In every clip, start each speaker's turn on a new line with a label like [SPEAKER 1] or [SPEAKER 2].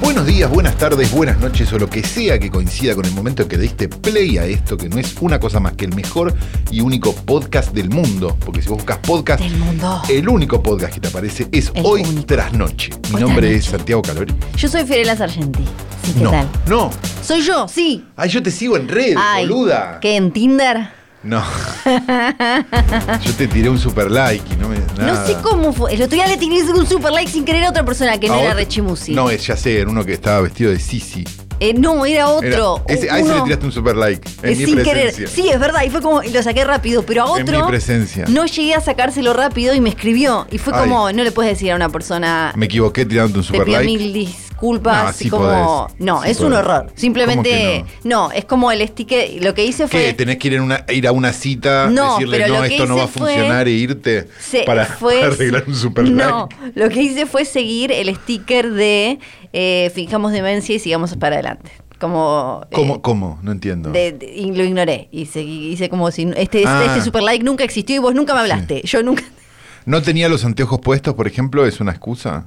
[SPEAKER 1] Buenos días, buenas tardes, buenas noches o lo que sea que coincida con el momento que diste play a esto, que no es una cosa más que el mejor y único podcast del mundo. Porque si vos buscas podcast,
[SPEAKER 2] Del mundo.
[SPEAKER 1] el único podcast que te aparece es
[SPEAKER 2] El
[SPEAKER 1] Hoy
[SPEAKER 2] único.
[SPEAKER 1] tras Noche. Mi
[SPEAKER 2] Hoy
[SPEAKER 1] nombre
[SPEAKER 2] tras
[SPEAKER 1] es Santiago Calori.
[SPEAKER 2] Yo soy Fiorella Sargenti. Sí, ¿qué
[SPEAKER 1] no,
[SPEAKER 2] tal?
[SPEAKER 1] no.
[SPEAKER 2] Soy yo, sí.
[SPEAKER 1] Ay, yo te sigo en red,
[SPEAKER 2] Ay,
[SPEAKER 1] boluda.
[SPEAKER 2] ¿Qué en Tinder?
[SPEAKER 1] No. Yo te tiré un super like y no me. nada.
[SPEAKER 2] No sé cómo fue. El otro día le tiré un super like sin querer a otra persona que
[SPEAKER 1] ¿A
[SPEAKER 2] no era
[SPEAKER 1] otro?
[SPEAKER 2] Rechimusi.
[SPEAKER 1] No, es- ya sé, era uno que estaba vestido de Sisi.
[SPEAKER 2] Eh, no, era
[SPEAKER 1] Era-
[SPEAKER 2] otro.
[SPEAKER 1] ese- a ese
[SPEAKER 2] Uno-
[SPEAKER 1] le tiraste un super like. En
[SPEAKER 2] eh,
[SPEAKER 1] mi
[SPEAKER 2] sin
[SPEAKER 1] presencia.
[SPEAKER 2] querer. Sí, es verdad. Y fue como, y lo saqué rápido, pero a
[SPEAKER 1] En
[SPEAKER 2] otro.
[SPEAKER 1] mi presencia.
[SPEAKER 2] No llegué a sacárselo rápido y me escribió. Y fue
[SPEAKER 1] Ay.
[SPEAKER 2] como, no le puedes decir a una persona.
[SPEAKER 1] Me equivoqué tirándote un
[SPEAKER 2] Te
[SPEAKER 1] super
[SPEAKER 2] pido
[SPEAKER 1] like.
[SPEAKER 2] mil disculpas.
[SPEAKER 1] No,
[SPEAKER 2] y
[SPEAKER 1] sí
[SPEAKER 2] como,
[SPEAKER 1] podés.
[SPEAKER 2] no,
[SPEAKER 1] Sí
[SPEAKER 2] es un
[SPEAKER 1] podés.
[SPEAKER 2] horror. Simplemente,
[SPEAKER 1] ¿Cómo que
[SPEAKER 2] no? es como el sticker. Lo que hice fue.
[SPEAKER 1] ¿Qué? ¿Tenés que ir, en una, ir a una cita,
[SPEAKER 2] No,
[SPEAKER 1] decirle
[SPEAKER 2] pero
[SPEAKER 1] no,
[SPEAKER 2] lo que
[SPEAKER 1] esto no
[SPEAKER 2] hice
[SPEAKER 1] va a
[SPEAKER 2] fue-
[SPEAKER 1] funcionar e irte
[SPEAKER 2] Se-
[SPEAKER 1] para, para arreglar un super
[SPEAKER 2] No,
[SPEAKER 1] like?
[SPEAKER 2] lo que hice fue seguir el sticker de eh, fijamos demencia y sigamos para adelante. Como. eh,
[SPEAKER 1] ¿Cómo? ¿Cómo? No entiendo.
[SPEAKER 2] de- de- y lo ignoré y seguí, hice como si este, este-
[SPEAKER 1] Ah.
[SPEAKER 2] este super like nunca existió y vos nunca me hablaste. Yo nunca.
[SPEAKER 1] ¿No tenía los anteojos puestos, por ejemplo? ¿Es una excusa?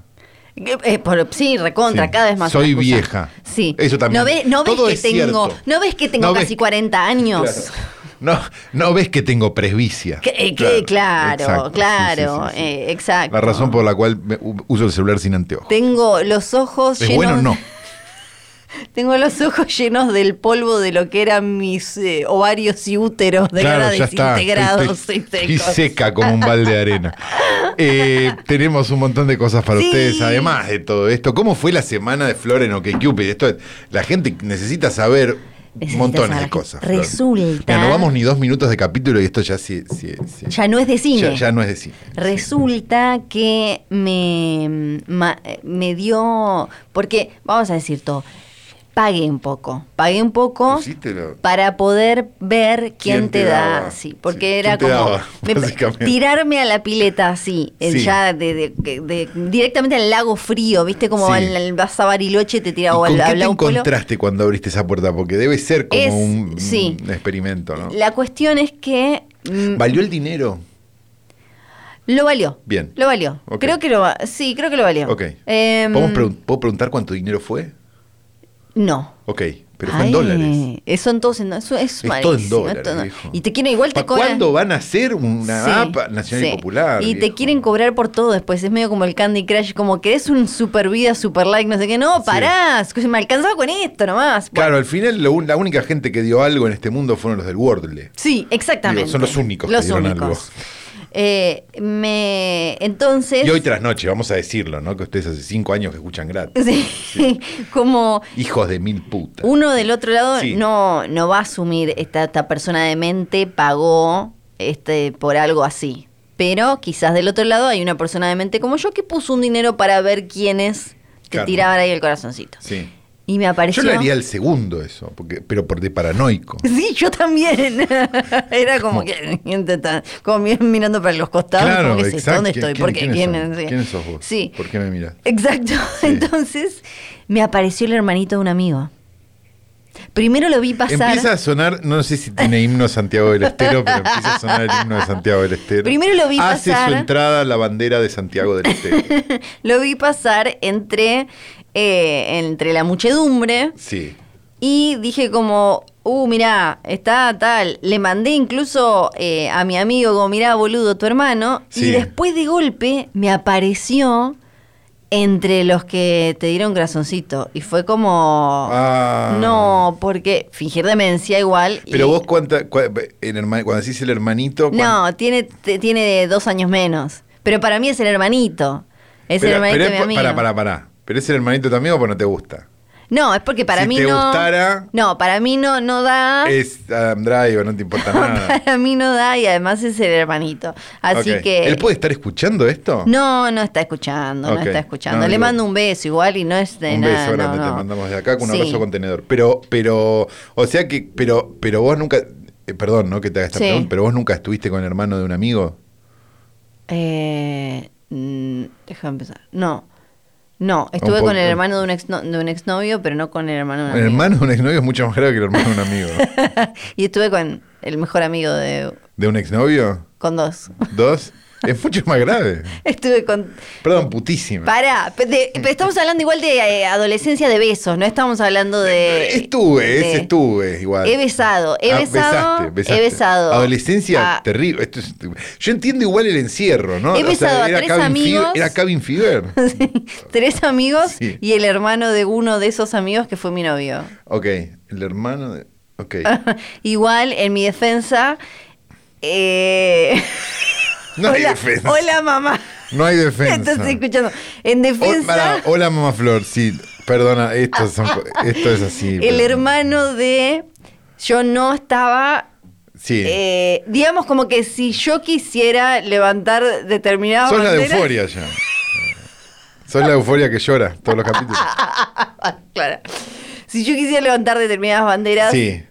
[SPEAKER 2] Eh, por- sí, recontra,
[SPEAKER 1] Sí.
[SPEAKER 2] cada vez más.
[SPEAKER 1] Soy
[SPEAKER 2] una excusa.
[SPEAKER 1] vieja.
[SPEAKER 2] Sí.
[SPEAKER 1] Eso también.
[SPEAKER 2] No, ve- no ves
[SPEAKER 1] Todo
[SPEAKER 2] que
[SPEAKER 1] es
[SPEAKER 2] tengo,
[SPEAKER 1] cierto.
[SPEAKER 2] no ves que tengo
[SPEAKER 1] No ves-
[SPEAKER 2] casi 40 años.
[SPEAKER 1] Claro. No, no ves que tengo presbicia.
[SPEAKER 2] Que- eh, que- claro, claro,
[SPEAKER 1] exacto, sí, sí, sí, sí.
[SPEAKER 2] eh, exacto.
[SPEAKER 1] La razón por la cual me- u- uso el celular sin anteojos.
[SPEAKER 2] Tengo los ojos
[SPEAKER 1] ¿Es
[SPEAKER 2] llenos.
[SPEAKER 1] bueno o no?
[SPEAKER 2] Tengo los ojos llenos del polvo de lo que eran mis eh, ovarios y úteros de este
[SPEAKER 1] claro,
[SPEAKER 2] ahora
[SPEAKER 1] ya está. Este,
[SPEAKER 2] desintegrados
[SPEAKER 1] Estoy-
[SPEAKER 2] y
[SPEAKER 1] estoy
[SPEAKER 2] secos.
[SPEAKER 1] seca como un balde de arena. Eh, tenemos un montón de cosas para
[SPEAKER 2] Sí.
[SPEAKER 1] ustedes, además de todo esto. ¿Cómo fue la semana de Flor en OkCupid? Esto, es- la gente necesita saber
[SPEAKER 2] Necesitas
[SPEAKER 1] montones de
[SPEAKER 2] saber.
[SPEAKER 1] cosas. Flor.
[SPEAKER 2] Resulta.
[SPEAKER 1] Mira, no vamos ni dos minutos de capítulo y esto ya sí. sí- sí-
[SPEAKER 2] Ya no es de cine.
[SPEAKER 1] ya, ya no es decir.
[SPEAKER 2] Resulta que me, ma- me dio. Porque, vamos a decir todo. Pagué un poco. Pagué un poco.
[SPEAKER 1] Pues Pusítelo.
[SPEAKER 2] Para poder ver quién, te, da.
[SPEAKER 1] daba?
[SPEAKER 2] Sí,
[SPEAKER 1] Sí,
[SPEAKER 2] porque era
[SPEAKER 1] ¿quién te
[SPEAKER 2] como.
[SPEAKER 1] daba,
[SPEAKER 2] me-
[SPEAKER 1] básicamente?
[SPEAKER 2] tirarme a la pileta así, eh,
[SPEAKER 1] Sí.
[SPEAKER 2] ya de, de- de- directamente al lago frío, ¿viste? Como
[SPEAKER 1] Sí.
[SPEAKER 2] al- al- vas a Bariloche, te
[SPEAKER 1] ¿Y
[SPEAKER 2] tiraba o
[SPEAKER 1] ¿Con
[SPEAKER 2] al,
[SPEAKER 1] qué
[SPEAKER 2] al
[SPEAKER 1] te
[SPEAKER 2] lago Polo.
[SPEAKER 1] encontraste cuando abriste esa puerta? Porque debe ser como
[SPEAKER 2] Es-
[SPEAKER 1] un,
[SPEAKER 2] sí.
[SPEAKER 1] un experimento, ¿no?
[SPEAKER 2] La cuestión es que. mm,
[SPEAKER 1] ¿Valió el dinero?
[SPEAKER 2] Lo valió.
[SPEAKER 1] Bien.
[SPEAKER 2] Lo valió.
[SPEAKER 1] Ok.
[SPEAKER 2] Creo que lo va- Sí, creo que lo valió.
[SPEAKER 1] Ok.
[SPEAKER 2] Em,
[SPEAKER 1] ¿Podemos pregun- ¿Puedo preguntar cuánto dinero fue?
[SPEAKER 2] No.
[SPEAKER 1] Ok, pero fue
[SPEAKER 2] Ay,
[SPEAKER 1] en dólares.
[SPEAKER 2] eh, Son todos en dólares. Es,
[SPEAKER 1] Es todo en
[SPEAKER 2] malísimo,
[SPEAKER 1] dólares.
[SPEAKER 2] es todo-
[SPEAKER 1] viejo.
[SPEAKER 2] Y te quieren igual te
[SPEAKER 1] ¿Pa'
[SPEAKER 2] cobran.
[SPEAKER 1] ¿Cuándo van a hacer una
[SPEAKER 2] Sí,
[SPEAKER 1] app nacional
[SPEAKER 2] sí.
[SPEAKER 1] y popular?
[SPEAKER 2] Y te
[SPEAKER 1] viejo?
[SPEAKER 2] quieren cobrar por todo después. Es medio como el Candy Crush, como que es un super vida, super like, no sé qué. No, pará. escucha, Me alcanzaba con esto nomás. Bueno,
[SPEAKER 1] Claro, al final lo un- la única gente que dio algo en este mundo fueron los del Wordle.
[SPEAKER 2] sí, exactamente.
[SPEAKER 1] Digo, son los únicos que
[SPEAKER 2] Los
[SPEAKER 1] dieron
[SPEAKER 2] únicos. Eh, me, entonces.
[SPEAKER 1] Y hoy tras noche, vamos a decirlo, ¿no? Que ustedes hace cinco años que escuchan gratis.
[SPEAKER 2] Sí, como
[SPEAKER 1] Hijos de mil putas.
[SPEAKER 2] uno del otro lado
[SPEAKER 1] Sí.
[SPEAKER 2] no, no va a asumir esta, esta persona de mente pagó este por algo así. Pero quizás del otro lado hay una persona de mente como yo que puso un dinero para ver quiénes te
[SPEAKER 1] Claro.
[SPEAKER 2] tiraban ahí el corazoncito.
[SPEAKER 1] Sí.
[SPEAKER 2] Y me
[SPEAKER 1] Yo
[SPEAKER 2] apareció.
[SPEAKER 1] le haría el segundo eso, porque, pero por de paranoico.
[SPEAKER 2] Sí, yo también. Era como que gente está como mi- mirando para los costados.
[SPEAKER 1] Claro,
[SPEAKER 2] como que es esto?
[SPEAKER 1] exacto.
[SPEAKER 2] ¿Dónde
[SPEAKER 1] ¿Qui-
[SPEAKER 2] estoy?
[SPEAKER 1] quién-
[SPEAKER 2] ¿Por qué?
[SPEAKER 1] quiénes son?
[SPEAKER 2] ¿Quién? Sí.
[SPEAKER 1] ¿Quiénes sos vos?
[SPEAKER 2] Sí.
[SPEAKER 1] ¿Por qué me mirás?
[SPEAKER 2] Exacto.
[SPEAKER 1] Sí.
[SPEAKER 2] Entonces me apareció el hermanito de un amigo. Primero lo vi pasar.
[SPEAKER 1] Empieza a sonar, no sé si tiene himno Santiago del Estero, pero empieza a sonar el himno de Santiago del Estero.
[SPEAKER 2] Primero lo vi
[SPEAKER 1] Hace
[SPEAKER 2] pasar.
[SPEAKER 1] su entrada la bandera de Santiago del Estero.
[SPEAKER 2] Lo vi pasar entre, eh, entre la muchedumbre
[SPEAKER 1] Sí.
[SPEAKER 2] y dije como, uh, mirá, está tal. Le mandé incluso eh, a mi amigo como, mirá, boludo, tu hermano.
[SPEAKER 1] Sí.
[SPEAKER 2] Y después de golpe me apareció entre los que te dieron corazoncito. Y fue como...
[SPEAKER 1] Ah.
[SPEAKER 2] No, porque fingir demencia igual. y-
[SPEAKER 1] Pero vos cuánta, cua- el herma- cuando decís el hermanito, cuán-
[SPEAKER 2] No, tiene, te- tiene dos años menos. Pero para mí es el hermanito. Es
[SPEAKER 1] pero,
[SPEAKER 2] el hermanito
[SPEAKER 1] pero
[SPEAKER 2] de mi
[SPEAKER 1] es por-
[SPEAKER 2] amigo.
[SPEAKER 1] Pará, pará, pará. ¿Pero es el hermanito también o porque no te gusta?
[SPEAKER 2] No, es porque para
[SPEAKER 1] Si
[SPEAKER 2] mí
[SPEAKER 1] te
[SPEAKER 2] no.
[SPEAKER 1] gustara-
[SPEAKER 2] No, para mí no, no da.
[SPEAKER 1] Es Adam Driver, no te importa nada.
[SPEAKER 2] Para mí no da y además es el hermanito. Así
[SPEAKER 1] Ok.
[SPEAKER 2] que.
[SPEAKER 1] ¿Él puede estar escuchando esto?
[SPEAKER 2] No, no está escuchando,
[SPEAKER 1] Ok.
[SPEAKER 2] no está escuchando.
[SPEAKER 1] No,
[SPEAKER 2] Le
[SPEAKER 1] digo-
[SPEAKER 2] mando un beso igual y no es de
[SPEAKER 1] un
[SPEAKER 2] nada.
[SPEAKER 1] beso grande
[SPEAKER 2] no,
[SPEAKER 1] te
[SPEAKER 2] no.
[SPEAKER 1] mandamos de acá con un
[SPEAKER 2] Sí.
[SPEAKER 1] abrazo contenedor. Pero, pero, o sea que, pero, pero vos nunca, eh, perdón, ¿no? Que te haga esta
[SPEAKER 2] Sí.
[SPEAKER 1] pregunta, pero vos nunca estuviste con el hermano de un amigo.
[SPEAKER 2] Eh, mm, déjame pensar. No. No,
[SPEAKER 1] Un
[SPEAKER 2] estuve
[SPEAKER 1] poco.
[SPEAKER 2] con el hermano de un, exno- de un exnovio, pero no con el hermano de un
[SPEAKER 1] El
[SPEAKER 2] amigo.
[SPEAKER 1] hermano de un exnovio es mucho más grave que el hermano de un amigo.
[SPEAKER 2] y estuve con el mejor amigo de...
[SPEAKER 1] ¿De un exnovio?
[SPEAKER 2] con dos.
[SPEAKER 1] ¿Dos? Es mucho más grave.
[SPEAKER 2] Estuve con...
[SPEAKER 1] Perdón, putísima.
[SPEAKER 2] Pará, pe- de-
[SPEAKER 1] Mm.
[SPEAKER 2] pero estamos hablando igual de eh, adolescencia de besos, no estamos hablando de...
[SPEAKER 1] Estuve,
[SPEAKER 2] de-
[SPEAKER 1] ese estuve igual.
[SPEAKER 2] He besado, he
[SPEAKER 1] Ah,
[SPEAKER 2] besado,
[SPEAKER 1] besaste, besaste.
[SPEAKER 2] he besado.
[SPEAKER 1] Adolescencia
[SPEAKER 2] a-
[SPEAKER 1] terrible. Esto es- yo entiendo igual el encierro, ¿no?
[SPEAKER 2] He besado a
[SPEAKER 1] era
[SPEAKER 2] tres
[SPEAKER 1] cabin fever-
[SPEAKER 2] amigos.
[SPEAKER 1] era cabin fever.
[SPEAKER 2] Tres amigos
[SPEAKER 1] Sí.
[SPEAKER 2] y el hermano de uno de esos amigos que fue mi novio.
[SPEAKER 1] Ok, el hermano de... Ok.
[SPEAKER 2] Igual, en mi defensa... eh,
[SPEAKER 1] No hay
[SPEAKER 2] hola,
[SPEAKER 1] defensa.
[SPEAKER 2] hola, mamá.
[SPEAKER 1] No hay defensa.
[SPEAKER 2] Estás escuchando. En
[SPEAKER 1] Hol-
[SPEAKER 2] defensa,
[SPEAKER 1] pará, oh, hola mamá Flor, sí, perdona, esto, son co- esto es así.
[SPEAKER 2] el
[SPEAKER 1] pero-
[SPEAKER 2] hermano de... Yo no estaba
[SPEAKER 1] Sí.
[SPEAKER 2] Eh, digamos como que si yo quisiera levantar determinadas
[SPEAKER 1] Sos la de
[SPEAKER 2] banderas-
[SPEAKER 1] euforia ya. Sos la de euforia que llora todos los capítulos.
[SPEAKER 2] Ah, claro. Si yo quisiera levantar determinadas banderas,
[SPEAKER 1] Sí.
[SPEAKER 2] eh,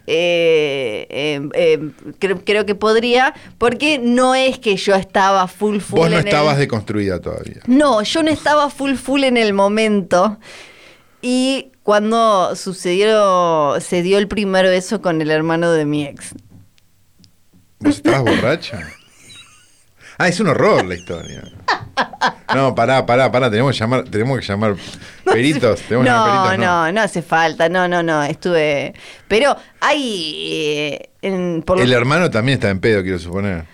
[SPEAKER 2] eh, eh, creo, creo que podría, porque no es que yo estaba full full.
[SPEAKER 1] Vos no
[SPEAKER 2] en el-
[SPEAKER 1] estabas deconstruida todavía.
[SPEAKER 2] No, yo no estaba full full en el momento. Y cuando sucedieron, se dio el primer beso con el hermano de mi ex.
[SPEAKER 1] ¿Vos estabas borracha? Ah, es un horror la historia. No, pará, pará, pará, tenemos que llamar, tenemos que llamar peritos, tenemos que llamar
[SPEAKER 2] No,
[SPEAKER 1] peritos, no.
[SPEAKER 2] no, no hace falta, no, no, no, estuve... Pero hay... eh, en- por lo-
[SPEAKER 1] El hermano también está en pedo, quiero suponer.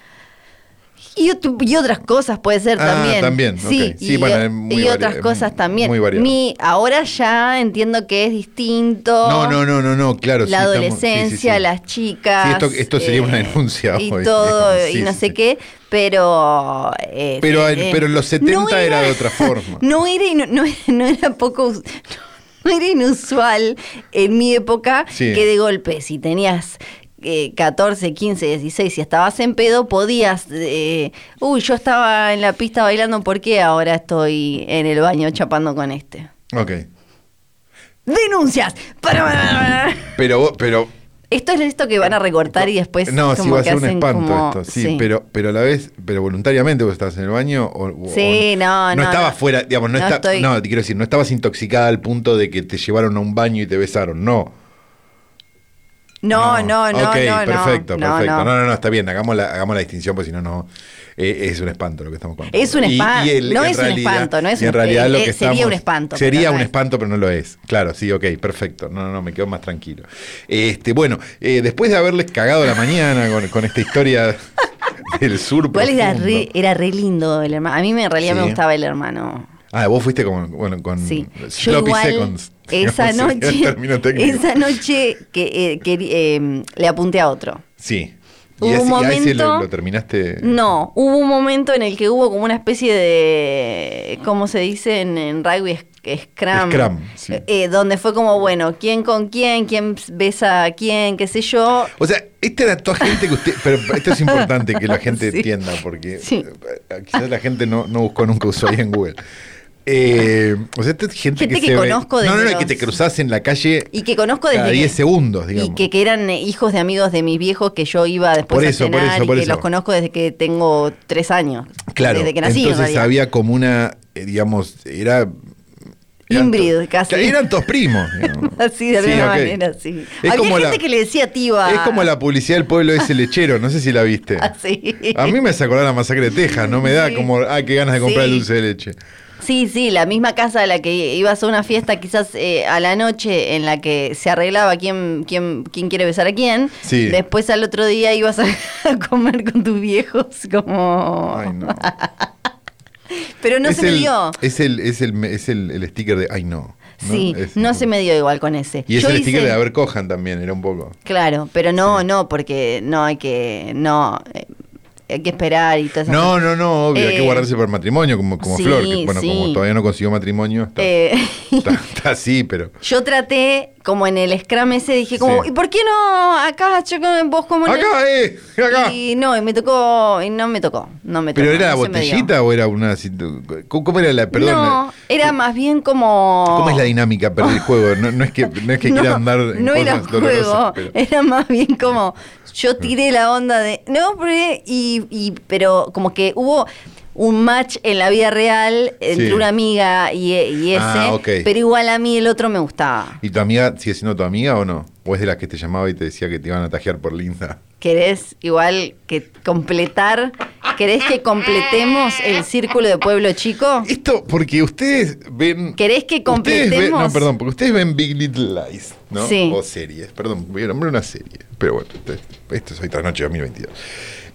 [SPEAKER 2] y, ot- y otras cosas puede ser
[SPEAKER 1] Ah,
[SPEAKER 2] también.
[SPEAKER 1] también,
[SPEAKER 2] sí,
[SPEAKER 1] ok. Sí,
[SPEAKER 2] y,
[SPEAKER 1] bueno, es muy
[SPEAKER 2] y
[SPEAKER 1] vari-
[SPEAKER 2] otras cosas también.
[SPEAKER 1] muy variado.
[SPEAKER 2] Mi, ahora ya entiendo que es distinto.
[SPEAKER 1] No, no, no, no, no, claro.
[SPEAKER 2] Oh. la
[SPEAKER 1] sí, estamos- sí, sí,
[SPEAKER 2] adolescencia,
[SPEAKER 1] sí.
[SPEAKER 2] las chicas. eh,
[SPEAKER 1] Sí, esto- esto sería una denuncia
[SPEAKER 2] Y
[SPEAKER 1] hoy,
[SPEAKER 2] todo,
[SPEAKER 1] digamos, sí,
[SPEAKER 2] y no
[SPEAKER 1] sí,
[SPEAKER 2] sé
[SPEAKER 1] sí.
[SPEAKER 2] qué, pero. eh,
[SPEAKER 1] Pero
[SPEAKER 2] eh,
[SPEAKER 1] en- pero en los 70 era de otra forma.
[SPEAKER 2] No era, inu- no, era- no era poco. us- no era inusual en mi época
[SPEAKER 1] Sí.
[SPEAKER 2] que de golpe, si tenías. eh, 14, 15, 16, si estabas en pedo, podías. eh, Uy, yo estaba en la pista bailando, ¿por qué ahora estoy en el baño chapando con este?
[SPEAKER 1] Ok.
[SPEAKER 2] ¡Denuncias! Para, para, para, para.
[SPEAKER 1] Pero vos- pero
[SPEAKER 2] Esto es esto que van a recortar y después
[SPEAKER 1] No, sí
[SPEAKER 2] Pues como
[SPEAKER 1] va a
[SPEAKER 2] que
[SPEAKER 1] ser un
[SPEAKER 2] hacen
[SPEAKER 1] espanto
[SPEAKER 2] como-
[SPEAKER 1] esto, sí, pero pero a la vez, pero voluntariamente vos estabas en el baño o, o-
[SPEAKER 2] Sí,
[SPEAKER 1] o-
[SPEAKER 2] no, no,
[SPEAKER 1] estabas
[SPEAKER 2] no.
[SPEAKER 1] fuera, digamos, no,
[SPEAKER 2] No
[SPEAKER 1] está-
[SPEAKER 2] estoy-
[SPEAKER 1] no, te quiero decir, no estabas intoxicada al punto de que te llevaron a un baño y te besaron, no.
[SPEAKER 2] No, no,
[SPEAKER 1] Ok,
[SPEAKER 2] no, no, no,
[SPEAKER 1] perfecto,
[SPEAKER 2] no,
[SPEAKER 1] perfecto. No.
[SPEAKER 2] no.
[SPEAKER 1] no, no, está bien, hagamos la, hagamos la distinción, porque si no, no. eh, es un espanto lo que estamos contando.
[SPEAKER 2] Es un
[SPEAKER 1] Y-
[SPEAKER 2] espanto,
[SPEAKER 1] y el-
[SPEAKER 2] no
[SPEAKER 1] en
[SPEAKER 2] es un espanto, no es
[SPEAKER 1] y en
[SPEAKER 2] un-
[SPEAKER 1] realidad
[SPEAKER 2] eh,
[SPEAKER 1] lo
[SPEAKER 2] eh,
[SPEAKER 1] que
[SPEAKER 2] sería
[SPEAKER 1] estamos-
[SPEAKER 2] un espanto, pero
[SPEAKER 1] Sería
[SPEAKER 2] no
[SPEAKER 1] un
[SPEAKER 2] es.
[SPEAKER 1] espanto, pero no lo es. Claro, sí, ok, perfecto. No, no, no, me quedo más tranquilo. Este, bueno, eh, después de haberles cagado la mañana con, con esta historia del sur
[SPEAKER 2] Igual era
[SPEAKER 1] profundo.
[SPEAKER 2] re, era re lindo el hermano. A mí me- en realidad
[SPEAKER 1] Sí.
[SPEAKER 2] me gustaba el hermano.
[SPEAKER 1] Ah, vos fuiste con, bueno, con
[SPEAKER 2] Sí. Yo
[SPEAKER 1] Sloppy
[SPEAKER 2] igual
[SPEAKER 1] Seconds.
[SPEAKER 2] esa
[SPEAKER 1] digamos, sería el
[SPEAKER 2] noche,
[SPEAKER 1] término técnico.
[SPEAKER 2] esa noche que, eh, que, eh, le apunté a otro.
[SPEAKER 1] Sí.
[SPEAKER 2] Hubo
[SPEAKER 1] y ese,
[SPEAKER 2] un
[SPEAKER 1] y a ese lo,
[SPEAKER 2] momento-
[SPEAKER 1] lo terminaste.
[SPEAKER 2] No, hubo un momento en el que hubo como una especie de, ¿cómo se dice en, en rugby? Es- Scrum.
[SPEAKER 1] Scrum, sí.
[SPEAKER 2] Eh, donde fue como, bueno, ¿quién con quién? ¿Quién besa a quién? ¿Qué sé yo?
[SPEAKER 1] O sea, esta era toda gente que usted. Pero esto es importante que la gente
[SPEAKER 2] Sí.
[SPEAKER 1] entienda, porque
[SPEAKER 2] Sí.
[SPEAKER 1] eh, quizás la gente no, no buscó nunca usó ahí en Google. Eh, o sea, esta es gente,
[SPEAKER 2] Gente que
[SPEAKER 1] se ve-
[SPEAKER 2] conozco
[SPEAKER 1] No, no,
[SPEAKER 2] desde
[SPEAKER 1] no, que
[SPEAKER 2] los-
[SPEAKER 1] te cruzás en la calle
[SPEAKER 2] Y que conozco desde...
[SPEAKER 1] cada
[SPEAKER 2] que-
[SPEAKER 1] 10 segundos, digamos.
[SPEAKER 2] Y que, que eran eh, hijos de amigos de mis viejos que yo iba después
[SPEAKER 1] Por eso,
[SPEAKER 2] a
[SPEAKER 1] por
[SPEAKER 2] cenar
[SPEAKER 1] eso, por
[SPEAKER 2] y que
[SPEAKER 1] eso.
[SPEAKER 2] los conozco desde que tengo tres años.
[SPEAKER 1] Claro,
[SPEAKER 2] Desde que nací, en
[SPEAKER 1] entonces
[SPEAKER 2] realidad.
[SPEAKER 1] había como una, eh, digamos, era...
[SPEAKER 2] Inbreed,
[SPEAKER 1] to-
[SPEAKER 2] casi.
[SPEAKER 1] Eran todos primos. digamos.
[SPEAKER 2] Así, de
[SPEAKER 1] Sí,
[SPEAKER 2] alguna
[SPEAKER 1] ok.
[SPEAKER 2] manera, sí.
[SPEAKER 1] Es
[SPEAKER 2] había
[SPEAKER 1] como
[SPEAKER 2] gente
[SPEAKER 1] la-
[SPEAKER 2] que le decía tiba.
[SPEAKER 1] Es como la publicidad del pueblo ese lechero, no sé si la viste.
[SPEAKER 2] Así.
[SPEAKER 1] A mí me hace acordar la masacre de Texas, no me da
[SPEAKER 2] Ah, Sí.
[SPEAKER 1] como, ah, qué ganas de comprar
[SPEAKER 2] Sí.
[SPEAKER 1] el dulce de leche.
[SPEAKER 2] Sí, sí, la misma casa a la que ibas a una fiesta quizás eh, a la noche en la que se arreglaba quién, quién, quién quiere besar a quién.
[SPEAKER 1] Sí.
[SPEAKER 2] Después al otro día ibas a, a comer con tus viejos como...
[SPEAKER 1] Ay, no.
[SPEAKER 2] Pero no
[SPEAKER 1] es
[SPEAKER 2] se me
[SPEAKER 1] el,
[SPEAKER 2] dio.
[SPEAKER 1] Es el, es el, es el, el sticker de, ay, no.
[SPEAKER 2] sí,
[SPEAKER 1] Es-
[SPEAKER 2] no se me dio igual con ese.
[SPEAKER 1] Y es
[SPEAKER 2] Yo
[SPEAKER 1] el sticker
[SPEAKER 2] hice-
[SPEAKER 1] de haber cojan también, era un poco.
[SPEAKER 2] Claro, pero no, no, porque no hay que, no, eh, hay que esperar y todo eso.
[SPEAKER 1] No, no, no, obvio, hay que
[SPEAKER 2] Eh,
[SPEAKER 1] guardarse para el matrimonio, como, como
[SPEAKER 2] sí,
[SPEAKER 1] Flor, que bueno,
[SPEAKER 2] sí. Eh.
[SPEAKER 1] como todavía no consiguió matrimonio, está, está- está así, pero...
[SPEAKER 2] yo traté, como en el Scrum ese, dije como,
[SPEAKER 1] Sí.
[SPEAKER 2] ¿y por qué no acá, yo con vos como en el-?"
[SPEAKER 1] Acá, eh, acá.
[SPEAKER 2] Y no, y me tocó, y no me tocó, no me tocó.
[SPEAKER 1] ¿Pero era la
[SPEAKER 2] no se me dio.
[SPEAKER 1] botellita o era una... así, ¿Cómo cómo era la... Perdón. eh.
[SPEAKER 2] No, era más bien como...
[SPEAKER 1] ¿Cómo es la dinámica para el juego? No, no es que, no es que
[SPEAKER 2] no,
[SPEAKER 1] quieran dar en
[SPEAKER 2] no
[SPEAKER 1] cosas
[SPEAKER 2] era un
[SPEAKER 1] dolorosas,
[SPEAKER 2] juego,
[SPEAKER 1] pero- Ah.
[SPEAKER 2] era más bien como yo tiré la onda de no, porque- y, y- pero como que hubo un match en la vida real entre
[SPEAKER 1] Sí.
[SPEAKER 2] una amiga y, e, y ese,
[SPEAKER 1] Ah, ok.
[SPEAKER 2] pero igual a mí el otro me gustaba.
[SPEAKER 1] ¿Y tu amiga sigue siendo tu amiga o no? ¿O es de las que te llamaba y te decía que te iban a tajear por linda?
[SPEAKER 2] ¿Querés igual que completar? ¿Querés que completemos el círculo de pueblo chico?
[SPEAKER 1] Esto porque ustedes ven.
[SPEAKER 2] ¿Querés que
[SPEAKER 1] ustedes ven-
[SPEAKER 2] completemos?
[SPEAKER 1] no, perdón, porque ustedes ven Big Little Lies, ¿no?
[SPEAKER 2] Sí.
[SPEAKER 1] O series, perdón, voy a nombrar una serie. Pero bueno, este- esto es hoy tras noche 2022.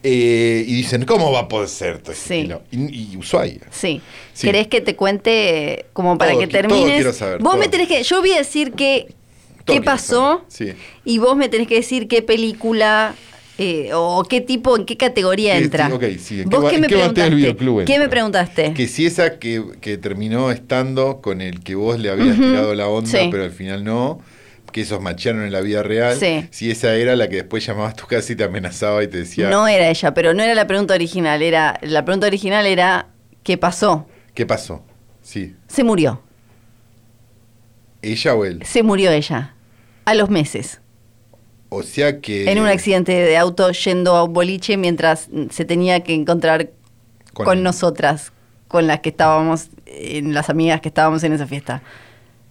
[SPEAKER 1] Eh, y dicen, ¿cómo va a poder ser? todo este
[SPEAKER 2] Sí.
[SPEAKER 1] estilo? Y, y Ushuaia.
[SPEAKER 2] Sí.
[SPEAKER 1] Sí.
[SPEAKER 2] ¿Querés que te cuente eh, como para
[SPEAKER 1] Todo
[SPEAKER 2] que
[SPEAKER 1] qui- todo
[SPEAKER 2] termines?
[SPEAKER 1] quiero saber,
[SPEAKER 2] vos
[SPEAKER 1] todo.
[SPEAKER 2] me tenés que. Yo voy a decir que
[SPEAKER 1] Todo
[SPEAKER 2] qué
[SPEAKER 1] quiero
[SPEAKER 2] pasó
[SPEAKER 1] saber, sí.
[SPEAKER 2] y vos me tenés que decir qué película eh, o qué tipo, en qué categoría
[SPEAKER 1] Eh,
[SPEAKER 2] entra.
[SPEAKER 1] sí, ok, sí. ¿En
[SPEAKER 2] ¿Vos
[SPEAKER 1] ba-
[SPEAKER 2] qué
[SPEAKER 1] en
[SPEAKER 2] me
[SPEAKER 1] batea
[SPEAKER 2] preguntaste?
[SPEAKER 1] el videoclub
[SPEAKER 2] ¿Qué
[SPEAKER 1] entra?
[SPEAKER 2] me preguntaste?
[SPEAKER 1] Que si esa que, que terminó estando con el que vos le habías
[SPEAKER 2] Ujú,
[SPEAKER 1] tirado la onda,
[SPEAKER 2] sí.
[SPEAKER 1] pero al final no, que esos macharon en la vida real,
[SPEAKER 2] Sí.
[SPEAKER 1] si esa era la que después llamabas a tu casa y te amenazaba y te decía,
[SPEAKER 2] No era ella, pero no era la pregunta original. Era la pregunta original era qué pasó.
[SPEAKER 1] ¿qué pasó? Sí.
[SPEAKER 2] Se murió.
[SPEAKER 1] ¿Ella o él?
[SPEAKER 2] Se murió ella a los meses
[SPEAKER 1] O sea que...
[SPEAKER 2] en un accidente de auto yendo a un boliche mientras mm, se tenía que encontrar con,
[SPEAKER 1] él.
[SPEAKER 2] nosotras, con las que estábamos, en las amigas que estábamos en esa fiesta.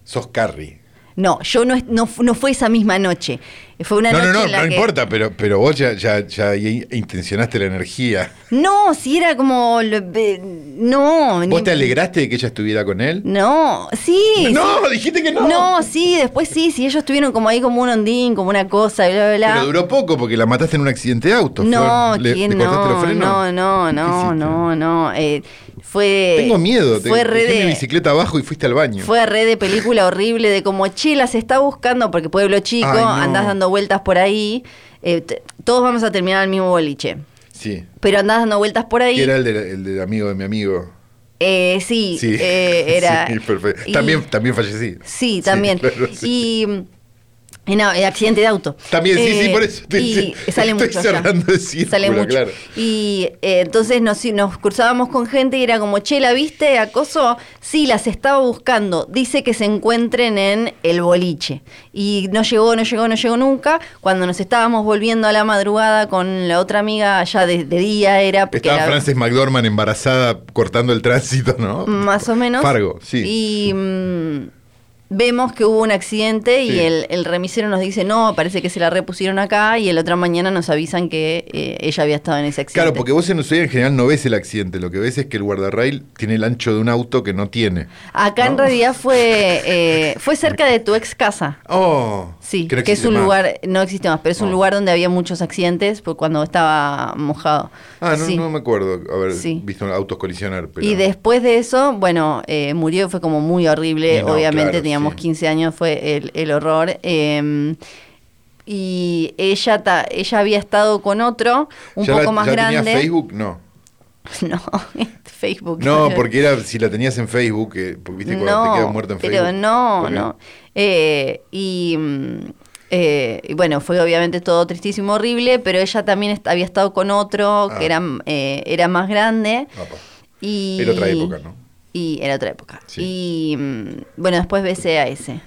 [SPEAKER 1] Sos Carrie.
[SPEAKER 2] No, yo no, es- no, fu- no fue esa misma noche. Fue una
[SPEAKER 1] No,
[SPEAKER 2] noche
[SPEAKER 1] no, no,
[SPEAKER 2] en la
[SPEAKER 1] no
[SPEAKER 2] que-
[SPEAKER 1] importa, pero, pero vos ya, ya, ya ahí intencionaste la energía.
[SPEAKER 2] No, si era como. lo- be- No. ni-
[SPEAKER 1] ¿Vos te alegraste de que ella estuviera con él?
[SPEAKER 2] No, sí.
[SPEAKER 1] no, dijiste que
[SPEAKER 2] sí.
[SPEAKER 1] no.
[SPEAKER 2] No, sí, después sí, sí, ellos estuvieron como ahí como un ondín, como una cosa, bla, bla, bla.
[SPEAKER 1] Pero duró poco porque la mataste en un accidente de auto.
[SPEAKER 2] No,
[SPEAKER 1] Flor. ¿Le,
[SPEAKER 2] ¿quién
[SPEAKER 1] le cortaste los
[SPEAKER 2] no,
[SPEAKER 1] frenos?
[SPEAKER 2] no, no,
[SPEAKER 1] ¿Qué
[SPEAKER 2] no,
[SPEAKER 1] hiciste?
[SPEAKER 2] no, no, eh, fue.
[SPEAKER 1] Tengo miedo. Te,
[SPEAKER 2] Fue re
[SPEAKER 1] dejé mi
[SPEAKER 2] de-
[SPEAKER 1] bicicleta abajo y fuiste al baño.
[SPEAKER 2] Fue red de película horrible de como, che, las está buscando porque pueblo chico,
[SPEAKER 1] Ay, no.
[SPEAKER 2] andás dando vueltas por ahí. eh, t- todos vamos a terminar en el mismo boliche.
[SPEAKER 1] Sí.
[SPEAKER 2] Pero andás dando vueltas por ahí.
[SPEAKER 1] Que era el, del- el del amigo de mi amigo.
[SPEAKER 2] Eh, sí,
[SPEAKER 1] Sí.
[SPEAKER 2] eh, era.
[SPEAKER 1] Sí, perfecto.
[SPEAKER 2] y-
[SPEAKER 1] También, también fallecí.
[SPEAKER 2] Sí, también.
[SPEAKER 1] claro, sí.
[SPEAKER 2] Y. mm, y no, eh, accidente de auto.
[SPEAKER 1] También, sí, sí,
[SPEAKER 2] Eh,
[SPEAKER 1] por eso estoy-
[SPEAKER 2] y sale
[SPEAKER 1] estoy
[SPEAKER 2] mucho.
[SPEAKER 1] cerrando
[SPEAKER 2] ya.
[SPEAKER 1] el círculo,
[SPEAKER 2] Sale mucho.
[SPEAKER 1] claro.
[SPEAKER 2] Y eh, entonces nos, nos cruzábamos con gente y era como, che, ¿la viste? ¿Acoso? Sí, las estaba buscando. Dice que se encuentren en el boliche. Y no llegó, no llegó, no llegó nunca. Cuando nos estábamos volviendo a la madrugada con la otra amiga, ya de, de día era. porque
[SPEAKER 1] Estaba
[SPEAKER 2] la-
[SPEAKER 1] Frances McDormand embarazada cortando el tránsito, ¿no?
[SPEAKER 2] más o menos.
[SPEAKER 1] Fargo, sí.
[SPEAKER 2] Y mm, vemos que hubo un accidente y
[SPEAKER 1] Sí.
[SPEAKER 2] el, el remisero nos dice, no, parece que se la repusieron acá y el otra mañana nos avisan que eh, ella había estado en ese accidente.
[SPEAKER 1] Claro, porque vos en Ushuaia en general no ves el accidente, lo que ves es que el guardarrail tiene el ancho de un auto que no tiene.
[SPEAKER 2] Acá en
[SPEAKER 1] No.
[SPEAKER 2] realidad fue, eh, fue cerca de tu ex casa.
[SPEAKER 1] Oh,
[SPEAKER 2] Sí,
[SPEAKER 1] que no
[SPEAKER 2] que es
[SPEAKER 1] existe
[SPEAKER 2] un
[SPEAKER 1] más.
[SPEAKER 2] lugar, no existe más, pero es un
[SPEAKER 1] No.
[SPEAKER 2] lugar donde había muchos accidentes por cuando estaba mojado.
[SPEAKER 1] Ah, no,
[SPEAKER 2] Sí.
[SPEAKER 1] no me acuerdo haber
[SPEAKER 2] Sí.
[SPEAKER 1] visto autos colisionar. Pero...
[SPEAKER 2] Y después de eso, bueno, eh, murió, fue como muy horrible,
[SPEAKER 1] Y no,
[SPEAKER 2] obviamente
[SPEAKER 1] claro,
[SPEAKER 2] teníamos
[SPEAKER 1] sí.
[SPEAKER 2] 15 años, fue el, el horror. eh, y ella, ta- ella había estado con otro, un
[SPEAKER 1] ¿Ya la-
[SPEAKER 2] poco más
[SPEAKER 1] ya
[SPEAKER 2] grande.
[SPEAKER 1] tenía Facebook? No.
[SPEAKER 2] No, Facebook.
[SPEAKER 1] No, porque era si la tenías en Facebook, eh, porque viste cuando te quedas muerto en
[SPEAKER 2] pero
[SPEAKER 1] Facebook.
[SPEAKER 2] no,
[SPEAKER 1] Ok.
[SPEAKER 2] no. Eh, y, mm, eh, y bueno, fue obviamente todo tristísimo, horrible, pero ella también est- había estado con otro
[SPEAKER 1] Ah.
[SPEAKER 2] que era, eh, era más grande.
[SPEAKER 1] Apa.
[SPEAKER 2] Y,
[SPEAKER 1] Era otra época, ¿no?
[SPEAKER 2] Y era otra época.
[SPEAKER 1] Sí.
[SPEAKER 2] Y mm, bueno, después besé a ese.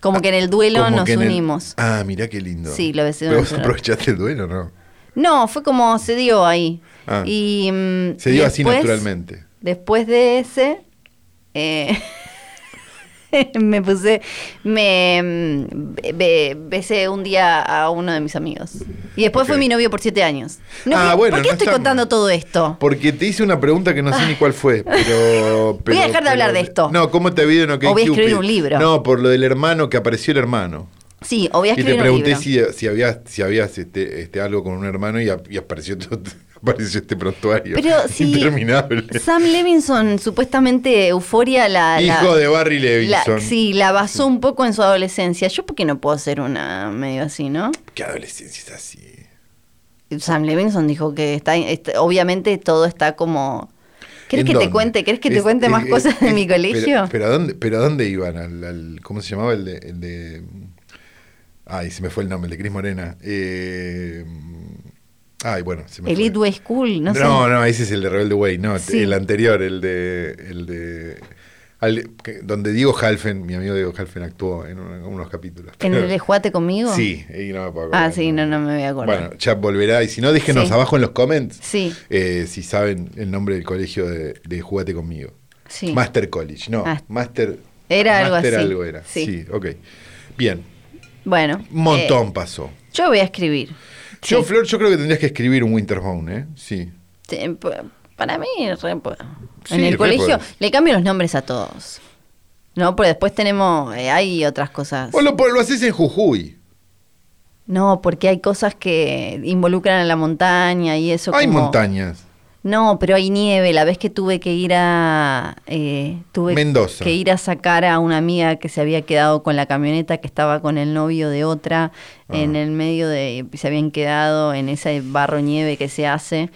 [SPEAKER 2] Como que en el duelo
[SPEAKER 1] Ah, Como
[SPEAKER 2] nos
[SPEAKER 1] que en el-
[SPEAKER 2] unimos.
[SPEAKER 1] Ah, mirá qué lindo.
[SPEAKER 2] Sí, lo besé
[SPEAKER 1] ¿Pero
[SPEAKER 2] una
[SPEAKER 1] vos
[SPEAKER 2] sola.
[SPEAKER 1] aprovechaste el duelo, no?
[SPEAKER 2] No, fue como se dio ahí.
[SPEAKER 1] Ah.
[SPEAKER 2] Y, mm,
[SPEAKER 1] Se dio así
[SPEAKER 2] después-
[SPEAKER 1] naturalmente.
[SPEAKER 2] Después de ese, eh, me puse, me mm, be- be- besé un día a uno de mis amigos. Y después fue
[SPEAKER 1] Ok.
[SPEAKER 2] mi novio por siete años. No,
[SPEAKER 1] Ah,
[SPEAKER 2] ¿por-
[SPEAKER 1] bueno,
[SPEAKER 2] ¿Por qué
[SPEAKER 1] no
[SPEAKER 2] estoy
[SPEAKER 1] está
[SPEAKER 2] contando
[SPEAKER 1] mal.
[SPEAKER 2] todo esto?
[SPEAKER 1] Porque te hice una pregunta que no sé ni cuál fue, pero... pero-
[SPEAKER 2] dejar de
[SPEAKER 1] pero-
[SPEAKER 2] hablar de esto.
[SPEAKER 1] No, ¿cómo te ha ido en OkCupid?
[SPEAKER 2] O voy a escribir un libro.
[SPEAKER 1] No, por lo del hermano, que apareció el hermano.
[SPEAKER 2] Sí, o voy a
[SPEAKER 1] Y
[SPEAKER 2] escribir
[SPEAKER 1] te
[SPEAKER 2] un
[SPEAKER 1] pregunté
[SPEAKER 2] libro.
[SPEAKER 1] si, si habías, si habías este, este, algo con un hermano y, ap- y apareció, todo- apareció este prontuario
[SPEAKER 2] Pero sí,
[SPEAKER 1] interminable.
[SPEAKER 2] Sam Levinson, supuestamente Euforia, la, la-
[SPEAKER 1] Hijo de Barry
[SPEAKER 2] la-
[SPEAKER 1] Levinson.
[SPEAKER 2] sí, la basó un poco en su adolescencia. Yo porque no puedo ser una medio así, ¿no?
[SPEAKER 1] ¿Qué adolescencia es así?
[SPEAKER 2] Sam Levinson dijo que está, está- obviamente todo está como ¿Querés
[SPEAKER 1] ¿En
[SPEAKER 2] que te
[SPEAKER 1] dónde?
[SPEAKER 2] cuente? ¿Querés que te
[SPEAKER 1] Es-
[SPEAKER 2] cuente
[SPEAKER 1] es-
[SPEAKER 2] más
[SPEAKER 1] es-
[SPEAKER 2] cosas de
[SPEAKER 1] es-
[SPEAKER 2] mi colegio?
[SPEAKER 1] Pero, pero ¿a dónde, pero ¿a dónde iban? Al, al- ¿Cómo se llamaba el de, el de- Ay, se me fue el nombre, el de Cris Morena. Eh, ay, bueno, se me
[SPEAKER 2] el
[SPEAKER 1] fue.
[SPEAKER 2] Midway School, no,
[SPEAKER 1] No,
[SPEAKER 2] sé.
[SPEAKER 1] no, ese es el de Rebelde Way, no,
[SPEAKER 2] Sí.
[SPEAKER 1] el anterior, el de, el de al- que- donde Diego Halfen, mi amigo Diego Halfen, actuó en un- en unos capítulos.
[SPEAKER 2] ¿En
[SPEAKER 1] Pero-
[SPEAKER 2] el Juate conmigo?
[SPEAKER 1] Sí, y no me puedo acordar.
[SPEAKER 2] Ah, sí, no, no me voy a acordar.
[SPEAKER 1] Bueno, ya volverá. Y si no, déjenos
[SPEAKER 2] Sí.
[SPEAKER 1] abajo en los comments
[SPEAKER 2] Sí,
[SPEAKER 1] eh, si saben el nombre del colegio de, de Jugate Conmigo.
[SPEAKER 2] sí.
[SPEAKER 1] Master College, no.
[SPEAKER 2] Ah.
[SPEAKER 1] Master.
[SPEAKER 2] Era algo
[SPEAKER 1] Master
[SPEAKER 2] así.
[SPEAKER 1] algo era. Sí.
[SPEAKER 2] Sí.
[SPEAKER 1] ok. Bien,
[SPEAKER 2] Bueno.
[SPEAKER 1] un montón
[SPEAKER 2] eh,
[SPEAKER 1] pasó.
[SPEAKER 2] yo voy a escribir.
[SPEAKER 1] Yo,
[SPEAKER 2] Sí.
[SPEAKER 1] Flor, yo creo que tendrías que escribir un Winterbone, ¿eh? Sí.
[SPEAKER 2] Sí, pa- Para mí, re puedo.
[SPEAKER 1] Sí,
[SPEAKER 2] en el
[SPEAKER 1] re
[SPEAKER 2] colegio
[SPEAKER 1] podés.
[SPEAKER 2] le cambio los nombres a todos. No, porque después tenemos, eh, hay otras cosas.
[SPEAKER 1] Vos lo, lo haces en Jujuy.
[SPEAKER 2] No, porque hay cosas que involucran a la montaña y eso.
[SPEAKER 1] Hay
[SPEAKER 2] como-
[SPEAKER 1] montañas.
[SPEAKER 2] No, pero hay nieve. La vez que tuve que ir a eh, tuve
[SPEAKER 1] Mendoza.
[SPEAKER 2] que ir a sacar a una amiga que se había quedado con la camioneta que estaba con el novio de otra en el medio de se habían quedado en ese barro nieve que se hace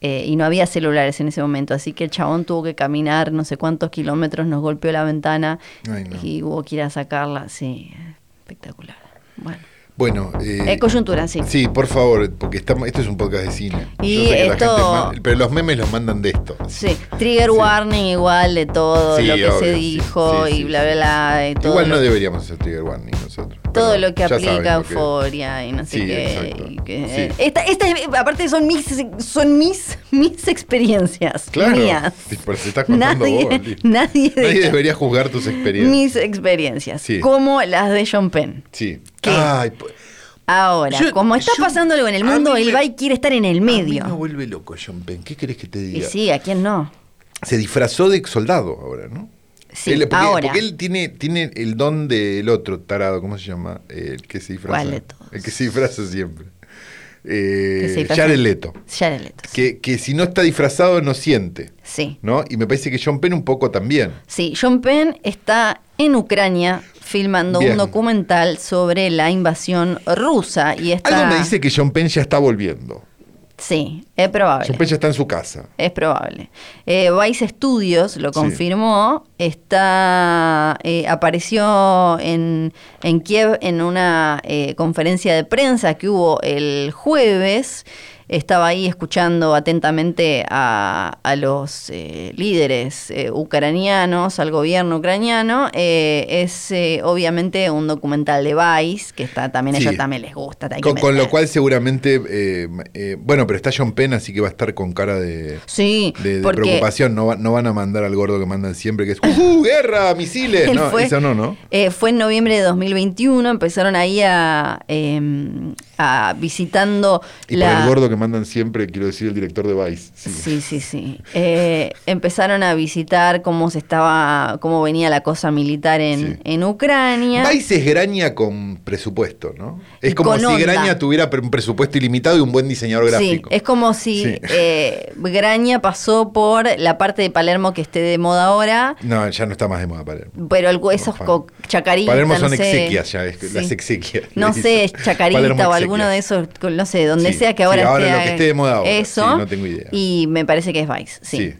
[SPEAKER 2] eh, y no había celulares en ese momento, así que el chabón tuvo que caminar no sé cuántos kilómetros, nos golpeó la ventana
[SPEAKER 1] Ay, no.
[SPEAKER 2] y hubo que ir a sacarla. Sí, espectacular. Bueno.
[SPEAKER 1] Bueno. eh,
[SPEAKER 2] Eh, coyuntura, sí.
[SPEAKER 1] Sí, por favor, porque estamos, esto es un podcast de cine.
[SPEAKER 2] Y
[SPEAKER 1] Yo sé que la
[SPEAKER 2] esto-
[SPEAKER 1] gente ma- pero los memes los mandan de esto.
[SPEAKER 2] Sí, trigger
[SPEAKER 1] Sí.
[SPEAKER 2] warning igual de todo
[SPEAKER 1] Sí,
[SPEAKER 2] lo que se
[SPEAKER 1] obvio, sí,
[SPEAKER 2] dijo
[SPEAKER 1] sí,
[SPEAKER 2] y
[SPEAKER 1] sí,
[SPEAKER 2] bla,
[SPEAKER 1] sí,
[SPEAKER 2] bla,
[SPEAKER 1] sí.
[SPEAKER 2] bla. y todo
[SPEAKER 1] Igual
[SPEAKER 2] lo
[SPEAKER 1] no
[SPEAKER 2] que-
[SPEAKER 1] deberíamos hacer trigger warning nosotros.
[SPEAKER 2] todo
[SPEAKER 1] Perdón,
[SPEAKER 2] lo que
[SPEAKER 1] ya saben
[SPEAKER 2] aplica
[SPEAKER 1] lo que-
[SPEAKER 2] euforia y no sé
[SPEAKER 1] Sí,
[SPEAKER 2] qué.
[SPEAKER 1] exacto.
[SPEAKER 2] y que- eh,
[SPEAKER 1] Sí.
[SPEAKER 2] Esta, esta es- aparte son mis son mis mis experiencias
[SPEAKER 1] Claro.
[SPEAKER 2] mías.
[SPEAKER 1] Sí, pero se está contando
[SPEAKER 2] Nadie,
[SPEAKER 1] vos, Lili.
[SPEAKER 2] nadie,
[SPEAKER 1] Nadie
[SPEAKER 2] de-
[SPEAKER 1] debería juzgar tus experiencias.
[SPEAKER 2] mis experiencias,
[SPEAKER 1] Sí.
[SPEAKER 2] como las de John Penn.
[SPEAKER 1] Sí.
[SPEAKER 2] ¿Qué?
[SPEAKER 1] Ay, po-
[SPEAKER 2] Ahora,
[SPEAKER 1] Yo-
[SPEAKER 2] como está
[SPEAKER 1] yo-
[SPEAKER 2] pasando algo en el
[SPEAKER 1] a
[SPEAKER 2] mundo,
[SPEAKER 1] mí
[SPEAKER 2] el
[SPEAKER 1] me-
[SPEAKER 2] bike quiere estar en el medio.
[SPEAKER 1] A mí me vuelve loco John Penn. ¿Qué querés que te
[SPEAKER 2] y
[SPEAKER 1] diga?
[SPEAKER 2] sí, ¿a quién no?
[SPEAKER 1] Se disfrazó de soldado ahora, ¿no?
[SPEAKER 2] Sí,
[SPEAKER 1] Él- porque,
[SPEAKER 2] ahora.
[SPEAKER 1] porque él tiene, tiene el don del otro tarado, ¿cómo se llama? Eh, El que se disfraza.
[SPEAKER 2] ¿Cuál de todos?
[SPEAKER 1] El que se disfraza siempre. Eh,
[SPEAKER 2] Que se disfraza-
[SPEAKER 1] Jared Leto.
[SPEAKER 2] Jared Leto, sí.
[SPEAKER 1] Que, que si no está disfrazado no siente,
[SPEAKER 2] Sí.
[SPEAKER 1] ¿no? Y me parece que John Penn un poco también.
[SPEAKER 2] Sí, John Penn está en Ucrania filmando
[SPEAKER 1] Bien.
[SPEAKER 2] un documental sobre la invasión rusa y está...
[SPEAKER 1] Algo me dice que John Penn ya está volviendo.
[SPEAKER 2] Sí, es probable.
[SPEAKER 1] John Penn ya está en su casa.
[SPEAKER 2] Es probable. Eh, Vice Studios lo confirmó. Está eh, apareció en, en Kiev en una eh, conferencia de prensa que hubo el jueves. Estaba ahí escuchando atentamente a, a los eh, líderes eh, ucranianos, al gobierno ucraniano. Eh, es eh, obviamente un documental de Vice, que está también, a
[SPEAKER 1] Sí.
[SPEAKER 2] ellos también les gusta. hay que
[SPEAKER 1] Con, con
[SPEAKER 2] meter.
[SPEAKER 1] lo cual seguramente, eh, eh, bueno, pero está John Penn, así que va a estar con cara de,
[SPEAKER 2] Sí,
[SPEAKER 1] de- de
[SPEAKER 2] porque
[SPEAKER 1] preocupación. No, va- no van a mandar al gordo que mandan siempre, que es ¡Ujú, guerra, misiles!
[SPEAKER 2] Él
[SPEAKER 1] No,
[SPEAKER 2] fue-
[SPEAKER 1] eso no, ¿no?
[SPEAKER 2] Eh, fue en noviembre de 2021, empezaron ahí a, eh, a visitando
[SPEAKER 1] Y por el gordo que mandan siempre, quiero decir, el director de Vice. Sí.
[SPEAKER 2] Sí, sí, sí. Eh, empezaron a visitar cómo se estaba, cómo venía la cosa militar en,
[SPEAKER 1] Sí.
[SPEAKER 2] en Ucrania.
[SPEAKER 1] Vice es Graña con presupuesto, ¿no? Es
[SPEAKER 2] Y
[SPEAKER 1] como
[SPEAKER 2] con
[SPEAKER 1] si
[SPEAKER 2] onda.
[SPEAKER 1] Graña tuviera pre- un presupuesto ilimitado y un buen diseñador
[SPEAKER 2] Sí,
[SPEAKER 1] gráfico.
[SPEAKER 2] es como si
[SPEAKER 1] Sí.
[SPEAKER 2] eh, Graña pasó por la parte de Palermo que esté de moda ahora,
[SPEAKER 1] No, ya no está más de moda Palermo.
[SPEAKER 2] pero el, esos
[SPEAKER 1] Ojalá.
[SPEAKER 2] co- chacaritas,
[SPEAKER 1] Palermo
[SPEAKER 2] no
[SPEAKER 1] son
[SPEAKER 2] sé.
[SPEAKER 1] exequias ya, es que-
[SPEAKER 2] Sí.
[SPEAKER 1] las exequias.
[SPEAKER 2] No
[SPEAKER 1] le
[SPEAKER 2] sé,
[SPEAKER 1] dicen.
[SPEAKER 2] Chacarita
[SPEAKER 1] Palermo
[SPEAKER 2] o alguno de
[SPEAKER 1] exequias.
[SPEAKER 2] esos, no sé, donde
[SPEAKER 1] Sí,
[SPEAKER 2] sea que
[SPEAKER 1] sí,
[SPEAKER 2] ahora,
[SPEAKER 1] ahora
[SPEAKER 2] esté,
[SPEAKER 1] lo que esté de moda ahora,
[SPEAKER 2] Eso.
[SPEAKER 1] sí, no tengo idea.
[SPEAKER 2] Y me parece que es Vice, sí.
[SPEAKER 1] Sí.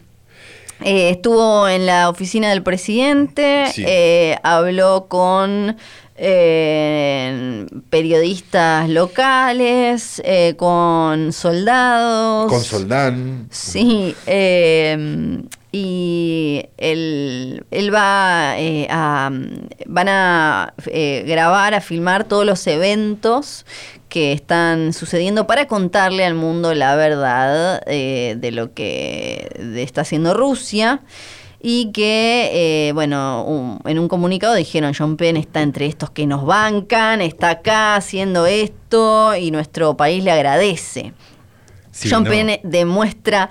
[SPEAKER 2] Eh, estuvo en la oficina del presidente,
[SPEAKER 1] Sí.
[SPEAKER 2] eh, habló con eh, periodistas locales, eh, con soldados.
[SPEAKER 1] Con Soldán.
[SPEAKER 2] Sí, eh, y él, él va eh, a. Van a eh, grabar, a filmar todos los eventos que están sucediendo para contarle al mundo la verdad eh, de lo que de- está haciendo Rusia. Y que, eh, bueno, un- en un comunicado dijeron, John Penn está entre estos que nos bancan, está acá haciendo esto y nuestro país le agradece.
[SPEAKER 1] Sí,
[SPEAKER 2] John
[SPEAKER 1] no.
[SPEAKER 2] Penn demuestra,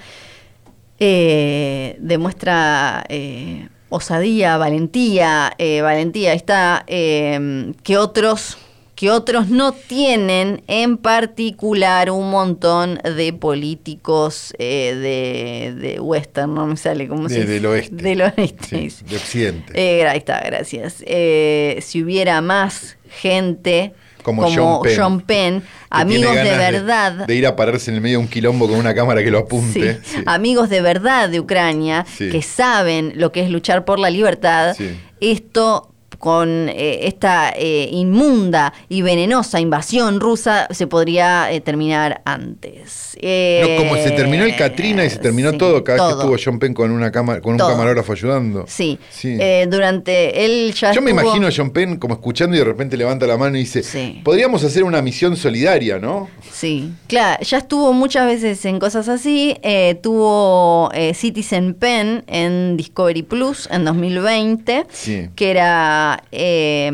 [SPEAKER 2] eh, demuestra eh, osadía, valentía, eh, valentía está eh, que otros que otros no tienen, en particular un montón de políticos eh, de, de Western, no me sale cómo se
[SPEAKER 1] De-
[SPEAKER 2] dice?
[SPEAKER 1] del oeste.
[SPEAKER 2] Del oeste.
[SPEAKER 1] Sí, de Occidente.
[SPEAKER 2] Eh, ahí está, gracias. Eh, si hubiera más gente
[SPEAKER 1] Como
[SPEAKER 2] como,
[SPEAKER 1] John Penn,
[SPEAKER 2] John Penn,
[SPEAKER 1] que tiene
[SPEAKER 2] amigos de
[SPEAKER 1] ganas
[SPEAKER 2] verdad,
[SPEAKER 1] De, ir a pararse en el medio de un quilombo con una cámara que lo apunte.
[SPEAKER 2] Sí.
[SPEAKER 1] Sí.
[SPEAKER 2] Amigos de verdad de Ucrania
[SPEAKER 1] Sí.
[SPEAKER 2] que saben lo que es luchar por la libertad,
[SPEAKER 1] Sí.
[SPEAKER 2] esto con eh, esta eh, inmunda y venenosa invasión rusa se podría eh, terminar antes.
[SPEAKER 1] No, como se terminó el Katrina y se terminó
[SPEAKER 2] eh, sí,
[SPEAKER 1] todo cada vez
[SPEAKER 2] todo.
[SPEAKER 1] que estuvo John Penn con, una cama- con un
[SPEAKER 2] Todo.
[SPEAKER 1] camarógrafo ayudando.
[SPEAKER 2] Sí,
[SPEAKER 1] Sí.
[SPEAKER 2] Eh, durante él ya
[SPEAKER 1] Yo me
[SPEAKER 2] estuvo-
[SPEAKER 1] imagino a John Penn como escuchando y de repente levanta la mano y dice,
[SPEAKER 2] Sí.
[SPEAKER 1] podríamos hacer una misión solidaria, ¿no?
[SPEAKER 2] Sí, claro, ya estuvo muchas veces en cosas así. eh, tuvo eh, Citizen Pen en Discovery Plus en 2020,
[SPEAKER 1] Sí.
[SPEAKER 2] que era eh,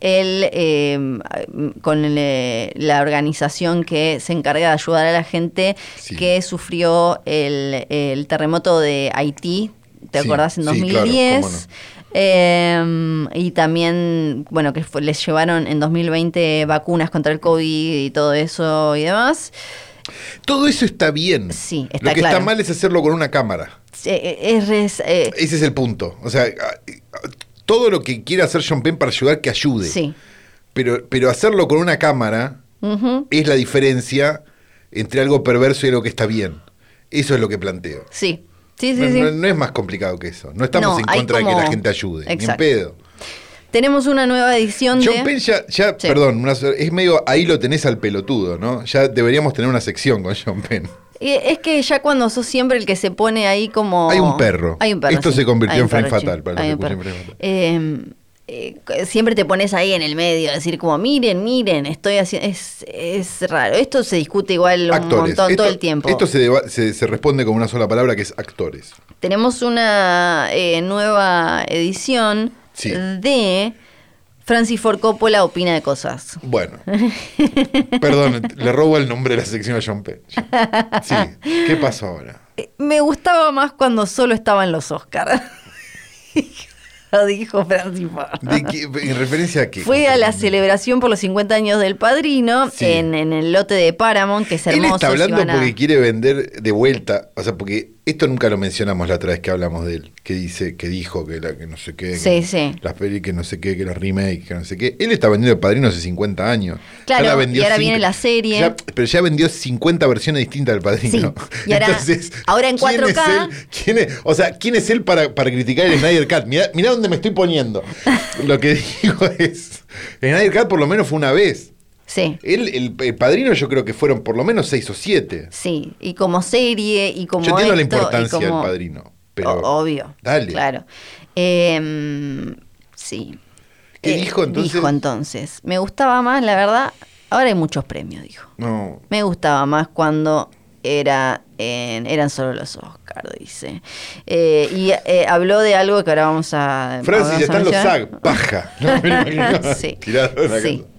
[SPEAKER 2] él eh, con el- la organización que se encarga de ayudar a la gente
[SPEAKER 1] Sí.
[SPEAKER 2] que sufrió el, el terremoto de Haití. ¿Te
[SPEAKER 1] Sí,
[SPEAKER 2] acordás? En
[SPEAKER 1] sí, claro,
[SPEAKER 2] 2010.
[SPEAKER 1] cómo no.
[SPEAKER 2] Eh, y también, bueno, que fue- les llevaron en 2020 vacunas contra el COVID y todo eso y demás.
[SPEAKER 1] Todo eso está bien.
[SPEAKER 2] Sí, está
[SPEAKER 1] Lo que
[SPEAKER 2] claro.
[SPEAKER 1] está mal es hacerlo con una cámara.
[SPEAKER 2] Eh, eh, Es, res- eh,
[SPEAKER 1] Ese es el punto. O sea, a- a- todo lo que quiera hacer John Penn para ayudar, que ayude.
[SPEAKER 2] sí.
[SPEAKER 1] Pero, pero hacerlo con una cámara
[SPEAKER 2] Ujú.
[SPEAKER 1] es la diferencia entre algo perverso y algo que está bien. Eso es lo que planteo.
[SPEAKER 2] Sí. Sí, sí,
[SPEAKER 1] No,
[SPEAKER 2] sí.
[SPEAKER 1] no- no es más complicado que eso. No estamos
[SPEAKER 2] No,
[SPEAKER 1] en
[SPEAKER 2] hay
[SPEAKER 1] contra de que
[SPEAKER 2] como-
[SPEAKER 1] la gente ayude. Ni en
[SPEAKER 2] Exacto.
[SPEAKER 1] pedo.
[SPEAKER 2] Tenemos una nueva edición de.
[SPEAKER 1] John Penn ya, ya-
[SPEAKER 2] Sí.
[SPEAKER 1] perdón, una so- es medio, ahí lo tenés al pelotudo, ¿no? Ya deberíamos tener una sección con John Penn.
[SPEAKER 2] Eh, Es que ya cuando sos siempre el que se pone ahí como.
[SPEAKER 1] Hay un perro.
[SPEAKER 2] Hay un perro,
[SPEAKER 1] Esto
[SPEAKER 2] sí.
[SPEAKER 1] se convirtió
[SPEAKER 2] Hay un
[SPEAKER 1] en Frame
[SPEAKER 2] perro, sí.
[SPEAKER 1] Fatal, para los
[SPEAKER 2] Hay
[SPEAKER 1] que
[SPEAKER 2] un perro.
[SPEAKER 1] escuchen Frame
[SPEAKER 2] Eh, eh, siempre te pones ahí en el medio, a decir como, miren, miren, estoy haciendo. Es, es raro. Esto se discute igual un
[SPEAKER 1] Actores.
[SPEAKER 2] montón
[SPEAKER 1] esto,
[SPEAKER 2] todo el tiempo.
[SPEAKER 1] Esto se, deba- se- se responde con una sola palabra que es actores.
[SPEAKER 2] Tenemos una eh, nueva edición
[SPEAKER 1] Sí.
[SPEAKER 2] de Francis Ford Coppola opina de cosas.
[SPEAKER 1] Bueno. perdón, le robo el nombre de la sección a John Penn. Sí. ¿Qué pasó ahora?
[SPEAKER 2] Eh, Me gustaba más cuando solo estaban los Oscars. dijo Francis Ford.
[SPEAKER 1] ¿De qué- ¿En referencia a qué?
[SPEAKER 2] Fue a la celebración por los 50 años del padrino
[SPEAKER 1] Sí.
[SPEAKER 2] en, en el lote de Paramount, que es hermoso.
[SPEAKER 1] Él está
[SPEAKER 2] si
[SPEAKER 1] hablando
[SPEAKER 2] van a-
[SPEAKER 1] porque quiere vender de vuelta, o sea, porque esto nunca lo mencionamos la otra vez que hablamos de él, que dice, que dijo que la que no sé qué, que
[SPEAKER 2] Sí, sí.
[SPEAKER 1] las pelis que no sé qué, que los remakes, que no sé qué. Él está vendiendo el padrino hace 50 años.
[SPEAKER 2] Claro,
[SPEAKER 1] la
[SPEAKER 2] y ahora
[SPEAKER 1] cinco-
[SPEAKER 2] viene la serie.
[SPEAKER 1] Ya- pero ya vendió 50 versiones distintas del padrino.
[SPEAKER 2] Sí, y ahora- ahora en
[SPEAKER 1] ¿quién es
[SPEAKER 2] 4K?
[SPEAKER 1] él? ¿Quién es- o sea, ¿quién es él para, para criticar el Snyder Cut? Mirá, mirá dónde me estoy poniendo. Lo que digo es, el Snyder Cut por lo menos fue una vez.
[SPEAKER 2] Sí,
[SPEAKER 1] Él, el, el padrino, yo creo que fueron por lo menos seis o siete.
[SPEAKER 2] sí. Y como serie, y como.
[SPEAKER 1] yo entiendo la
[SPEAKER 2] esto, y
[SPEAKER 1] importancia
[SPEAKER 2] como-
[SPEAKER 1] del padrino. Pero
[SPEAKER 2] O- obvio.
[SPEAKER 1] Dale.
[SPEAKER 2] Claro. Eh, sí. Eh,
[SPEAKER 1] ¿Qué dijo entonces?
[SPEAKER 2] Dijo entonces. Me gustaba más, la verdad. Ahora hay muchos premios, dijo.
[SPEAKER 1] No.
[SPEAKER 2] Me gustaba más cuando era en- eran solo los Oscars, dice. Eh, y eh, habló de algo que ahora vamos a.
[SPEAKER 1] Francis,
[SPEAKER 2] vamos
[SPEAKER 1] ya
[SPEAKER 2] a
[SPEAKER 1] están los
[SPEAKER 2] mencionar.
[SPEAKER 1] SAG, paja. No, me lo imagino.
[SPEAKER 2] Sí.
[SPEAKER 1] Tirado en la
[SPEAKER 2] Sí.
[SPEAKER 1] casa.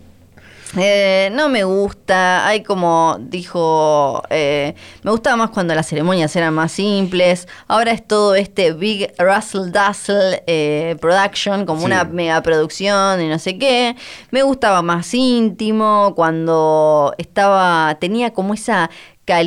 [SPEAKER 2] Eh, no me gusta, hay como dijo, eh, me gustaba más cuando las ceremonias eran más simples, ahora es todo este Big Russell Dazzle eh, Production, como
[SPEAKER 1] Sí.
[SPEAKER 2] una megaproducción y no sé qué, me gustaba más íntimo, cuando estaba, tenía como esa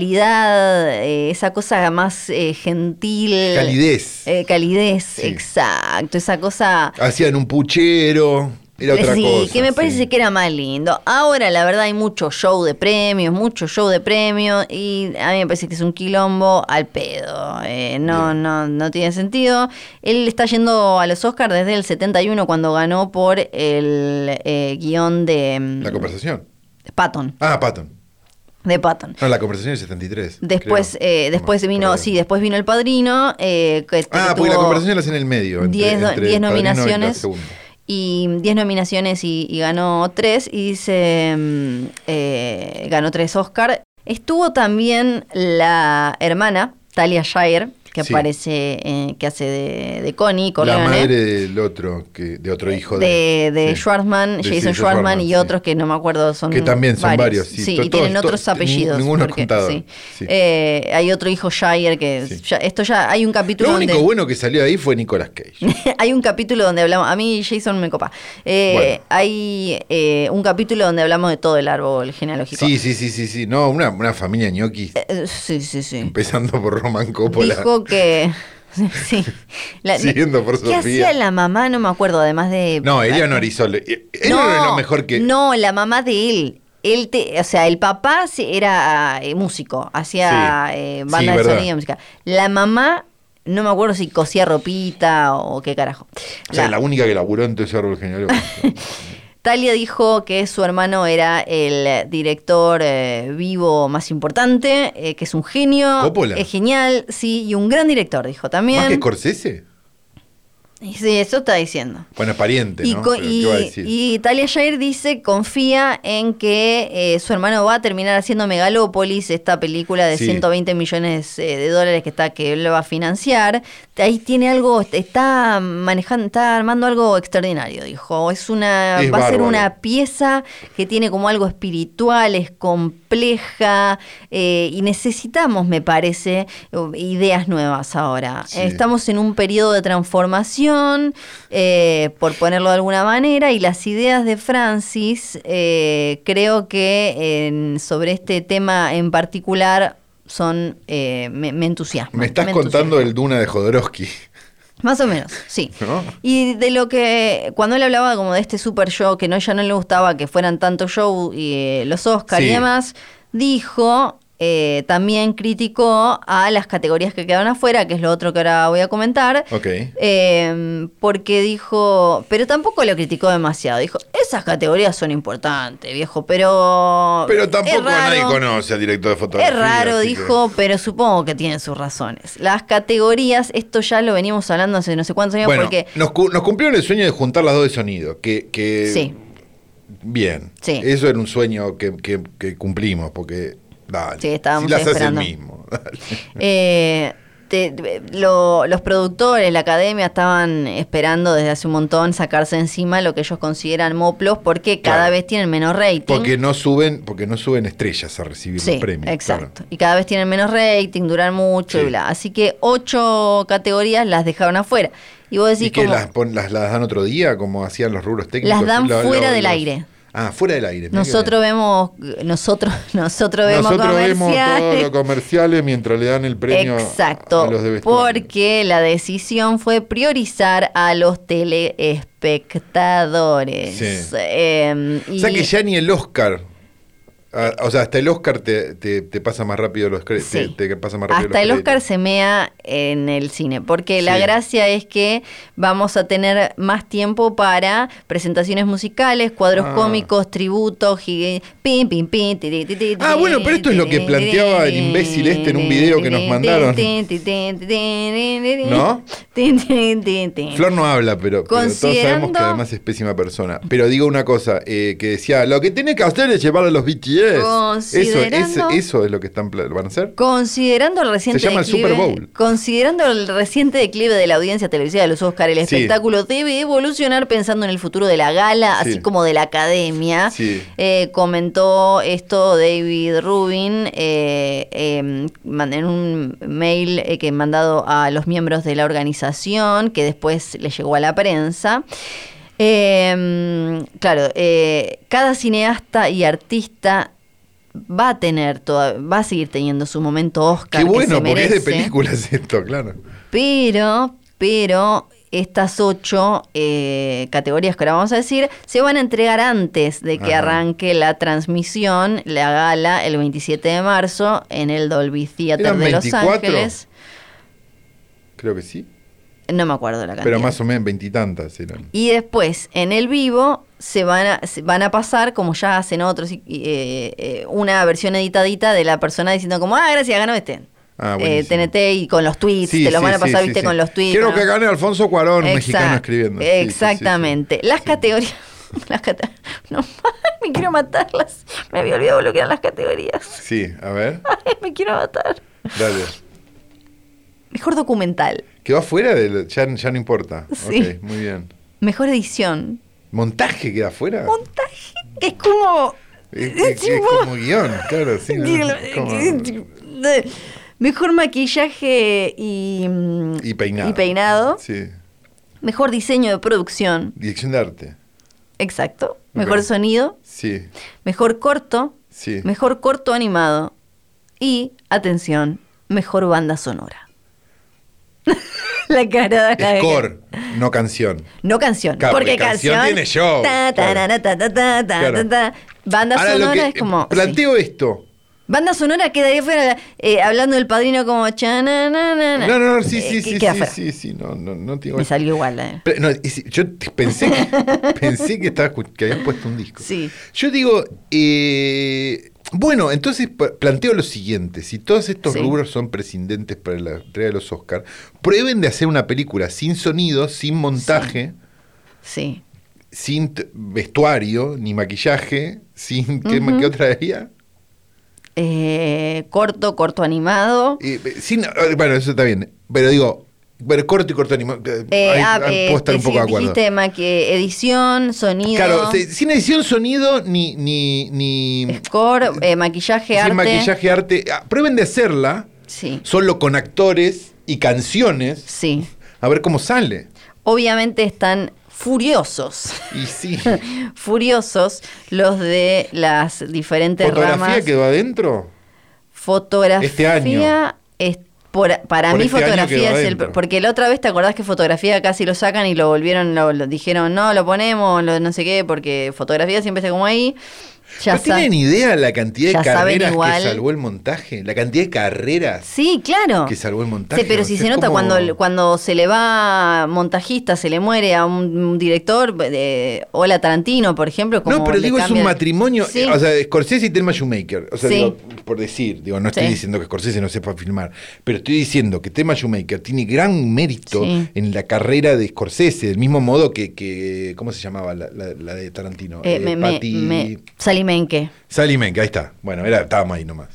[SPEAKER 2] calidad, eh, esa cosa más eh, gentil.
[SPEAKER 1] Calidez.
[SPEAKER 2] Eh, calidez,
[SPEAKER 1] Sí.
[SPEAKER 2] exacto, esa cosa...
[SPEAKER 1] Hacían un puchero. Era otra
[SPEAKER 2] Sí,
[SPEAKER 1] cosa.
[SPEAKER 2] que me parece
[SPEAKER 1] sí.
[SPEAKER 2] que era más lindo. Ahora, la verdad, hay mucho show de premios, mucho show de premios, y a mí me parece que es un quilombo al pedo. Eh, no,
[SPEAKER 1] Bien.
[SPEAKER 2] no, no tiene sentido. Él está yendo a los Oscars desde el 71, cuando ganó por el eh, guión de mm,
[SPEAKER 1] La conversación.
[SPEAKER 2] Patton.
[SPEAKER 1] Ah, Patton.
[SPEAKER 2] De Patton.
[SPEAKER 1] No, la conversación es 73.
[SPEAKER 2] Después,
[SPEAKER 1] Ah, creo.
[SPEAKER 2] eh, después
[SPEAKER 1] No,
[SPEAKER 2] vino,
[SPEAKER 1] perdón.
[SPEAKER 2] sí, después vino el padrino. eh, que
[SPEAKER 1] Ah,
[SPEAKER 2] tuvo-
[SPEAKER 1] porque la conversación la hacen en el medio. entre-
[SPEAKER 2] 10 do-
[SPEAKER 1] entre
[SPEAKER 2] 10
[SPEAKER 1] el padrino y la
[SPEAKER 2] nominaciones.
[SPEAKER 1] segunda.
[SPEAKER 2] Y 10 nominaciones y, y ganó 3. Y dice. mm, eh, ganó 3 Oscar. Estuvo también la hermana, Talia Shire, que
[SPEAKER 1] Sí.
[SPEAKER 2] aparece, eh, que hace de, de Connie
[SPEAKER 1] La
[SPEAKER 2] Corleone.
[SPEAKER 1] madre del otro, que, de otro hijo de.
[SPEAKER 2] de, de
[SPEAKER 1] sí.
[SPEAKER 2] Schwartzman,
[SPEAKER 1] De- sí,
[SPEAKER 2] Jason Schwartzman y
[SPEAKER 1] sí.
[SPEAKER 2] otros que no me acuerdo son
[SPEAKER 1] Que también son varios, sí.
[SPEAKER 2] sí,
[SPEAKER 1] To- todos-
[SPEAKER 2] y tienen
[SPEAKER 1] to-
[SPEAKER 2] otros
[SPEAKER 1] ni-
[SPEAKER 2] apellidos
[SPEAKER 1] ninguno es
[SPEAKER 2] porque-
[SPEAKER 1] contador,
[SPEAKER 2] sí.
[SPEAKER 1] sí.
[SPEAKER 2] Eh, hay otro hijo Shire que
[SPEAKER 1] Sí.
[SPEAKER 2] ya- esto ya hay un capítulo
[SPEAKER 1] Lo
[SPEAKER 2] donde
[SPEAKER 1] único bueno que salió ahí fue Nicolas Cage.
[SPEAKER 2] hay un capítulo donde hablamos, a mí Jason me copa. Eh,
[SPEAKER 1] Bueno.
[SPEAKER 2] Hay eh, un capítulo donde hablamos de todo el árbol genealógico.
[SPEAKER 1] Sí, sí, sí, sí, sí. No, una, una familia ñoqui,
[SPEAKER 2] Eh, sí, sí, sí.
[SPEAKER 1] empezando por Roman Coppola.
[SPEAKER 2] Dijo que... sí. La-
[SPEAKER 1] Siguiendo por
[SPEAKER 2] ¿Qué
[SPEAKER 1] Sofía.
[SPEAKER 2] hacía la mamá? No me acuerdo, además de...
[SPEAKER 1] no, Eleanor hizo. Él era lo mejor que.
[SPEAKER 2] No, la mamá de él. Él te, o sea, el papá sí era eh, músico, hacía
[SPEAKER 1] Sí.
[SPEAKER 2] eh,
[SPEAKER 1] Sí,
[SPEAKER 2] banda de
[SPEAKER 1] verdad.
[SPEAKER 2] sonido y música. La mamá No me acuerdo si cosía ropita o qué carajo.
[SPEAKER 1] O sea,
[SPEAKER 2] La-
[SPEAKER 1] la única que laburó en todo ese árbol genealógico.
[SPEAKER 2] Talia dijo que su hermano era el director eh, vivo más importante, eh, que es un genio.
[SPEAKER 1] Coppola.
[SPEAKER 2] Es genial, sí, y un gran director, dijo
[SPEAKER 1] ¿Más que
[SPEAKER 2] también.
[SPEAKER 1] Scorsese?
[SPEAKER 2] Y sí, eso está diciendo.
[SPEAKER 1] Bueno, es pariente,
[SPEAKER 2] Y,
[SPEAKER 1] ¿no?
[SPEAKER 2] co-
[SPEAKER 1] Pero, ¿Qué va a decir?
[SPEAKER 2] y- y Talia Shire dice, confía en que eh, su hermano va a terminar haciendo Megalópolis, esta película de
[SPEAKER 1] Sí.
[SPEAKER 2] 120 millones eh, de dólares que está que él va a financiar. Ahí tiene algo, está manejando, está armando algo extraordinario, dijo. Es una,
[SPEAKER 1] Es
[SPEAKER 2] va a ser
[SPEAKER 1] bárbaro.
[SPEAKER 2] una pieza que tiene como algo espiritual, es compleja eh, y necesitamos, me parece, eh, ideas nuevas ahora.
[SPEAKER 1] Sí.
[SPEAKER 2] Estamos en un periodo de transformación, eh, por ponerlo de alguna manera, y las ideas de Francis eh, creo que en- sobre este tema en particular son eh, me, me entusiasman.
[SPEAKER 1] Me estás
[SPEAKER 2] me
[SPEAKER 1] contando
[SPEAKER 2] entusiasman.
[SPEAKER 1] el Duna de Jodorowsky.
[SPEAKER 2] Más o menos, sí.
[SPEAKER 1] ¿No?
[SPEAKER 2] Y de lo que, cuando él hablaba como de este super show, que no ya no le gustaba que fueran tanto show y eh, los Oscar y
[SPEAKER 1] Sí.
[SPEAKER 2] demás, dijo, eh, también criticó a las categorías que quedaron afuera, que es lo otro que ahora voy a comentar.
[SPEAKER 1] Ok.
[SPEAKER 2] Eh, porque dijo, pero tampoco lo criticó demasiado. Dijo, esas categorías son importantes, viejo, pero.
[SPEAKER 1] Pero
[SPEAKER 2] es
[SPEAKER 1] tampoco nadie
[SPEAKER 2] raro".
[SPEAKER 1] conoce al director de fotografía.
[SPEAKER 2] Es raro,
[SPEAKER 1] así que-
[SPEAKER 2] dijo, pero supongo que tienen sus razones. Las categorías, esto ya lo venimos hablando hace no sé cuántos años,
[SPEAKER 1] Bueno,
[SPEAKER 2] porque.
[SPEAKER 1] nos, cu- nos cumplieron el sueño de juntar las dos de sonido. Que, que-
[SPEAKER 2] Sí.
[SPEAKER 1] Bien.
[SPEAKER 2] Sí.
[SPEAKER 1] Eso era un sueño que, que- que cumplimos, porque. Dale.
[SPEAKER 2] Sí,
[SPEAKER 1] si
[SPEAKER 2] estábamos
[SPEAKER 1] las
[SPEAKER 2] ahí
[SPEAKER 1] hace el
[SPEAKER 2] esperando.
[SPEAKER 1] mismo. dale.
[SPEAKER 2] Eh, te- te- lo- los productores, la academia estaban esperando desde hace un montón sacarse encima lo que ellos consideran moplos porque cada
[SPEAKER 1] Claro.
[SPEAKER 2] vez tienen menos rating.
[SPEAKER 1] Porque no suben, porque no suben estrellas a recibir
[SPEAKER 2] Sí,
[SPEAKER 1] los premios.
[SPEAKER 2] exacto.
[SPEAKER 1] claro.
[SPEAKER 2] Y cada vez tienen menos rating, duran mucho
[SPEAKER 1] Sí.
[SPEAKER 2] y bla. Así que ocho categorías las dejaron afuera. Y vos decís
[SPEAKER 1] ¿Y que
[SPEAKER 2] como
[SPEAKER 1] las, pon- las, las dan otro día, como hacían los rubros técnicos?
[SPEAKER 2] Las dan
[SPEAKER 1] Lo- lo-
[SPEAKER 2] fuera
[SPEAKER 1] los-
[SPEAKER 2] del aire.
[SPEAKER 1] Ah, fuera del aire. mirá qué
[SPEAKER 2] nosotros vemos, nosotros, nosotros
[SPEAKER 1] bien.
[SPEAKER 2] vemos
[SPEAKER 1] Nosotros vemos todos
[SPEAKER 2] comerciales.
[SPEAKER 1] los comerciales mientras le dan el premio a-
[SPEAKER 2] Exacto,
[SPEAKER 1] a los de vestuario.
[SPEAKER 2] porque la decisión fue priorizar a los teleespectadores.
[SPEAKER 1] Sí.
[SPEAKER 2] Eh, y
[SPEAKER 1] O sea que ya ni el Oscar. ah, o sea, hasta el Oscar te, te- te pasa más rápido los cre- te-
[SPEAKER 2] Sí.
[SPEAKER 1] te, pasa más rápido
[SPEAKER 2] Hasta el
[SPEAKER 1] los
[SPEAKER 2] Oscar
[SPEAKER 1] créditos.
[SPEAKER 2] se mea en el cine, porque la
[SPEAKER 1] Sí.
[SPEAKER 2] gracia es que vamos a tener más tiempo para presentaciones musicales, cuadros
[SPEAKER 1] Ah.
[SPEAKER 2] cómicos, tributos, gigue- pim, pim, pim, ti, ti, ti, ti,
[SPEAKER 1] Ah, bueno, pero esto es lo que planteaba el imbécil este en un video que nos mandaron. ¿No? Flor no habla, pero, pero todos sabemos
[SPEAKER 2] Considerando-
[SPEAKER 1] que además es pésima persona. Pero digo una cosa, eh, que decía, lo que tiene que hacer es llevar a los BTS. Eso, es,
[SPEAKER 2] Considerando-
[SPEAKER 1] eso es lo que están pla- van a hacer.
[SPEAKER 2] Considerando el reciente
[SPEAKER 1] Se llama el
[SPEAKER 2] declive,
[SPEAKER 1] Super Bowl.
[SPEAKER 2] considerando el reciente declive de la audiencia televisiva de los Oscar, el
[SPEAKER 1] Sí.
[SPEAKER 2] espectáculo debe evolucionar pensando en el futuro de la gala,
[SPEAKER 1] Sí.
[SPEAKER 2] así como de la academia.
[SPEAKER 1] Sí.
[SPEAKER 2] Eh, comentó esto David Rubin eh, eh, man- en un mail eh, que he mandado a los miembros de la organización, que después le llegó a la prensa. Eh, claro, eh, cada cineasta y artista va a tener toda- va a seguir teniendo su momento Oscar
[SPEAKER 1] Qué
[SPEAKER 2] que se
[SPEAKER 1] bueno, porque es
[SPEAKER 2] merece,
[SPEAKER 1] de películas esto, claro.
[SPEAKER 2] pero pero estas ocho eh, categorías que ahora vamos a decir se van a entregar antes de que
[SPEAKER 1] Ajá.
[SPEAKER 2] arranque la transmisión, la gala, el 27 de marzo en el Dolby Theater
[SPEAKER 1] ¿Eran
[SPEAKER 2] de Los
[SPEAKER 1] 24?
[SPEAKER 2] Ángeles.
[SPEAKER 1] Creo que sí.
[SPEAKER 2] No me acuerdo la cantidad.
[SPEAKER 1] Pero más o menos veintitantas eran.
[SPEAKER 2] Y después, en el vivo, se van a, se van a pasar, como ya hacen otros, y- y, eh, eh, una versión editadita de la persona diciendo como, ah, gracias, ganó este.
[SPEAKER 1] Ah,
[SPEAKER 2] Eh,
[SPEAKER 1] buenísimo.
[SPEAKER 2] TNT y con los tweets,
[SPEAKER 1] Sí,
[SPEAKER 2] te lo
[SPEAKER 1] sí,
[SPEAKER 2] van a
[SPEAKER 1] sí,
[SPEAKER 2] pasar,
[SPEAKER 1] sí,
[SPEAKER 2] viste,
[SPEAKER 1] sí.
[SPEAKER 2] con los tweets.
[SPEAKER 1] Quiero
[SPEAKER 2] con-
[SPEAKER 1] que gane Alfonso Cuarón, un
[SPEAKER 2] Exact-
[SPEAKER 1] mexicano escribiendo. Sí, sí, sí, sí.
[SPEAKER 2] Exactamente. Las categorías... Las cate- No, me quiero matarlas. Me había olvidado lo que eran las categorías.
[SPEAKER 1] sí, a ver.
[SPEAKER 2] Ay, me quiero matar.
[SPEAKER 1] Dale.
[SPEAKER 2] Mejor documental.
[SPEAKER 1] Quedó afuera del. Ya, ya no importa.
[SPEAKER 2] Sí.
[SPEAKER 1] Ok, muy bien.
[SPEAKER 2] Mejor edición.
[SPEAKER 1] ¿Montaje queda afuera?
[SPEAKER 2] Montaje. Es como...
[SPEAKER 1] Es, es- es como guión, claro, sí. ¿no? Como-
[SPEAKER 2] eh, Mejor maquillaje y, mm,
[SPEAKER 1] Y peinado.
[SPEAKER 2] y peinado.
[SPEAKER 1] Sí.
[SPEAKER 2] Mejor diseño de producción.
[SPEAKER 1] Dirección de arte.
[SPEAKER 2] Exacto. Mejor
[SPEAKER 1] Ok.
[SPEAKER 2] sonido.
[SPEAKER 1] Sí,
[SPEAKER 2] Mejor corto.
[SPEAKER 1] sí.
[SPEAKER 2] Mejor corto animado. Y, atención, mejor banda sonora. la cara de la
[SPEAKER 1] Score, no canción.
[SPEAKER 2] No canción.
[SPEAKER 1] Claro,
[SPEAKER 2] porque
[SPEAKER 1] porque canción
[SPEAKER 2] canción.
[SPEAKER 1] tiene show,
[SPEAKER 2] ta, ta,
[SPEAKER 1] claro.
[SPEAKER 2] na, ta, ta, ta, ta, ta,
[SPEAKER 1] Claro.
[SPEAKER 2] ta. Banda
[SPEAKER 1] Ahora, lo
[SPEAKER 2] sonora
[SPEAKER 1] que-
[SPEAKER 2] es como. sí.
[SPEAKER 1] Planteo esto.
[SPEAKER 2] Banda sonora quedaría fuera eh, hablando del padrino como chananana.
[SPEAKER 1] No, no, no, sí, sí, sí,
[SPEAKER 2] Eh,
[SPEAKER 1] sí,
[SPEAKER 2] queda
[SPEAKER 1] sí,
[SPEAKER 2] fuera.
[SPEAKER 1] sí, sí, no, no, no tengo...
[SPEAKER 2] Me salió igual. eh.
[SPEAKER 1] Pero, no, es- yo te- pensé que, pensé que, estaba escu- que habías puesto un disco.
[SPEAKER 2] Sí.
[SPEAKER 1] Yo digo, eh, bueno, entonces pa- planteo lo siguiente: si todos estos
[SPEAKER 2] Sí.
[SPEAKER 1] rubros son prescindentes para la entrega de los Oscar, prueben de hacer una película sin sonido, sin montaje,
[SPEAKER 2] Sí.
[SPEAKER 1] sin t- vestuario, ni maquillaje, sin qué, ma- qué otra había?
[SPEAKER 2] Eh, corto, corto animado.
[SPEAKER 1] Eh, eh, sin, eh, bueno, eso está bien. Pero digo, pero corto y corto animado. eh,
[SPEAKER 2] Eh,
[SPEAKER 1] ahí-
[SPEAKER 2] ah,
[SPEAKER 1] ahí
[SPEAKER 2] eh,
[SPEAKER 1] puedo estar un
[SPEAKER 2] sí,
[SPEAKER 1] poco de acuerdo.
[SPEAKER 2] dijiste, Maqui, eh, edición, sonido,
[SPEAKER 1] Claro, se- sin edición, sonido, ni, ni, ni
[SPEAKER 2] score, eh, maquillaje, arte.
[SPEAKER 1] sin maquillaje, arte. Ah, Prueben de hacerla
[SPEAKER 2] Sí,
[SPEAKER 1] solo con actores y canciones,
[SPEAKER 2] sí.
[SPEAKER 1] a ver cómo sale.
[SPEAKER 2] Obviamente están furiosos,
[SPEAKER 1] Y sí,
[SPEAKER 2] furiosos los de las diferentes
[SPEAKER 1] fotografía
[SPEAKER 2] ramas.
[SPEAKER 1] quedó adentro.
[SPEAKER 2] Fotografía.
[SPEAKER 1] Este año.
[SPEAKER 2] es- por- para
[SPEAKER 1] Por
[SPEAKER 2] mí
[SPEAKER 1] este año quedó
[SPEAKER 2] fotografía es el...
[SPEAKER 1] adentro.
[SPEAKER 2] Porque la otra vez te acordás que fotografía casi lo sacan y lo volvieron, lo, lo dijeron, no, lo ponemos, lo, no sé qué, porque fotografía siempre está como ahí. Ya
[SPEAKER 1] ¿No
[SPEAKER 2] sa-
[SPEAKER 1] tienen idea la cantidad
[SPEAKER 2] ya
[SPEAKER 1] de
[SPEAKER 2] saben
[SPEAKER 1] carreras
[SPEAKER 2] igual.
[SPEAKER 1] que salvó el montaje? La cantidad de carreras
[SPEAKER 2] Sí, claro.
[SPEAKER 1] que salvó el montaje.
[SPEAKER 2] Sí, pero
[SPEAKER 1] o
[SPEAKER 2] si
[SPEAKER 1] sea,
[SPEAKER 2] se nota
[SPEAKER 1] como-
[SPEAKER 2] cuando, cuando se le va montajista, se le muere a un, un director, de, hola Tarantino, por ejemplo. Como
[SPEAKER 1] No, pero
[SPEAKER 2] le
[SPEAKER 1] digo, es un
[SPEAKER 2] cambian-
[SPEAKER 1] matrimonio.
[SPEAKER 2] Sí.
[SPEAKER 1] eh, O sea, Scorsese y Thelma Shoemaker. O sea,
[SPEAKER 2] Sí.
[SPEAKER 1] digo, por decir, digo, no estoy
[SPEAKER 2] Sí.
[SPEAKER 1] diciendo que Scorsese no sepa filmar, pero estoy diciendo que Thelma Shoemaker tiene gran mérito
[SPEAKER 2] Sí.
[SPEAKER 1] en la carrera de Scorsese, del mismo modo que, que ¿cómo se llamaba la, la- la de Tarantino?
[SPEAKER 2] Eh,
[SPEAKER 1] Eh,
[SPEAKER 2] me- me-
[SPEAKER 1] Patty-
[SPEAKER 2] me- Sally Menke.
[SPEAKER 1] Sally Menke, ahí está. Bueno, era, estábamos ahí nomás.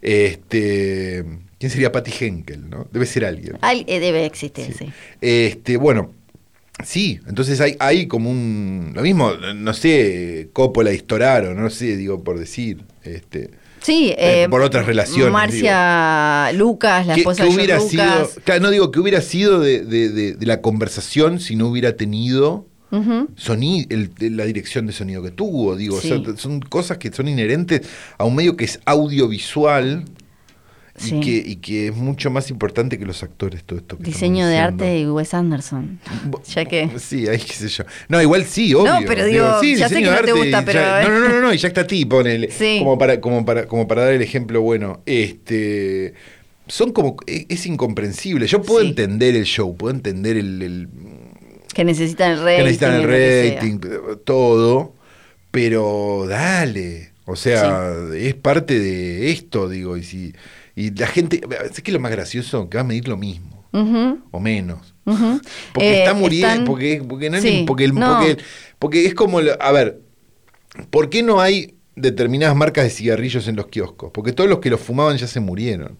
[SPEAKER 1] Este, ¿Quién sería Patty Henkel, no? Debe ser alguien.
[SPEAKER 2] Al- eh, debe existir, sí.
[SPEAKER 1] Este, bueno, sí, entonces hay, hay como un. Lo mismo, no sé, Coppola y Storaro, no sé, digo, por decir. Este,
[SPEAKER 2] Sí,
[SPEAKER 1] Eh,
[SPEAKER 2] eh,
[SPEAKER 1] por otras relaciones,
[SPEAKER 2] Marcia Lucas, la
[SPEAKER 1] ¿qué-
[SPEAKER 2] esposa
[SPEAKER 1] qué
[SPEAKER 2] de George Lucas.
[SPEAKER 1] sido? Claro, no digo que hubiera sido de, de- de- de la conversación si no hubiera tenido
[SPEAKER 2] Ujú.
[SPEAKER 1] soni- el- de la dirección de sonido que tuvo. Digo, o sea,
[SPEAKER 2] Sí.
[SPEAKER 1] son cosas que son inherentes a un medio que es audiovisual. Y,
[SPEAKER 2] Sí.
[SPEAKER 1] que, y que es mucho más importante que los actores, todo esto. Que estamos
[SPEAKER 2] Diseño de
[SPEAKER 1] diciendo.
[SPEAKER 2] arte de Wes Anderson.
[SPEAKER 1] Bu-
[SPEAKER 2] Ya que-
[SPEAKER 1] Sí, ahí qué sé yo. No, igual sí, obvio.
[SPEAKER 2] pero digo, ya sé
[SPEAKER 1] diseño
[SPEAKER 2] que
[SPEAKER 1] de
[SPEAKER 2] no te
[SPEAKER 1] arte y
[SPEAKER 2] gusta,
[SPEAKER 1] ya-
[SPEAKER 2] pero-
[SPEAKER 1] No, no, no, no, y ya está a ti, ponele.
[SPEAKER 2] Sí.
[SPEAKER 1] Como, para, como, para, como para dar el ejemplo bueno. Este... Son como... e- Es incomprensible. Yo puedo
[SPEAKER 2] Sí.
[SPEAKER 1] entender el show, puedo entender el... el-
[SPEAKER 2] Que necesitan el rating.
[SPEAKER 1] que necesitan
[SPEAKER 2] y
[SPEAKER 1] el
[SPEAKER 2] lo que sea.
[SPEAKER 1] rating, todo, pero dale. O sea, es parte de esto, digo, y si... Y la gente... ¿Sabes qué es lo más gracioso? Que va a medir lo mismo,
[SPEAKER 2] Ujú,
[SPEAKER 1] o menos.
[SPEAKER 2] ujú.
[SPEAKER 1] Porque
[SPEAKER 2] Eh,
[SPEAKER 1] está muriendo,
[SPEAKER 2] están-
[SPEAKER 1] porque, porque, no, le-
[SPEAKER 2] Sí,
[SPEAKER 1] porque, el-
[SPEAKER 2] no.
[SPEAKER 1] porque el- porque es como, lo- a ver, ¿por qué no hay determinadas marcas de cigarrillos en los kioscos? Porque todos los que los fumaban ya se murieron.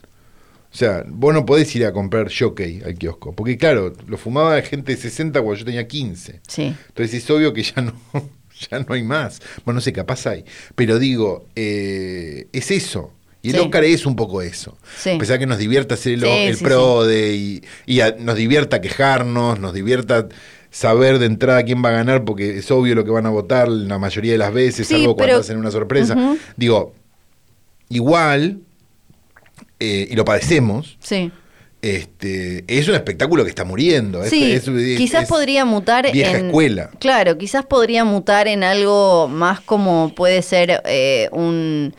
[SPEAKER 1] O sea, vos no podés ir a comprar jockey al kiosco, porque claro, lo fumaba gente de 60 cuando yo tenía 15.
[SPEAKER 2] Sí.
[SPEAKER 1] Entonces es obvio que ya no, ya no hay más. Bueno, no sé, capaz hay. Pero digo, eh, es eso. Y el
[SPEAKER 2] Sí.
[SPEAKER 1] Oscar es un poco eso.
[SPEAKER 2] Sí.
[SPEAKER 1] A pesar que nos divierta hacer el,
[SPEAKER 2] Sí,
[SPEAKER 1] el
[SPEAKER 2] sí,
[SPEAKER 1] PRODE y, y a- nos divierta quejarnos, nos divierta saber de entrada quién va a ganar, porque es obvio lo que van a votar la mayoría de las veces,
[SPEAKER 2] Sí,
[SPEAKER 1] salvo cuando
[SPEAKER 2] pero-
[SPEAKER 1] hacen una sorpresa.
[SPEAKER 2] Ujú.
[SPEAKER 1] Digo, igual, eh, y lo padecemos,
[SPEAKER 2] Sí.
[SPEAKER 1] este, es un espectáculo que está muriendo. Es-
[SPEAKER 2] Sí,
[SPEAKER 1] es- es-
[SPEAKER 2] quizás
[SPEAKER 1] es-
[SPEAKER 2] podría mutar
[SPEAKER 1] vieja
[SPEAKER 2] en
[SPEAKER 1] escuela.
[SPEAKER 2] Claro, quizás podría mutar en algo más como puede ser eh, un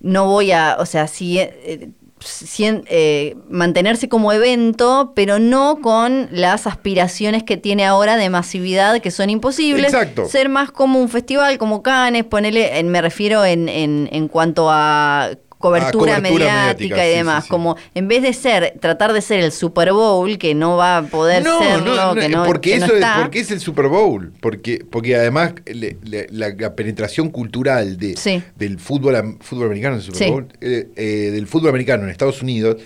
[SPEAKER 2] no voy a, o sea, si eh, si en- eh, mantenerse como evento, pero no con las aspiraciones que tiene ahora de masividad que son imposibles.
[SPEAKER 1] Exacto.
[SPEAKER 2] Ser más como un festival, como Cannes, ponerle, me refiero en, en, en cuanto a Ah, cobertura,
[SPEAKER 1] cobertura
[SPEAKER 2] mediática,
[SPEAKER 1] mediática,
[SPEAKER 2] y
[SPEAKER 1] sí,
[SPEAKER 2] demás,
[SPEAKER 1] sí, sí.
[SPEAKER 2] como en vez de ser, tratar de ser el Super Bowl, que no va a poder serlo, que no,
[SPEAKER 1] porque
[SPEAKER 2] que no
[SPEAKER 1] eso
[SPEAKER 2] está.
[SPEAKER 1] es, porque es el Super Bowl, porque, porque además le- le- la, la penetración cultural de,
[SPEAKER 2] Sí.
[SPEAKER 1] del fútbol, am- fútbol americano en el Super
[SPEAKER 2] Sí.
[SPEAKER 1] Bowl, eh, eh, del fútbol americano en Estados Unidos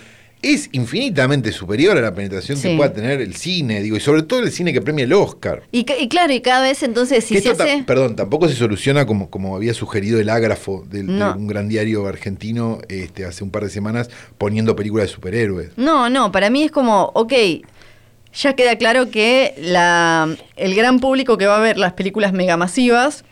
[SPEAKER 1] es infinitamente superior a la penetración
[SPEAKER 2] Sí.
[SPEAKER 1] que pueda tener el cine, digo, y sobre todo el cine que premia el Oscar.
[SPEAKER 2] Y, ca- y claro, y cada vez entonces si
[SPEAKER 1] Que
[SPEAKER 2] se
[SPEAKER 1] esto ta-
[SPEAKER 2] hace...
[SPEAKER 1] Perdón, tampoco se soluciona como, como había sugerido el ágrafo del- de,
[SPEAKER 2] No.
[SPEAKER 1] un gran diario argentino este, hace un par de semanas poniendo películas de superhéroes.
[SPEAKER 2] No, no, para mí es como, ok, ya queda claro que la, el gran público que va a ver las películas megamasivas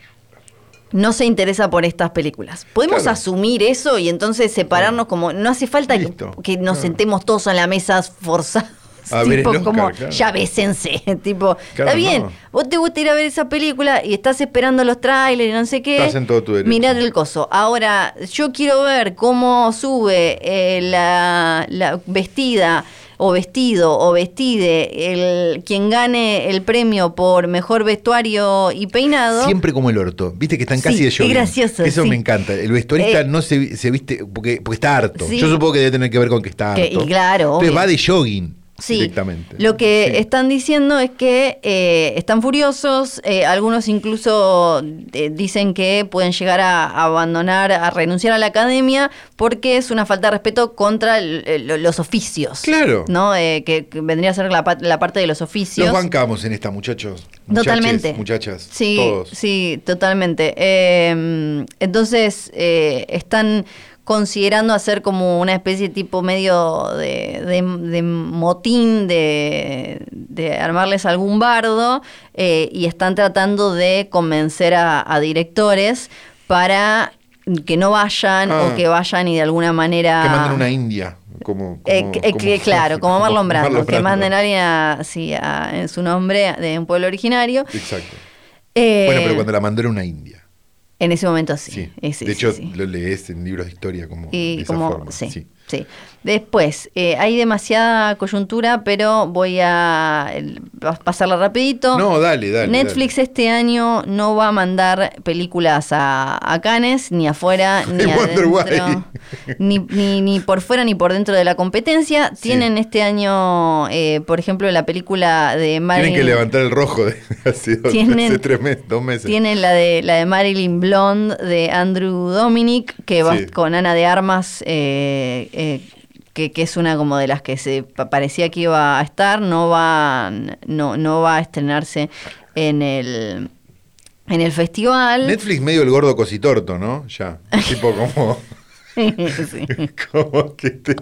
[SPEAKER 2] no se interesa por estas películas. Podemos
[SPEAKER 1] Claro.
[SPEAKER 2] asumir eso y entonces separarnos como, no hace falta que,
[SPEAKER 1] Listo.
[SPEAKER 2] que nos
[SPEAKER 1] Claro.
[SPEAKER 2] sentemos todos en la mesa forzados.
[SPEAKER 1] A ver el
[SPEAKER 2] tipo,
[SPEAKER 1] Oscar,
[SPEAKER 2] como,
[SPEAKER 1] claro.
[SPEAKER 2] ya bésense. tipo,
[SPEAKER 1] Claro,
[SPEAKER 2] está bien,
[SPEAKER 1] no.
[SPEAKER 2] vos te gusta ir a ver esa película y estás esperando los trailers y no sé qué.
[SPEAKER 1] Estás en todo tu derecho.
[SPEAKER 2] Mirad el coso. Ahora, yo quiero ver cómo sube eh, la, la vestida o vestido o vestide el quien gane el premio por mejor vestuario y peinado.
[SPEAKER 1] Siempre como el orto. Viste que están casi
[SPEAKER 2] Sí,
[SPEAKER 1] de
[SPEAKER 2] es
[SPEAKER 1] jogging.
[SPEAKER 2] gracioso,
[SPEAKER 1] Eso
[SPEAKER 2] sí.
[SPEAKER 1] me encanta. El vestuarista
[SPEAKER 2] Eh,
[SPEAKER 1] no se, se viste porque, porque está harto.
[SPEAKER 2] Sí.
[SPEAKER 1] Yo supongo que debe tener que ver con que está harto.
[SPEAKER 2] Que- y claro,
[SPEAKER 1] Entonces
[SPEAKER 2] obvio.
[SPEAKER 1] va de jogging
[SPEAKER 2] Sí,
[SPEAKER 1] directamente.
[SPEAKER 2] Lo que
[SPEAKER 1] Sí.
[SPEAKER 2] están diciendo es que eh, están furiosos, eh, algunos incluso eh, dicen que pueden llegar a, abandonar, a renunciar a la academia porque es una falta de respeto contra el- el- los oficios.
[SPEAKER 1] Claro.
[SPEAKER 2] ¿no? Eh, que, que vendría a ser la, pa- la parte de los oficios.
[SPEAKER 1] Los bancamos en esta, muchachos. Muchaches,
[SPEAKER 2] Totalmente.
[SPEAKER 1] Muchachas.
[SPEAKER 2] Sí,
[SPEAKER 1] Todos.
[SPEAKER 2] sí, totalmente. Eh, entonces, eh, están considerando hacer como una especie tipo medio de, de- de motín, de, de armarles algún bardo, eh, y están tratando de convencer a, a directores para que no vayan
[SPEAKER 1] Ah.
[SPEAKER 2] o que vayan y de alguna manera...
[SPEAKER 1] Que manden una india. Como, como-
[SPEAKER 2] Ah. Eh, que- eh, que-
[SPEAKER 1] como-
[SPEAKER 2] claro, como Marlon Brando, que
[SPEAKER 1] Brando.
[SPEAKER 2] manden a alguien a- sí, a- en su nombre de un pueblo originario.
[SPEAKER 1] Exacto.
[SPEAKER 2] Eh,
[SPEAKER 1] Bueno, pero cuando la mandó era una india.
[SPEAKER 2] En ese momento sí.
[SPEAKER 1] Sí.
[SPEAKER 2] Eh, sí,
[SPEAKER 1] de
[SPEAKER 2] sí,
[SPEAKER 1] hecho,
[SPEAKER 2] sí.
[SPEAKER 1] lo lees en libros de historia como
[SPEAKER 2] Y
[SPEAKER 1] de esa
[SPEAKER 2] como-
[SPEAKER 1] forma.
[SPEAKER 2] sí, sí. Después, eh, hay demasiada coyuntura, pero voy a el- a pasarla rapidito.
[SPEAKER 1] No, dale, dale.
[SPEAKER 2] Netflix este año no va a mandar películas a, a Cannes, ni afuera,
[SPEAKER 1] I
[SPEAKER 2] ni
[SPEAKER 1] wonder why.
[SPEAKER 2] adentro, ni, ni, ni por fuera ni por dentro de la competencia.
[SPEAKER 1] Sí.
[SPEAKER 2] Tienen este año, eh, por ejemplo, la película de
[SPEAKER 1] Dale.
[SPEAKER 2] Marilyn...
[SPEAKER 1] Tienen que levantar el rojo de hace, dos-
[SPEAKER 2] Tienen-
[SPEAKER 1] hace tres meses, dos meses.
[SPEAKER 2] Tiene la de la de Marilyn Blonde de Andrew Dominic, que va
[SPEAKER 1] Sí.
[SPEAKER 2] con Ana de Armas, eh, eh, que, que es una como de las que se pa- parecía que iba a estar, no va, no, no va a estrenarse en el en el festival.
[SPEAKER 1] Netflix medio el gordo cositorto, ¿no? Ya. Tipo como,
[SPEAKER 2] Sí.
[SPEAKER 1] como, que te-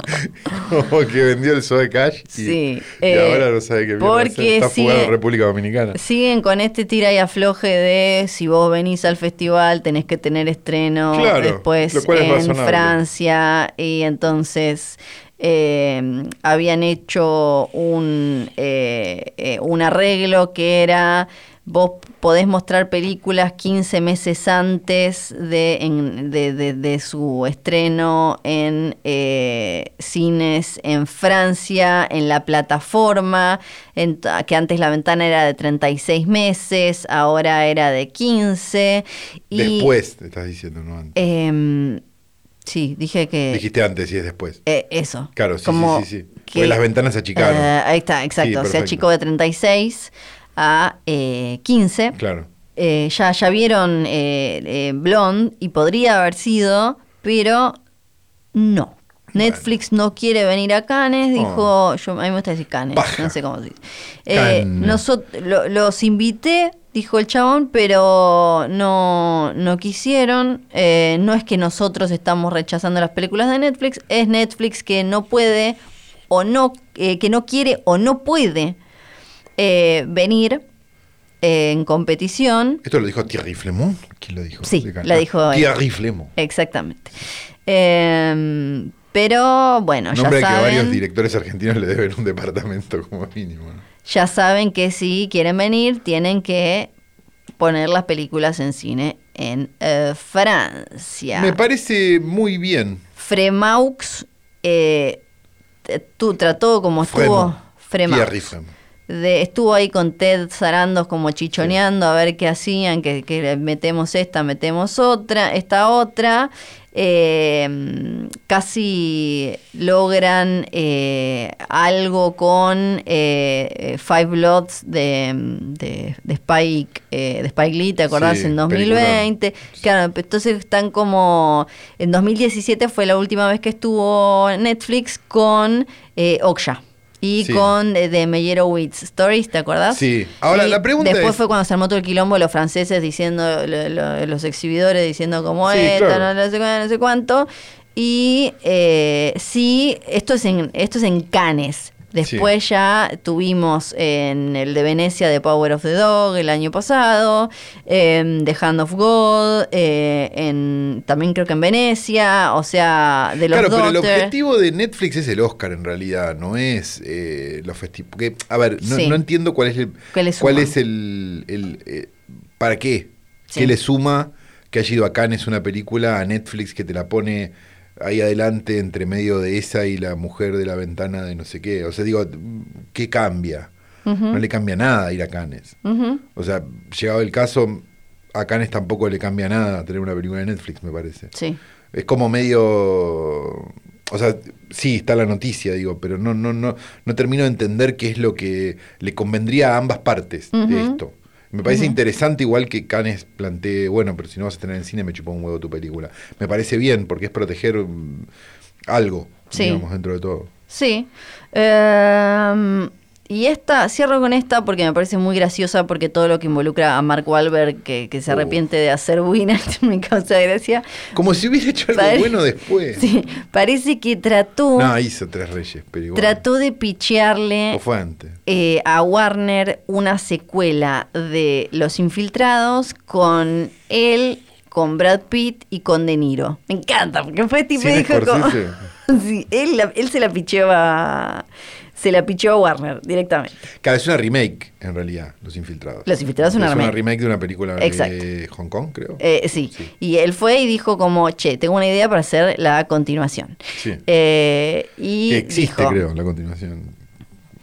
[SPEAKER 1] como que vendió el Zoe Cash y,
[SPEAKER 2] Sí,
[SPEAKER 1] y
[SPEAKER 2] eh,
[SPEAKER 1] ahora no sabe qué mierda
[SPEAKER 2] porque
[SPEAKER 1] hacer. Está jugando
[SPEAKER 2] sigue-
[SPEAKER 1] en República Dominicana.
[SPEAKER 2] Siguen con este tira y afloje de si vos venís al festival tenés que tener estreno
[SPEAKER 1] Claro,
[SPEAKER 2] después
[SPEAKER 1] lo cual es
[SPEAKER 2] en
[SPEAKER 1] razonable.
[SPEAKER 2] Francia y entonces eh, habían hecho un, eh, eh, un arreglo que era vos podés mostrar películas 15 meses antes de, en- de, de- de su estreno en eh, cines en Francia, en la plataforma, en ta- que antes la ventana era de 36 meses, ahora era de 15. Y,
[SPEAKER 1] Después, te estás diciendo, no antes.
[SPEAKER 2] em, sí, dije que...
[SPEAKER 1] Dijiste antes y es después.
[SPEAKER 2] eh, eso.
[SPEAKER 1] Claro, sí,
[SPEAKER 2] Como
[SPEAKER 1] sí, sí, sí.
[SPEAKER 2] que-
[SPEAKER 1] Porque las ventanas se achicaron.
[SPEAKER 2] Eh, ahí está,
[SPEAKER 1] Sí,
[SPEAKER 2] exacto. se
[SPEAKER 1] perfecto.
[SPEAKER 2] achicó de 36 a eh, 15.
[SPEAKER 1] Claro.
[SPEAKER 2] Eh, ya, ya vieron eh, eh, Blonde y podría haber sido, pero no. Netflix no quiere venir a Cannes, dijo, yo, a mí me gusta decir Cannes,
[SPEAKER 1] Oh. Paja.
[SPEAKER 2] no sé cómo se dice. Eh,
[SPEAKER 1] Cannes.
[SPEAKER 2] nosot- lo- los invité, dijo el chabón, pero no, no quisieron. Eh, no es que nosotros estamos rechazando las películas de Netflix, es Netflix que no puede o no, eh, que no quiere o no puede eh, venir eh, en competición.
[SPEAKER 1] Esto lo dijo Thierry Flemont. ¿Quién lo dijo?
[SPEAKER 2] Sí,
[SPEAKER 1] De acá.
[SPEAKER 2] la
[SPEAKER 1] Ah,
[SPEAKER 2] dijo él.
[SPEAKER 1] Thierry Flemont.
[SPEAKER 2] Exactamente. Eh, pero bueno,
[SPEAKER 1] Nombre
[SPEAKER 2] ya
[SPEAKER 1] que varios
[SPEAKER 2] saben,
[SPEAKER 1] directores argentinos le deben un departamento como mínimo. ¿no?
[SPEAKER 2] ya saben que si quieren venir, tienen que poner las películas en cine en eh, Francia.
[SPEAKER 1] Me parece muy bien.
[SPEAKER 2] Fremaux, eh, t- tú trató como estuvo.
[SPEAKER 1] Fremont.
[SPEAKER 2] Fremaux.
[SPEAKER 1] Thierry Flemont.
[SPEAKER 2] de- estuvo ahí con Ted Sarandos como chichoneando a ver qué hacían, que, que le metemos esta, metemos otra, esta otra. Eh, casi logran eh, algo con eh, eh, Five Bloods de, de, de Spike, eh, de Spike Lee, ¿te acordás?
[SPEAKER 1] Sí,
[SPEAKER 2] en 2020. Claro, entonces están como... En 2017 fue la última vez que estuvo Netflix con eh, Oksha. Y
[SPEAKER 1] Sí.
[SPEAKER 2] con eh, de, de Meyerowitz Stories, ¿te acordás?
[SPEAKER 1] Sí. Ahora, la pregunta
[SPEAKER 2] Después
[SPEAKER 1] es-
[SPEAKER 2] fue cuando se armó todo el quilombo de los franceses diciendo, lo- lo- los exhibidores diciendo como "Eh,
[SPEAKER 1] Sí,
[SPEAKER 2] esta,
[SPEAKER 1] claro.
[SPEAKER 2] no, no sé, cuá- no sé cuánto. Y eh, sí, esto es en, esto es en Cannes. Después ya tuvimos en el de Venecia de Power of the Dog el año pasado, em, The Hand of God, eh, en, también creo que en Venecia, o sea, de los
[SPEAKER 1] Claro, pero el
[SPEAKER 2] Doctor.
[SPEAKER 1] objetivo de Netflix es el Oscar en realidad, no es eh, los festivales. a ver, no,
[SPEAKER 2] Sí.
[SPEAKER 1] no entiendo cuál es el.
[SPEAKER 2] ¿Qué le
[SPEAKER 1] cuál
[SPEAKER 2] suma?
[SPEAKER 1] es el. el, eh, ¿Para qué?
[SPEAKER 2] Sí.
[SPEAKER 1] ¿Qué le suma que haya ido a Cannes una película a Netflix que te la pone ahí adelante entre medio de esa y la mujer de la ventana de no sé qué? O sea, digo, ¿qué cambia?
[SPEAKER 2] Ujú,
[SPEAKER 1] No le cambia nada ir a Cannes.
[SPEAKER 2] ujú.
[SPEAKER 1] O sea, llegado el caso, a Cannes tampoco le cambia nada tener una película de Netflix, me parece.
[SPEAKER 2] Sí.
[SPEAKER 1] Es como medio. O sea, sí, está la noticia, digo, pero no, no, no, no termino de entender qué es lo que le convendría a ambas partes de
[SPEAKER 2] Ujú.
[SPEAKER 1] esto. Me parece interesante, igual que Canes plantee, bueno, pero si no vas a tener en cine, me chupó un huevo tu película. Me parece bien, porque es proteger mm, algo,
[SPEAKER 2] Sí.
[SPEAKER 1] digamos, dentro de todo.
[SPEAKER 2] Sí. Em, y esta, cierro con esta porque me parece muy graciosa porque todo lo que involucra a Mark Wahlberg que, que se
[SPEAKER 1] Uh.
[SPEAKER 2] arrepiente de hacer Winner me causa gracia.
[SPEAKER 1] Como si hubiera hecho algo
[SPEAKER 2] Pare-
[SPEAKER 1] bueno después.
[SPEAKER 2] Sí, parece que trató,
[SPEAKER 1] No, hizo Tres Reyes, pero igual.
[SPEAKER 2] trató de pichearle
[SPEAKER 1] O fue antes.
[SPEAKER 2] eh, a Warner una secuela de Los Infiltrados con él, con Brad Pitt y con De Niro. Me encanta, porque fue tipo
[SPEAKER 1] Sin
[SPEAKER 2] dijo como-
[SPEAKER 1] Scorsese.
[SPEAKER 2] Sí, él, la- él se la picheó a. Se la picheó a Warner directamente.
[SPEAKER 1] Claro, es una remake, en realidad, Los Infiltrados.
[SPEAKER 2] Los Infiltrados es una
[SPEAKER 1] Es
[SPEAKER 2] remake.
[SPEAKER 1] una remake de una película de
[SPEAKER 2] Exacto.
[SPEAKER 1] Hong Kong, creo.
[SPEAKER 2] Eh, sí.
[SPEAKER 1] Sí.
[SPEAKER 2] Y él fue y dijo como, che, tengo una idea para hacer la continuación.
[SPEAKER 1] Sí.
[SPEAKER 2] Eh, y
[SPEAKER 1] que existe,
[SPEAKER 2] dijo-
[SPEAKER 1] creo, la continuación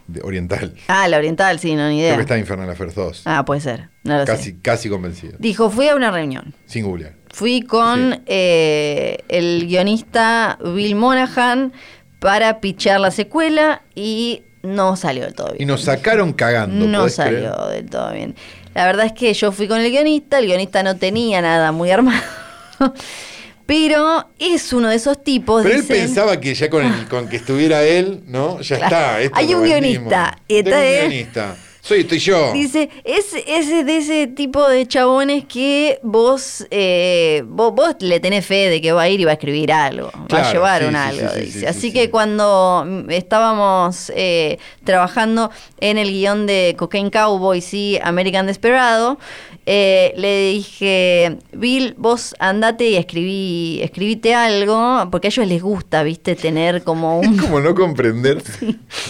[SPEAKER 1] de oriental.
[SPEAKER 2] Ah, la oriental, sí, no, ni idea.
[SPEAKER 1] Creo que está Infernal Affairs 2.
[SPEAKER 2] Ah, puede ser. No lo sé.
[SPEAKER 1] casi, casi convencido.
[SPEAKER 2] Dijo, fui a una reunión.
[SPEAKER 1] Sin googlear.
[SPEAKER 2] Fui con
[SPEAKER 1] Sí.
[SPEAKER 2] eh, el guionista Bill Monahan para pichar la secuela y no salió del todo bien.
[SPEAKER 1] Y nos sacaron cagando.
[SPEAKER 2] No
[SPEAKER 1] ¿podés
[SPEAKER 2] salió
[SPEAKER 1] creer?
[SPEAKER 2] del todo bien. La verdad es que yo fui con el guionista, el guionista no tenía nada muy armado. Pero es uno de esos tipos.
[SPEAKER 1] Pero él
[SPEAKER 2] dicen, Ah.
[SPEAKER 1] pensaba que ya con, el- con que estuviera él, ¿no? Ya
[SPEAKER 2] Claro.
[SPEAKER 1] está. esto
[SPEAKER 2] Hay
[SPEAKER 1] lo
[SPEAKER 2] un
[SPEAKER 1] vendimos.
[SPEAKER 2] guionista, y
[SPEAKER 1] Tengo
[SPEAKER 2] está
[SPEAKER 1] un
[SPEAKER 2] él.
[SPEAKER 1] guionista. Soy, estoy yo.
[SPEAKER 2] Dice, es, es de ese tipo de chabones que vos, eh, vos, vos le tenés fe de que va a ir y va a escribir algo, va a
[SPEAKER 1] Claro,
[SPEAKER 2] llevar
[SPEAKER 1] sí,
[SPEAKER 2] un
[SPEAKER 1] sí,
[SPEAKER 2] algo,
[SPEAKER 1] sí, sí,
[SPEAKER 2] dice.
[SPEAKER 1] sí,
[SPEAKER 2] Así
[SPEAKER 1] sí,
[SPEAKER 2] que
[SPEAKER 1] sí.
[SPEAKER 2] cuando mm, estábamos eh, trabajando en el guión de Cocaine Cowboy y American Desperado, eh, le dije, Bill, vos andate y escribí, escribite algo, porque a ellos les gusta, viste, tener como un
[SPEAKER 1] Es como no comprender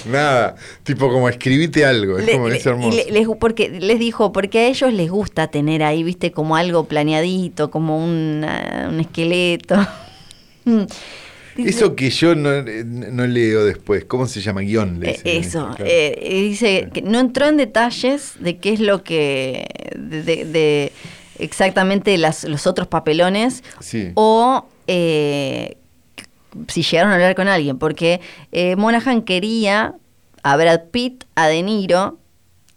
[SPEAKER 1] nada. Tipo, como escribite algo. Es
[SPEAKER 2] Le-
[SPEAKER 1] como
[SPEAKER 2] le-
[SPEAKER 1] es hermoso.
[SPEAKER 2] y le- les, porque, les dijo, porque a ellos les gusta tener ahí, viste, como algo planeadito, como una- un esqueleto. Dice-
[SPEAKER 1] Eso que yo no, eh, no leo después. ¿Cómo se llama? Guión. le
[SPEAKER 2] Eh,
[SPEAKER 1] dicen en este
[SPEAKER 2] Eso,
[SPEAKER 1] esto, claro.
[SPEAKER 2] eh, y dice que no entró en detalles de qué es lo que, de, de- de exactamente las, los otros papelones
[SPEAKER 1] Sí.
[SPEAKER 2] o eh, si llegaron a hablar con alguien, porque eh, Monaghan quería a Brad Pitt, a De Niro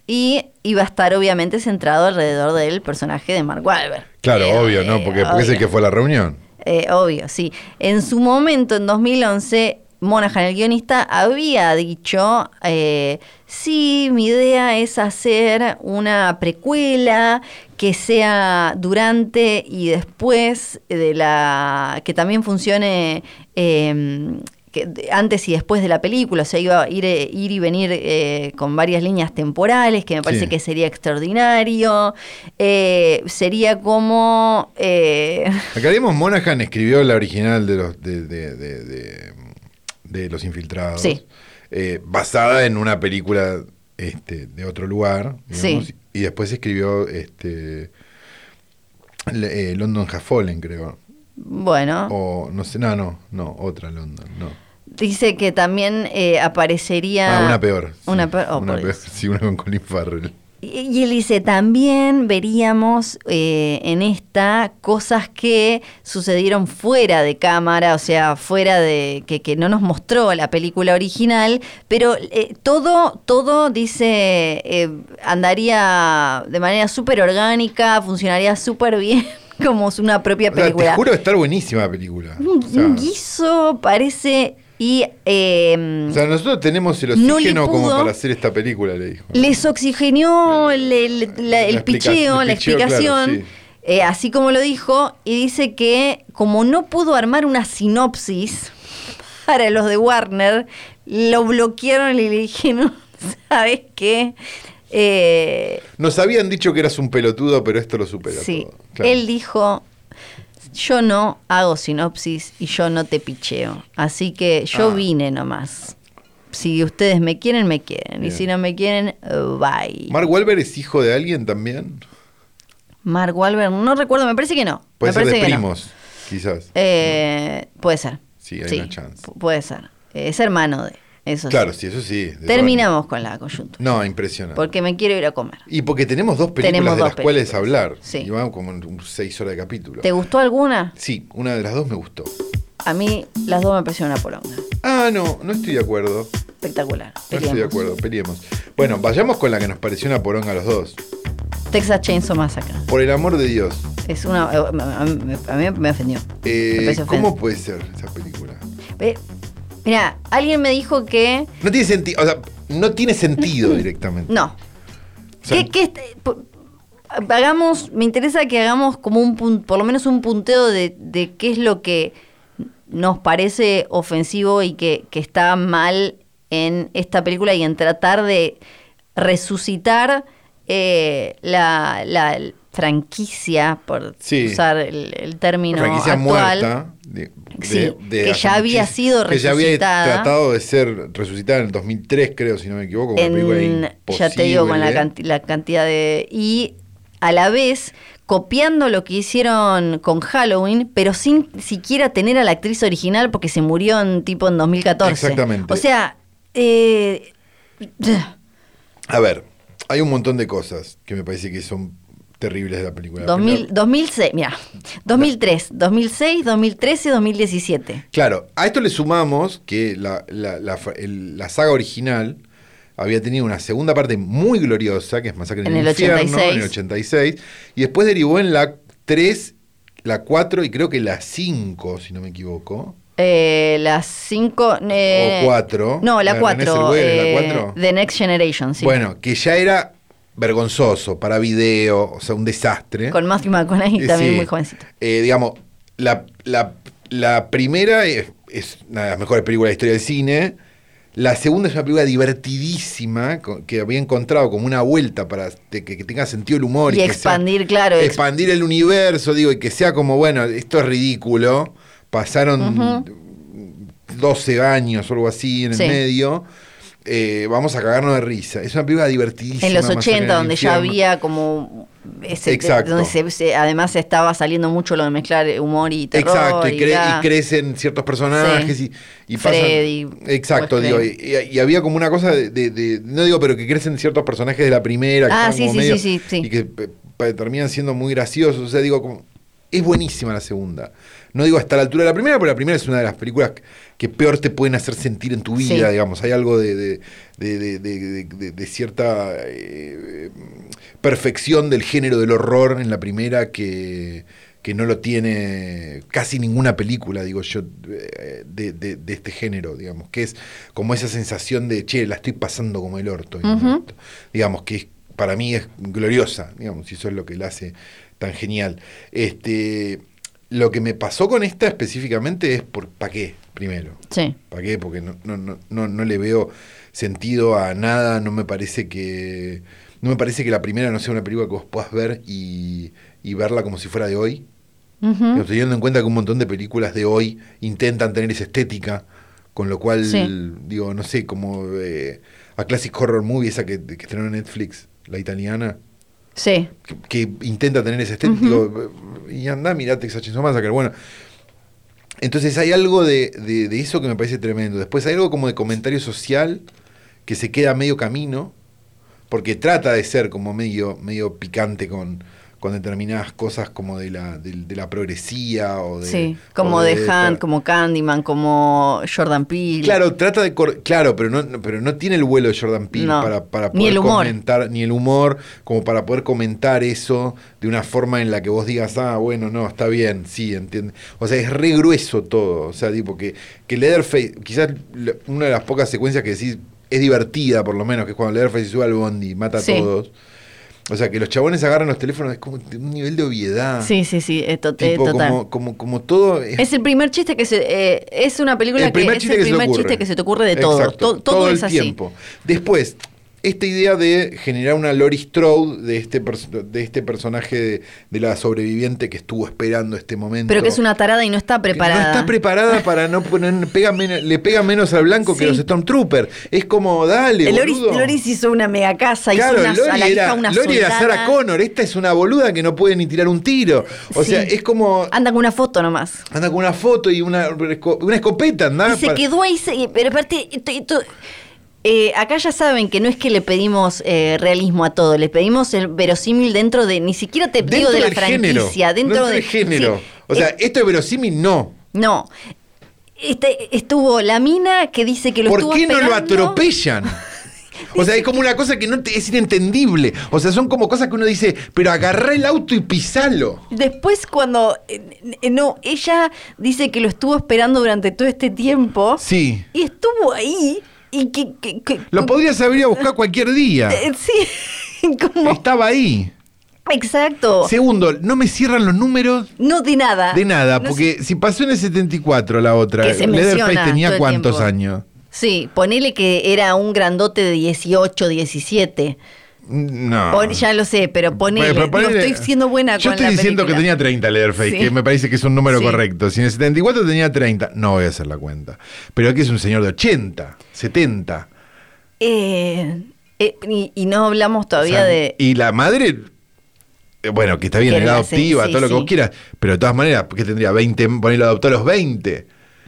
[SPEAKER 2] y iba a estar obviamente centrado alrededor del personaje de Mark Wahlberg.
[SPEAKER 1] Claro,
[SPEAKER 2] Eh,
[SPEAKER 1] obvio, ¿no?
[SPEAKER 2] eh,
[SPEAKER 1] Porque, porque es el
[SPEAKER 2] obvio.
[SPEAKER 1] que fue a la reunión.
[SPEAKER 2] Eh, obvio, sí. En su momento, en 2011, Monaghan, el guionista, había dicho, eh, sí, mi idea es hacer una precuela que sea durante y después de la... que también funcione... eh, que de- antes y después de la película, o sea, iba a ir, eh, ir y venir eh, con varias líneas temporales, que me parece
[SPEAKER 1] Sí.
[SPEAKER 2] que sería extraordinario, Eh, sería como... eh,
[SPEAKER 1] Aclaremos, Monaghan escribió la original de los, de, de- de- de- de Los Infiltrados.
[SPEAKER 2] Sí.
[SPEAKER 1] eh, basada en una película este, de otro lugar. digamos,
[SPEAKER 2] Sí.
[SPEAKER 1] Y después escribió este, le- eh, London Has Fallen, creo.
[SPEAKER 2] Bueno,
[SPEAKER 1] O no sé, no, no, no, otra London, no.
[SPEAKER 2] dice que también eh, aparecería...
[SPEAKER 1] Ah, una peor. sí,
[SPEAKER 2] Una peor, oh,
[SPEAKER 1] una
[SPEAKER 2] por
[SPEAKER 1] peor,
[SPEAKER 2] Dios.
[SPEAKER 1] sí, una con Colin Farrell.
[SPEAKER 2] Y, y él dice, también veríamos eh, en esta cosas que sucedieron fuera de cámara, o sea, fuera de... que, que no nos mostró la película original, pero eh, todo, todo, dice, eh, andaría de manera súper orgánica, funcionaría súper bien como una propia
[SPEAKER 1] O sea, te
[SPEAKER 2] película. Mm,
[SPEAKER 1] juro que estar buenísima la película.
[SPEAKER 2] Un-
[SPEAKER 1] O sea,
[SPEAKER 2] un guiso parece y eh,
[SPEAKER 1] O sea, nosotros tenemos el
[SPEAKER 2] No le
[SPEAKER 1] oxígeno como
[SPEAKER 2] pudo.
[SPEAKER 1] para hacer esta película, le dijo.
[SPEAKER 2] les oxigenió le- le- la-
[SPEAKER 1] La
[SPEAKER 2] el
[SPEAKER 1] explica-
[SPEAKER 2] picheo,
[SPEAKER 1] el
[SPEAKER 2] la
[SPEAKER 1] picheo, claro,
[SPEAKER 2] explicación.
[SPEAKER 1] sí.
[SPEAKER 2] eh, así como lo dijo, y dice que como no pudo armar una sinopsis para los de Warner, lo bloquearon y le dijeron, ¿sabes qué? Eh,
[SPEAKER 1] Nos habían dicho que eras un pelotudo, pero esto lo supera
[SPEAKER 2] sí,
[SPEAKER 1] todo. Claro.
[SPEAKER 2] él dijo, yo no hago sinopsis y yo no te picheo, así que yo
[SPEAKER 1] Ah.
[SPEAKER 2] vine nomás. Si ustedes me quieren, me quieren, y
[SPEAKER 1] Bien.
[SPEAKER 2] si no me quieren, bye.
[SPEAKER 1] ¿Mark Wahlberg es hijo de alguien también?
[SPEAKER 2] Mark Wahlberg, no recuerdo, me parece que no.
[SPEAKER 1] Puede
[SPEAKER 2] me
[SPEAKER 1] ser
[SPEAKER 2] parece
[SPEAKER 1] de
[SPEAKER 2] que no.
[SPEAKER 1] primos, quizás.
[SPEAKER 2] Eh, puede ser.
[SPEAKER 1] Sí, hay una chance.
[SPEAKER 2] pu- Puede ser. Es hermano de eso. sí.
[SPEAKER 1] claro, sí, eso sí. de
[SPEAKER 2] Terminamos con la coyuntura.
[SPEAKER 1] Barney. No, impresionante.
[SPEAKER 2] Porque me quiero ir a comer.
[SPEAKER 1] y porque tenemos dos películas
[SPEAKER 2] Tenemos
[SPEAKER 1] de
[SPEAKER 2] dos
[SPEAKER 1] las cuales
[SPEAKER 2] películas.
[SPEAKER 1] hablar.
[SPEAKER 2] Sí.
[SPEAKER 1] Y van como un- seis horas de capítulo.
[SPEAKER 2] ¿Te gustó alguna?
[SPEAKER 1] Sí, una de las dos me gustó.
[SPEAKER 2] A mí las dos me parecieron una poronga.
[SPEAKER 1] Ah, no, no estoy de acuerdo.
[SPEAKER 2] Espectacular.
[SPEAKER 1] No estoy de
[SPEAKER 2] Peleemos.
[SPEAKER 1] acuerdo, peleemos. Bueno, vayamos con la que nos pareció una poronga a los dos.
[SPEAKER 2] Texas Chainsaw Massacre.
[SPEAKER 1] Por el amor de Dios,
[SPEAKER 2] Es una, eh, a mí, a mí me ofendió.
[SPEAKER 1] eh,
[SPEAKER 2] Me parece
[SPEAKER 1] ¿cómo puede ser esa película?
[SPEAKER 2] Eh, Mira, alguien me dijo que
[SPEAKER 1] No tiene sentido, o sea, no tiene sentido directamente.
[SPEAKER 2] no.
[SPEAKER 1] O sea,
[SPEAKER 2] ¿Qué- qué este- po- hagamos, me interesa que hagamos como un pun- por lo menos un punteo de, de qué es lo que nos parece ofensivo y que, que está mal en esta película y en tratar de resucitar eh, la, la franquicia, por
[SPEAKER 1] Sí.
[SPEAKER 2] usar el, el
[SPEAKER 1] una
[SPEAKER 2] término
[SPEAKER 1] franquicia
[SPEAKER 2] actual.
[SPEAKER 1] muerta. de-
[SPEAKER 2] Sí,
[SPEAKER 1] de- de
[SPEAKER 2] que
[SPEAKER 1] hace
[SPEAKER 2] ya había
[SPEAKER 1] muchis-
[SPEAKER 2] sido
[SPEAKER 1] Que ya había
[SPEAKER 2] resucitada.
[SPEAKER 1] tratado de ser resucitada en el 2003, creo, si no me equivoco. una película
[SPEAKER 2] en, ya te digo, con la,
[SPEAKER 1] imposible.
[SPEAKER 2] canti- la cantidad de... Y a la vez copiando lo que hicieron con Halloween, pero sin siquiera tener a la actriz original porque se murió en tipo en 2014.
[SPEAKER 1] Exactamente.
[SPEAKER 2] O sea, eh,
[SPEAKER 1] A ver, hay un montón de cosas que me parece que son terribles de la película. La
[SPEAKER 2] 2000,
[SPEAKER 1] primera-
[SPEAKER 2] 2006, mira, 2003, 2006, 2013, 2017.
[SPEAKER 1] Claro, a esto le sumamos que la, la- la fa- el- la saga original había tenido una segunda parte muy gloriosa, que es Masacre en,
[SPEAKER 2] En
[SPEAKER 1] el,
[SPEAKER 2] el
[SPEAKER 1] Infierno,
[SPEAKER 2] 86.
[SPEAKER 1] en el 86, y después derivó en la 3, la 4 y creo que la 5, si no me equivoco.
[SPEAKER 2] Eh, las 5...
[SPEAKER 1] O cuatro.
[SPEAKER 2] No, la
[SPEAKER 1] La
[SPEAKER 2] 4.
[SPEAKER 1] René Zellweger, ¿la cuatro?
[SPEAKER 2] The Next Generation, sí.
[SPEAKER 1] Bueno, que ya era vergonzoso para video, o sea, un desastre.
[SPEAKER 2] Con Matthew McConaughey
[SPEAKER 1] Eh,
[SPEAKER 2] también
[SPEAKER 1] sí.
[SPEAKER 2] muy jovencito.
[SPEAKER 1] Eh, digamos, la, la- la primera es, es una de las mejores películas de la historia del cine. La segunda es una película divertidísima co- que había encontrado como una vuelta para te- que, que tenga sentido el humor.
[SPEAKER 2] Y
[SPEAKER 1] que sea-
[SPEAKER 2] expandir, claro, ex-
[SPEAKER 1] Expandir el universo, digo, y que sea como, bueno, esto es ridículo. Pasaron 12 años o algo así en
[SPEAKER 2] Sí.
[SPEAKER 1] el medio. Eh, vamos a cagarnos de risa. Es una película divertidísima.
[SPEAKER 2] En los
[SPEAKER 1] Masacre
[SPEAKER 2] 80,
[SPEAKER 1] el
[SPEAKER 2] donde ya
[SPEAKER 1] Infierno.
[SPEAKER 2] había como... Ese,
[SPEAKER 1] Exacto.
[SPEAKER 2] Donde se- se- además estaba saliendo mucho lo de mezclar humor y terror.
[SPEAKER 1] Exacto, y, cre-
[SPEAKER 2] bla.
[SPEAKER 1] y crecen ciertos personajes
[SPEAKER 2] Sí.
[SPEAKER 1] y, y pasan.
[SPEAKER 2] Freddy,
[SPEAKER 1] exacto,
[SPEAKER 2] Wes
[SPEAKER 1] digo,
[SPEAKER 2] Craven.
[SPEAKER 1] y, y había como una cosa de, de- de- No digo, pero que crecen ciertos personajes de la primera. que
[SPEAKER 2] Ah,
[SPEAKER 1] estaban
[SPEAKER 2] sí,
[SPEAKER 1] como
[SPEAKER 2] sí,
[SPEAKER 1] medio-
[SPEAKER 2] sí, sí, sí.
[SPEAKER 1] Y que pe- pe- terminan siendo muy graciosos. O sea, digo, como, es buenísima la segunda. No digo hasta la altura de la primera, pero la primera es una de las películas que- que peor te pueden hacer sentir en tu vida,
[SPEAKER 2] Sí.
[SPEAKER 1] digamos. Hay algo de, de- de- de- de- de- de cierta eh, perfección del género del horror en la primera que, que no lo tiene casi ninguna película, digo yo, eh, de, de- de este género, digamos, que es como esa sensación de, che, la estoy pasando como el orto, digamos,
[SPEAKER 2] Ujú.
[SPEAKER 1] esto. digamos que es- para mí es gloriosa, digamos, y eso es lo que la hace tan genial. Este, lo que me pasó con esta específicamente es por, ¿para qué? Primero.
[SPEAKER 2] Sí.
[SPEAKER 1] ¿Para qué? Porque no, no, no, no, no le veo sentido a nada, no me parece que. No me parece que la primera no sea una película que vos puedas ver y, y verla como si fuera de hoy.
[SPEAKER 2] Ujú.
[SPEAKER 1] Pero Teniendo en cuenta que un montón de películas de hoy intentan tener esa estética, con lo cual,
[SPEAKER 2] Sí.
[SPEAKER 1] digo, no sé, como eh, a Classic Horror Movie, esa que, que estrenó en Netflix, la italiana,
[SPEAKER 2] Sí.
[SPEAKER 1] que, que intenta tener ese estética, digo, y anda, mirá Texas Chainsaw Massacre, bueno. Entonces hay algo de, de- de eso que me parece tremendo. Después hay algo como de comentario social que se queda a medio camino, porque trata de ser como medio, medio picante con, con determinadas cosas como de la, de, de la progresía o de...
[SPEAKER 2] sí.
[SPEAKER 1] o
[SPEAKER 2] Como
[SPEAKER 1] de
[SPEAKER 2] The Hunt,
[SPEAKER 1] esta-
[SPEAKER 2] como Candyman, como Jordan Peele.
[SPEAKER 1] Claro, trata de cor- claro, pero no, no- pero no tiene el vuelo de Jordan Peele
[SPEAKER 2] No.
[SPEAKER 1] para, para
[SPEAKER 2] Ni
[SPEAKER 1] poder
[SPEAKER 2] el humor.
[SPEAKER 1] comentar, ni el humor, como para poder comentar eso de una forma en la que vos digas, ah, bueno, no, está bien, sí, entiende. O sea, es re grueso todo. O sea, tipo que, que Leatherface, quizás la- una de las pocas secuencias que decís es divertida, por lo menos, que es cuando Leatherface se sube al bondi, y mata a
[SPEAKER 2] Sí.
[SPEAKER 1] todos. O sea, que los chabones agarran los teléfonos, es como un nivel de obviedad.
[SPEAKER 2] Sí, sí, sí, es to- eh,
[SPEAKER 1] Tipo,
[SPEAKER 2] total.
[SPEAKER 1] Como, como, como todo. es-
[SPEAKER 2] Es el primer chiste que se. eh, es una película
[SPEAKER 1] el primer
[SPEAKER 2] que
[SPEAKER 1] chiste
[SPEAKER 2] es
[SPEAKER 1] que
[SPEAKER 2] el
[SPEAKER 1] se te
[SPEAKER 2] primer
[SPEAKER 1] ocurre.
[SPEAKER 2] chiste que se te ocurre de todo.
[SPEAKER 1] Exacto,
[SPEAKER 2] todo. todo es
[SPEAKER 1] el
[SPEAKER 2] así.
[SPEAKER 1] tiempo. Después, esta idea de generar una Lori Strode de este, pers- de este personaje de, de la sobreviviente que estuvo esperando este momento.
[SPEAKER 2] Pero que es una tarada y no está
[SPEAKER 1] Que
[SPEAKER 2] preparada.
[SPEAKER 1] No está preparada para no poner. Pega men- le pega menos al blanco que
[SPEAKER 2] Sí.
[SPEAKER 1] los Stormtroopers. Es como, dale.
[SPEAKER 2] El Loris,
[SPEAKER 1] boludo.
[SPEAKER 2] Loris hizo una mega casa,
[SPEAKER 1] Claro,
[SPEAKER 2] hizo una, a
[SPEAKER 1] Lori,
[SPEAKER 2] la hija
[SPEAKER 1] era,
[SPEAKER 2] una
[SPEAKER 1] Lori era
[SPEAKER 2] soldana.
[SPEAKER 1] Sarah Connor. Esta es una boluda que no puede ni tirar un tiro. O
[SPEAKER 2] Sí.
[SPEAKER 1] sea,
[SPEAKER 2] Ah.
[SPEAKER 1] es como.
[SPEAKER 2] Anda con una foto nomás.
[SPEAKER 1] Anda con una foto y una, una escopeta. Anda
[SPEAKER 2] Y se
[SPEAKER 1] Ah, para-
[SPEAKER 2] quedó ahí, se- pero aparte, esto- esto- eh, acá ya saben que no es que le pedimos eh, realismo a todo, le pedimos el verosímil dentro de, ni siquiera te
[SPEAKER 1] dentro
[SPEAKER 2] digo este de la
[SPEAKER 1] del género.
[SPEAKER 2] franquicia, dentro, de-
[SPEAKER 1] del género.
[SPEAKER 2] sí,
[SPEAKER 1] o sea,
[SPEAKER 2] eh,
[SPEAKER 1] esto es verosímil, no.
[SPEAKER 2] no. Este, estuvo la mina que dice que lo
[SPEAKER 1] ¿Por
[SPEAKER 2] estuvo
[SPEAKER 1] qué no lo
[SPEAKER 2] esperando.
[SPEAKER 1] atropellan? O sea, es como una cosa que no te- es inentendible. O sea, son como cosas que uno dice, pero agarrá el auto y pisalo.
[SPEAKER 2] Después cuando eh, eh, no, ella dice que lo estuvo esperando durante todo este tiempo
[SPEAKER 1] Sí.
[SPEAKER 2] y estuvo ahí y que, que- que-
[SPEAKER 1] Lo podrías haber ido a buscar cualquier día.
[SPEAKER 2] Mm. eh, sí, como
[SPEAKER 1] Estaba ahí.
[SPEAKER 2] exacto.
[SPEAKER 1] Segundo, no me cierran los números
[SPEAKER 2] No de nada.
[SPEAKER 1] de nada,
[SPEAKER 2] Ah, No
[SPEAKER 1] porque si pasó en el 74 la otra,
[SPEAKER 2] Que se menciona todo
[SPEAKER 1] tenía
[SPEAKER 2] el
[SPEAKER 1] cuántos
[SPEAKER 2] tiempo.
[SPEAKER 1] años.
[SPEAKER 2] Sí, ponele que era un grandote de 18, 17.
[SPEAKER 1] Mm, No.
[SPEAKER 2] Pon- ya lo sé, pero ponele.
[SPEAKER 1] Bueno, Ah. pero ponele-
[SPEAKER 2] no estoy siendo buena
[SPEAKER 1] Yo
[SPEAKER 2] con
[SPEAKER 1] estoy
[SPEAKER 2] la
[SPEAKER 1] diciendo que
[SPEAKER 2] película.
[SPEAKER 1] tenía 30 Leatherface,
[SPEAKER 2] Sí.
[SPEAKER 1] que me parece que es un número
[SPEAKER 2] Sí.
[SPEAKER 1] correcto. Si en el 74 tenía 30, no voy a hacer la cuenta. Pero aquí es un señor de 80, 70.
[SPEAKER 2] Eh, eh, y, y no hablamos
[SPEAKER 1] O
[SPEAKER 2] todavía
[SPEAKER 1] sea,
[SPEAKER 2] de.
[SPEAKER 1] Y la madre, eh, bueno, que está bien,
[SPEAKER 2] Que era
[SPEAKER 1] era
[SPEAKER 2] una-
[SPEAKER 1] adoptiva,
[SPEAKER 2] sí,
[SPEAKER 1] todo lo
[SPEAKER 2] sí.
[SPEAKER 1] que vos quieras, pero de todas maneras, que tendría 20, ponerlo adoptó a los 20.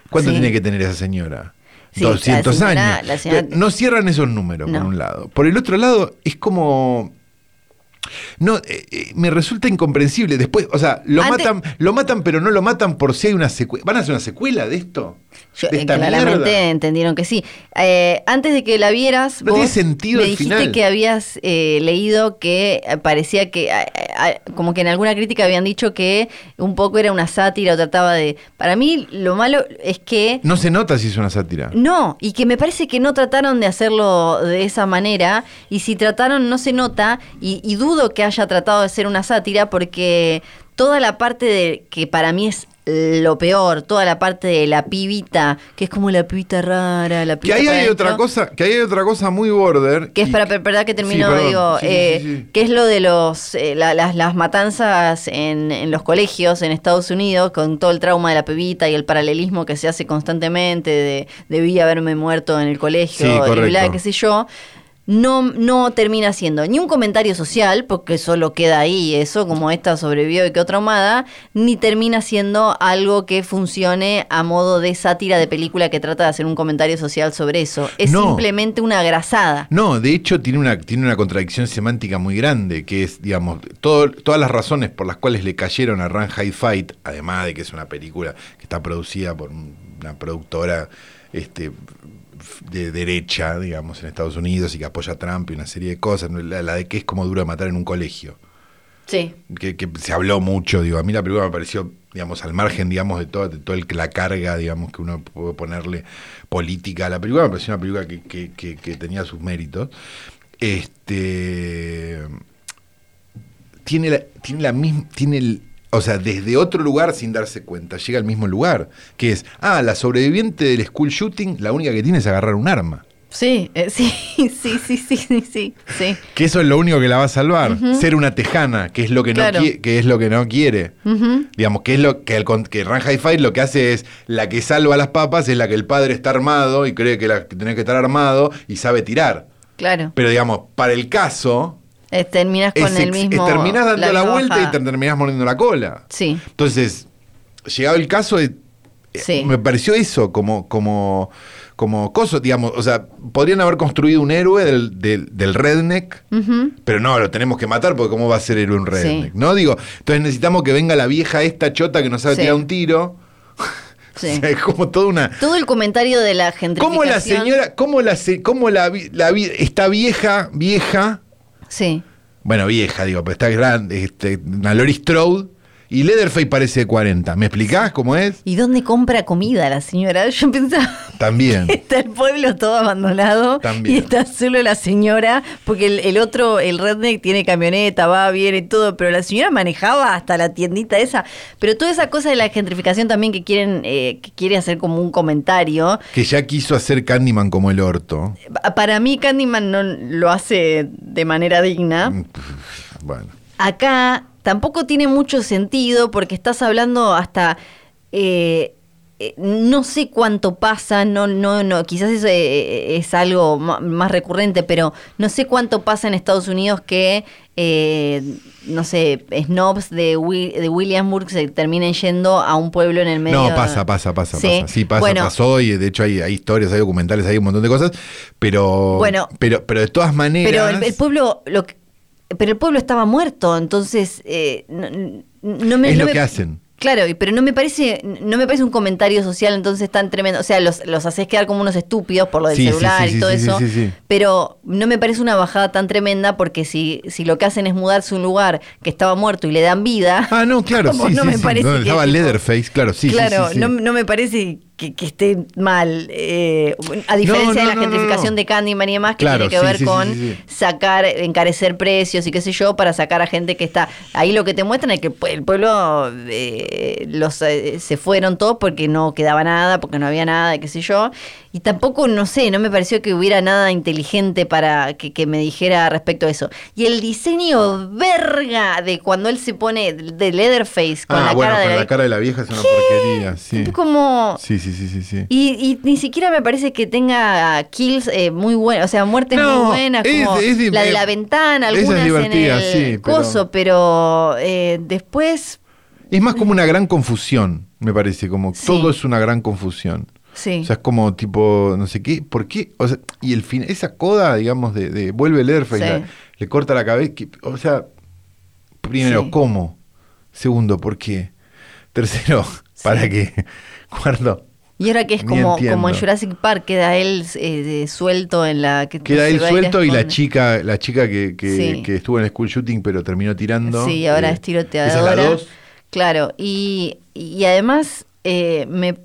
[SPEAKER 1] ¿Cuánto
[SPEAKER 2] Sí.
[SPEAKER 1] tiene que tener esa señora?
[SPEAKER 2] Sí,
[SPEAKER 1] 200
[SPEAKER 2] la señora-
[SPEAKER 1] años.
[SPEAKER 2] la señora-
[SPEAKER 1] Pero No cierran esos números, por
[SPEAKER 2] No.
[SPEAKER 1] un lado. Por el otro lado, es como... No, eh, eh, me resulta incomprensible. Después, o sea, lo
[SPEAKER 2] Antes-
[SPEAKER 1] matan, lo matan, pero no lo matan por si hay una secuela. ¿Van a hacer una secuela de esto?
[SPEAKER 2] Yo,
[SPEAKER 1] ¿De
[SPEAKER 2] eh,
[SPEAKER 1] esta
[SPEAKER 2] claramente
[SPEAKER 1] mierda?
[SPEAKER 2] entendieron que sí. Eh, antes de que la vieras,
[SPEAKER 1] No
[SPEAKER 2] vos
[SPEAKER 1] tiene sentido
[SPEAKER 2] me
[SPEAKER 1] el
[SPEAKER 2] dijiste
[SPEAKER 1] final.
[SPEAKER 2] que habías eh, leído que eh, parecía que, eh, eh, como que en alguna crítica habían dicho que un poco era una sátira o trataba de. Para mí, lo malo es que.
[SPEAKER 1] No se nota si es una sátira.
[SPEAKER 2] No, y que me parece que no trataron de hacerlo de esa manera, y si trataron no se nota, y, y dudo que haya tratado de ser una sátira, porque toda la parte de que para mí es lo peor, toda la parte de la pibita, que es como la pibita rara, la
[SPEAKER 1] Que
[SPEAKER 2] pibita
[SPEAKER 1] ahí
[SPEAKER 2] para
[SPEAKER 1] hay
[SPEAKER 2] adentro,
[SPEAKER 1] otra cosa, que ahí hay otra cosa muy border.
[SPEAKER 2] Que es
[SPEAKER 1] y-
[SPEAKER 2] para, verdad que termino,
[SPEAKER 1] Sí, perdón.
[SPEAKER 2] digo,
[SPEAKER 1] Sí, sí,
[SPEAKER 2] eh,
[SPEAKER 1] sí, sí.
[SPEAKER 2] que es lo de los eh, la- las, las matanzas en, en los colegios en Estados Unidos, con todo el trauma de la pebita y el paralelismo que se hace constantemente de debí haberme muerto en el colegio
[SPEAKER 1] Sí,
[SPEAKER 2] y bla,
[SPEAKER 1] correcto.
[SPEAKER 2] qué sé yo. No, no termina siendo ni un comentario social, porque solo queda ahí eso, como esta sobrevivió y quedó traumada, ni termina siendo algo que funcione a modo de sátira de película que trata de hacer un comentario social sobre eso. Es
[SPEAKER 1] No.
[SPEAKER 2] simplemente una grasada.
[SPEAKER 1] No, de hecho tiene una, tiene una contradicción semántica muy grande, que es, digamos, todo- todas las razones por las cuales le cayeron a Ran High Fight, además de que es una película que está producida por un- una productora este, f- de derecha, digamos, en Estados Unidos y que apoya a Trump y una serie de cosas, la, la de que es como duro de matar en un colegio
[SPEAKER 2] Sí.
[SPEAKER 1] que, que se habló mucho, digo, a mí la película me pareció, digamos, al margen, digamos, de toda, de toda el- la carga, digamos, que uno puede ponerle política a la película, me pareció una película que, que- que- que tenía sus méritos. Este tiene la, tiene la misma, tiene el, o sea, desde otro lugar sin darse cuenta, llega al mismo lugar, que es, ah, la sobreviviente del school shooting, la única que tiene es agarrar un arma.
[SPEAKER 2] Sí, eh, sí, sí, sí, sí, sí, sí, sí.
[SPEAKER 1] Que eso es lo único que la va a salvar, ser una tejana, que es lo que no
[SPEAKER 2] Claro.
[SPEAKER 1] qui- que es lo que no quiere.
[SPEAKER 2] Ujú.
[SPEAKER 1] Digamos, que es lo que el con- que Ran Hi-Fi lo que hace es la que salva las papas es la que el padre está armado y cree que, la, que tenés que estar armado y sabe tirar.
[SPEAKER 2] Claro.
[SPEAKER 1] Pero digamos, para el caso,
[SPEAKER 2] Eh, terminás con
[SPEAKER 1] es
[SPEAKER 2] el
[SPEAKER 1] ex-
[SPEAKER 2] mismo.
[SPEAKER 1] terminás dando la,
[SPEAKER 2] misma
[SPEAKER 1] vuelta
[SPEAKER 2] bajada.
[SPEAKER 1] y te terminás mordiendo la cola.
[SPEAKER 2] Sí.
[SPEAKER 1] Entonces, llegado el caso, eh,
[SPEAKER 2] Sí.
[SPEAKER 1] me pareció eso como, como, como coso, digamos, o sea, podrían haber construido un héroe del, del, del redneck.
[SPEAKER 2] Ujú.
[SPEAKER 1] Pero no, lo tenemos que matar porque cómo va a ser el un redneck,
[SPEAKER 2] Sí.
[SPEAKER 1] ¿no? Digo, entonces necesitamos que venga la vieja esta chota que no sabe
[SPEAKER 2] Sí.
[SPEAKER 1] tirar un tiro.
[SPEAKER 2] Sí.
[SPEAKER 1] O sea, es como toda una...
[SPEAKER 2] Todo el comentario de la gentrificación.
[SPEAKER 1] ¿Cómo la señora, cómo la, se- cómo la, vi- la vi- esta vieja, vieja,
[SPEAKER 2] Sí.
[SPEAKER 1] bueno, vieja, digo, pero está grande, este, una Lori Strode, Y Leatherface parece de 40. ¿Me explicás cómo es?
[SPEAKER 2] ¿Y dónde compra comida la señora? Yo pensaba.
[SPEAKER 1] También.
[SPEAKER 2] Está el pueblo todo abandonado
[SPEAKER 1] También.
[SPEAKER 2] y está solo la señora, porque el, el otro, el redneck, tiene camioneta, va, viene y todo, pero la señora manejaba hasta la tiendita esa. Pero toda esa cosa de la gentrificación también que quieren, eh, que quiere hacer como un comentario.
[SPEAKER 1] Que ya quiso hacer Candyman como el orto.
[SPEAKER 2] Pa- Para mí Candyman no lo hace de manera digna.
[SPEAKER 1] Bueno.
[SPEAKER 2] acá tampoco tiene mucho sentido porque estás hablando hasta eh, eh, no sé cuánto pasa, no, no, no, quizás eso eh, es, algo ma- más recurrente, pero no sé cuánto pasa en Estados Unidos que eh, no sé, snobs de, Wi- de Williamsburg se terminen yendo a un pueblo en el medio.
[SPEAKER 1] No, pasa, pasa, pasa,
[SPEAKER 2] Sí.
[SPEAKER 1] pasa. Sí, pasa,
[SPEAKER 2] Bueno,
[SPEAKER 1] pasó y de hecho hay, hay historias, hay documentales, hay un montón de cosas, pero
[SPEAKER 2] Bueno.
[SPEAKER 1] pero pero de todas maneras
[SPEAKER 2] Pero el, el pueblo, lo que- pero el pueblo estaba muerto, entonces eh, no, no me
[SPEAKER 1] Es lo
[SPEAKER 2] no me-
[SPEAKER 1] que hacen.
[SPEAKER 2] Claro, y- pero no me parece, no me parece un comentario social entonces tan tremendo. O sea, los, los haces quedar como unos estúpidos por lo del
[SPEAKER 1] Sí, sí,
[SPEAKER 2] celular
[SPEAKER 1] sí, sí,
[SPEAKER 2] y todo
[SPEAKER 1] sí,
[SPEAKER 2] eso.
[SPEAKER 1] sí, sí.
[SPEAKER 2] Pero no me parece una bajada tan tremenda porque si, si lo que hacen es mudarse a un lugar que estaba muerto y le dan vida.
[SPEAKER 1] Ah, no, claro,
[SPEAKER 2] como
[SPEAKER 1] sí,
[SPEAKER 2] no
[SPEAKER 1] sí,
[SPEAKER 2] me
[SPEAKER 1] sí.
[SPEAKER 2] parece
[SPEAKER 1] No,
[SPEAKER 2] que
[SPEAKER 1] estaba
[SPEAKER 2] tipo-
[SPEAKER 1] Leatherface, claro, sí, sí,
[SPEAKER 2] claro,
[SPEAKER 1] sí, sí.
[SPEAKER 2] No, no me parece que, que esté mal. eh, a
[SPEAKER 1] No,
[SPEAKER 2] diferencia
[SPEAKER 1] no,
[SPEAKER 2] de
[SPEAKER 1] no,
[SPEAKER 2] la
[SPEAKER 1] no,
[SPEAKER 2] gentrificación
[SPEAKER 1] no.
[SPEAKER 2] de Candyman y demás, que
[SPEAKER 1] Claro,
[SPEAKER 2] tiene que
[SPEAKER 1] sí,
[SPEAKER 2] ver
[SPEAKER 1] sí, sí,
[SPEAKER 2] con
[SPEAKER 1] sí, sí.
[SPEAKER 2] sacar, encarecer precios y qué sé yo, para sacar a gente que está. Ahí lo que te muestran es que el pue- el pueblo eh, los eh, se fueron todos porque no quedaba nada, porque no había nada, qué sé yo. Y tampoco, no sé, no me pareció que hubiera nada inteligente para que, que me dijera respecto a eso. Y el diseño verga de cuando él se pone de Leatherface con
[SPEAKER 1] ah,
[SPEAKER 2] la
[SPEAKER 1] bueno,
[SPEAKER 2] cara de
[SPEAKER 1] con
[SPEAKER 2] la-
[SPEAKER 1] la cara de la vieja es una porquería, sí.
[SPEAKER 2] como
[SPEAKER 1] Sí, sí, sí, sí, sí.
[SPEAKER 2] y, y ni siquiera me parece que tenga kills eh, muy buenas, o sea, muertes
[SPEAKER 1] No,
[SPEAKER 2] muy buenas,
[SPEAKER 1] es-
[SPEAKER 2] como
[SPEAKER 1] es di-
[SPEAKER 2] la de
[SPEAKER 1] eh,
[SPEAKER 2] la ventana,
[SPEAKER 1] esa es
[SPEAKER 2] algunas en
[SPEAKER 1] divertida,
[SPEAKER 2] el
[SPEAKER 1] sí, pero-
[SPEAKER 2] coso, pero, eh, después,
[SPEAKER 1] Es más como una gran confusión, me parece, como
[SPEAKER 2] Sí.
[SPEAKER 1] todo es una gran confusión.
[SPEAKER 2] sí.
[SPEAKER 1] O sea, es como tipo, no sé qué, ¿por qué? O sea, y el fin, esa coda, digamos, de, de vuelve Leatherface,
[SPEAKER 2] Sí.
[SPEAKER 1] la- le corta la cabeza. que- o sea, primero,
[SPEAKER 2] Sí.
[SPEAKER 1] ¿cómo? Segundo, ¿por qué? Tercero, ¿para qué? Cuarto,
[SPEAKER 2] y ahora que es
[SPEAKER 1] ni
[SPEAKER 2] como, como en
[SPEAKER 1] entiendo.
[SPEAKER 2] Jurassic Park, queda él eh, eh, suelto en la... Que
[SPEAKER 1] queda
[SPEAKER 2] se
[SPEAKER 1] él
[SPEAKER 2] va a ir a
[SPEAKER 1] suelto y la
[SPEAKER 2] esconder.
[SPEAKER 1] chica, la chica que, que-
[SPEAKER 2] Sí.
[SPEAKER 1] que estuvo en el school shooting pero terminó tirando.
[SPEAKER 2] Sí, ahora
[SPEAKER 1] eh,
[SPEAKER 2] es tiroteadora.
[SPEAKER 1] Esa es la dos.
[SPEAKER 2] Claro, y, y además eh, me,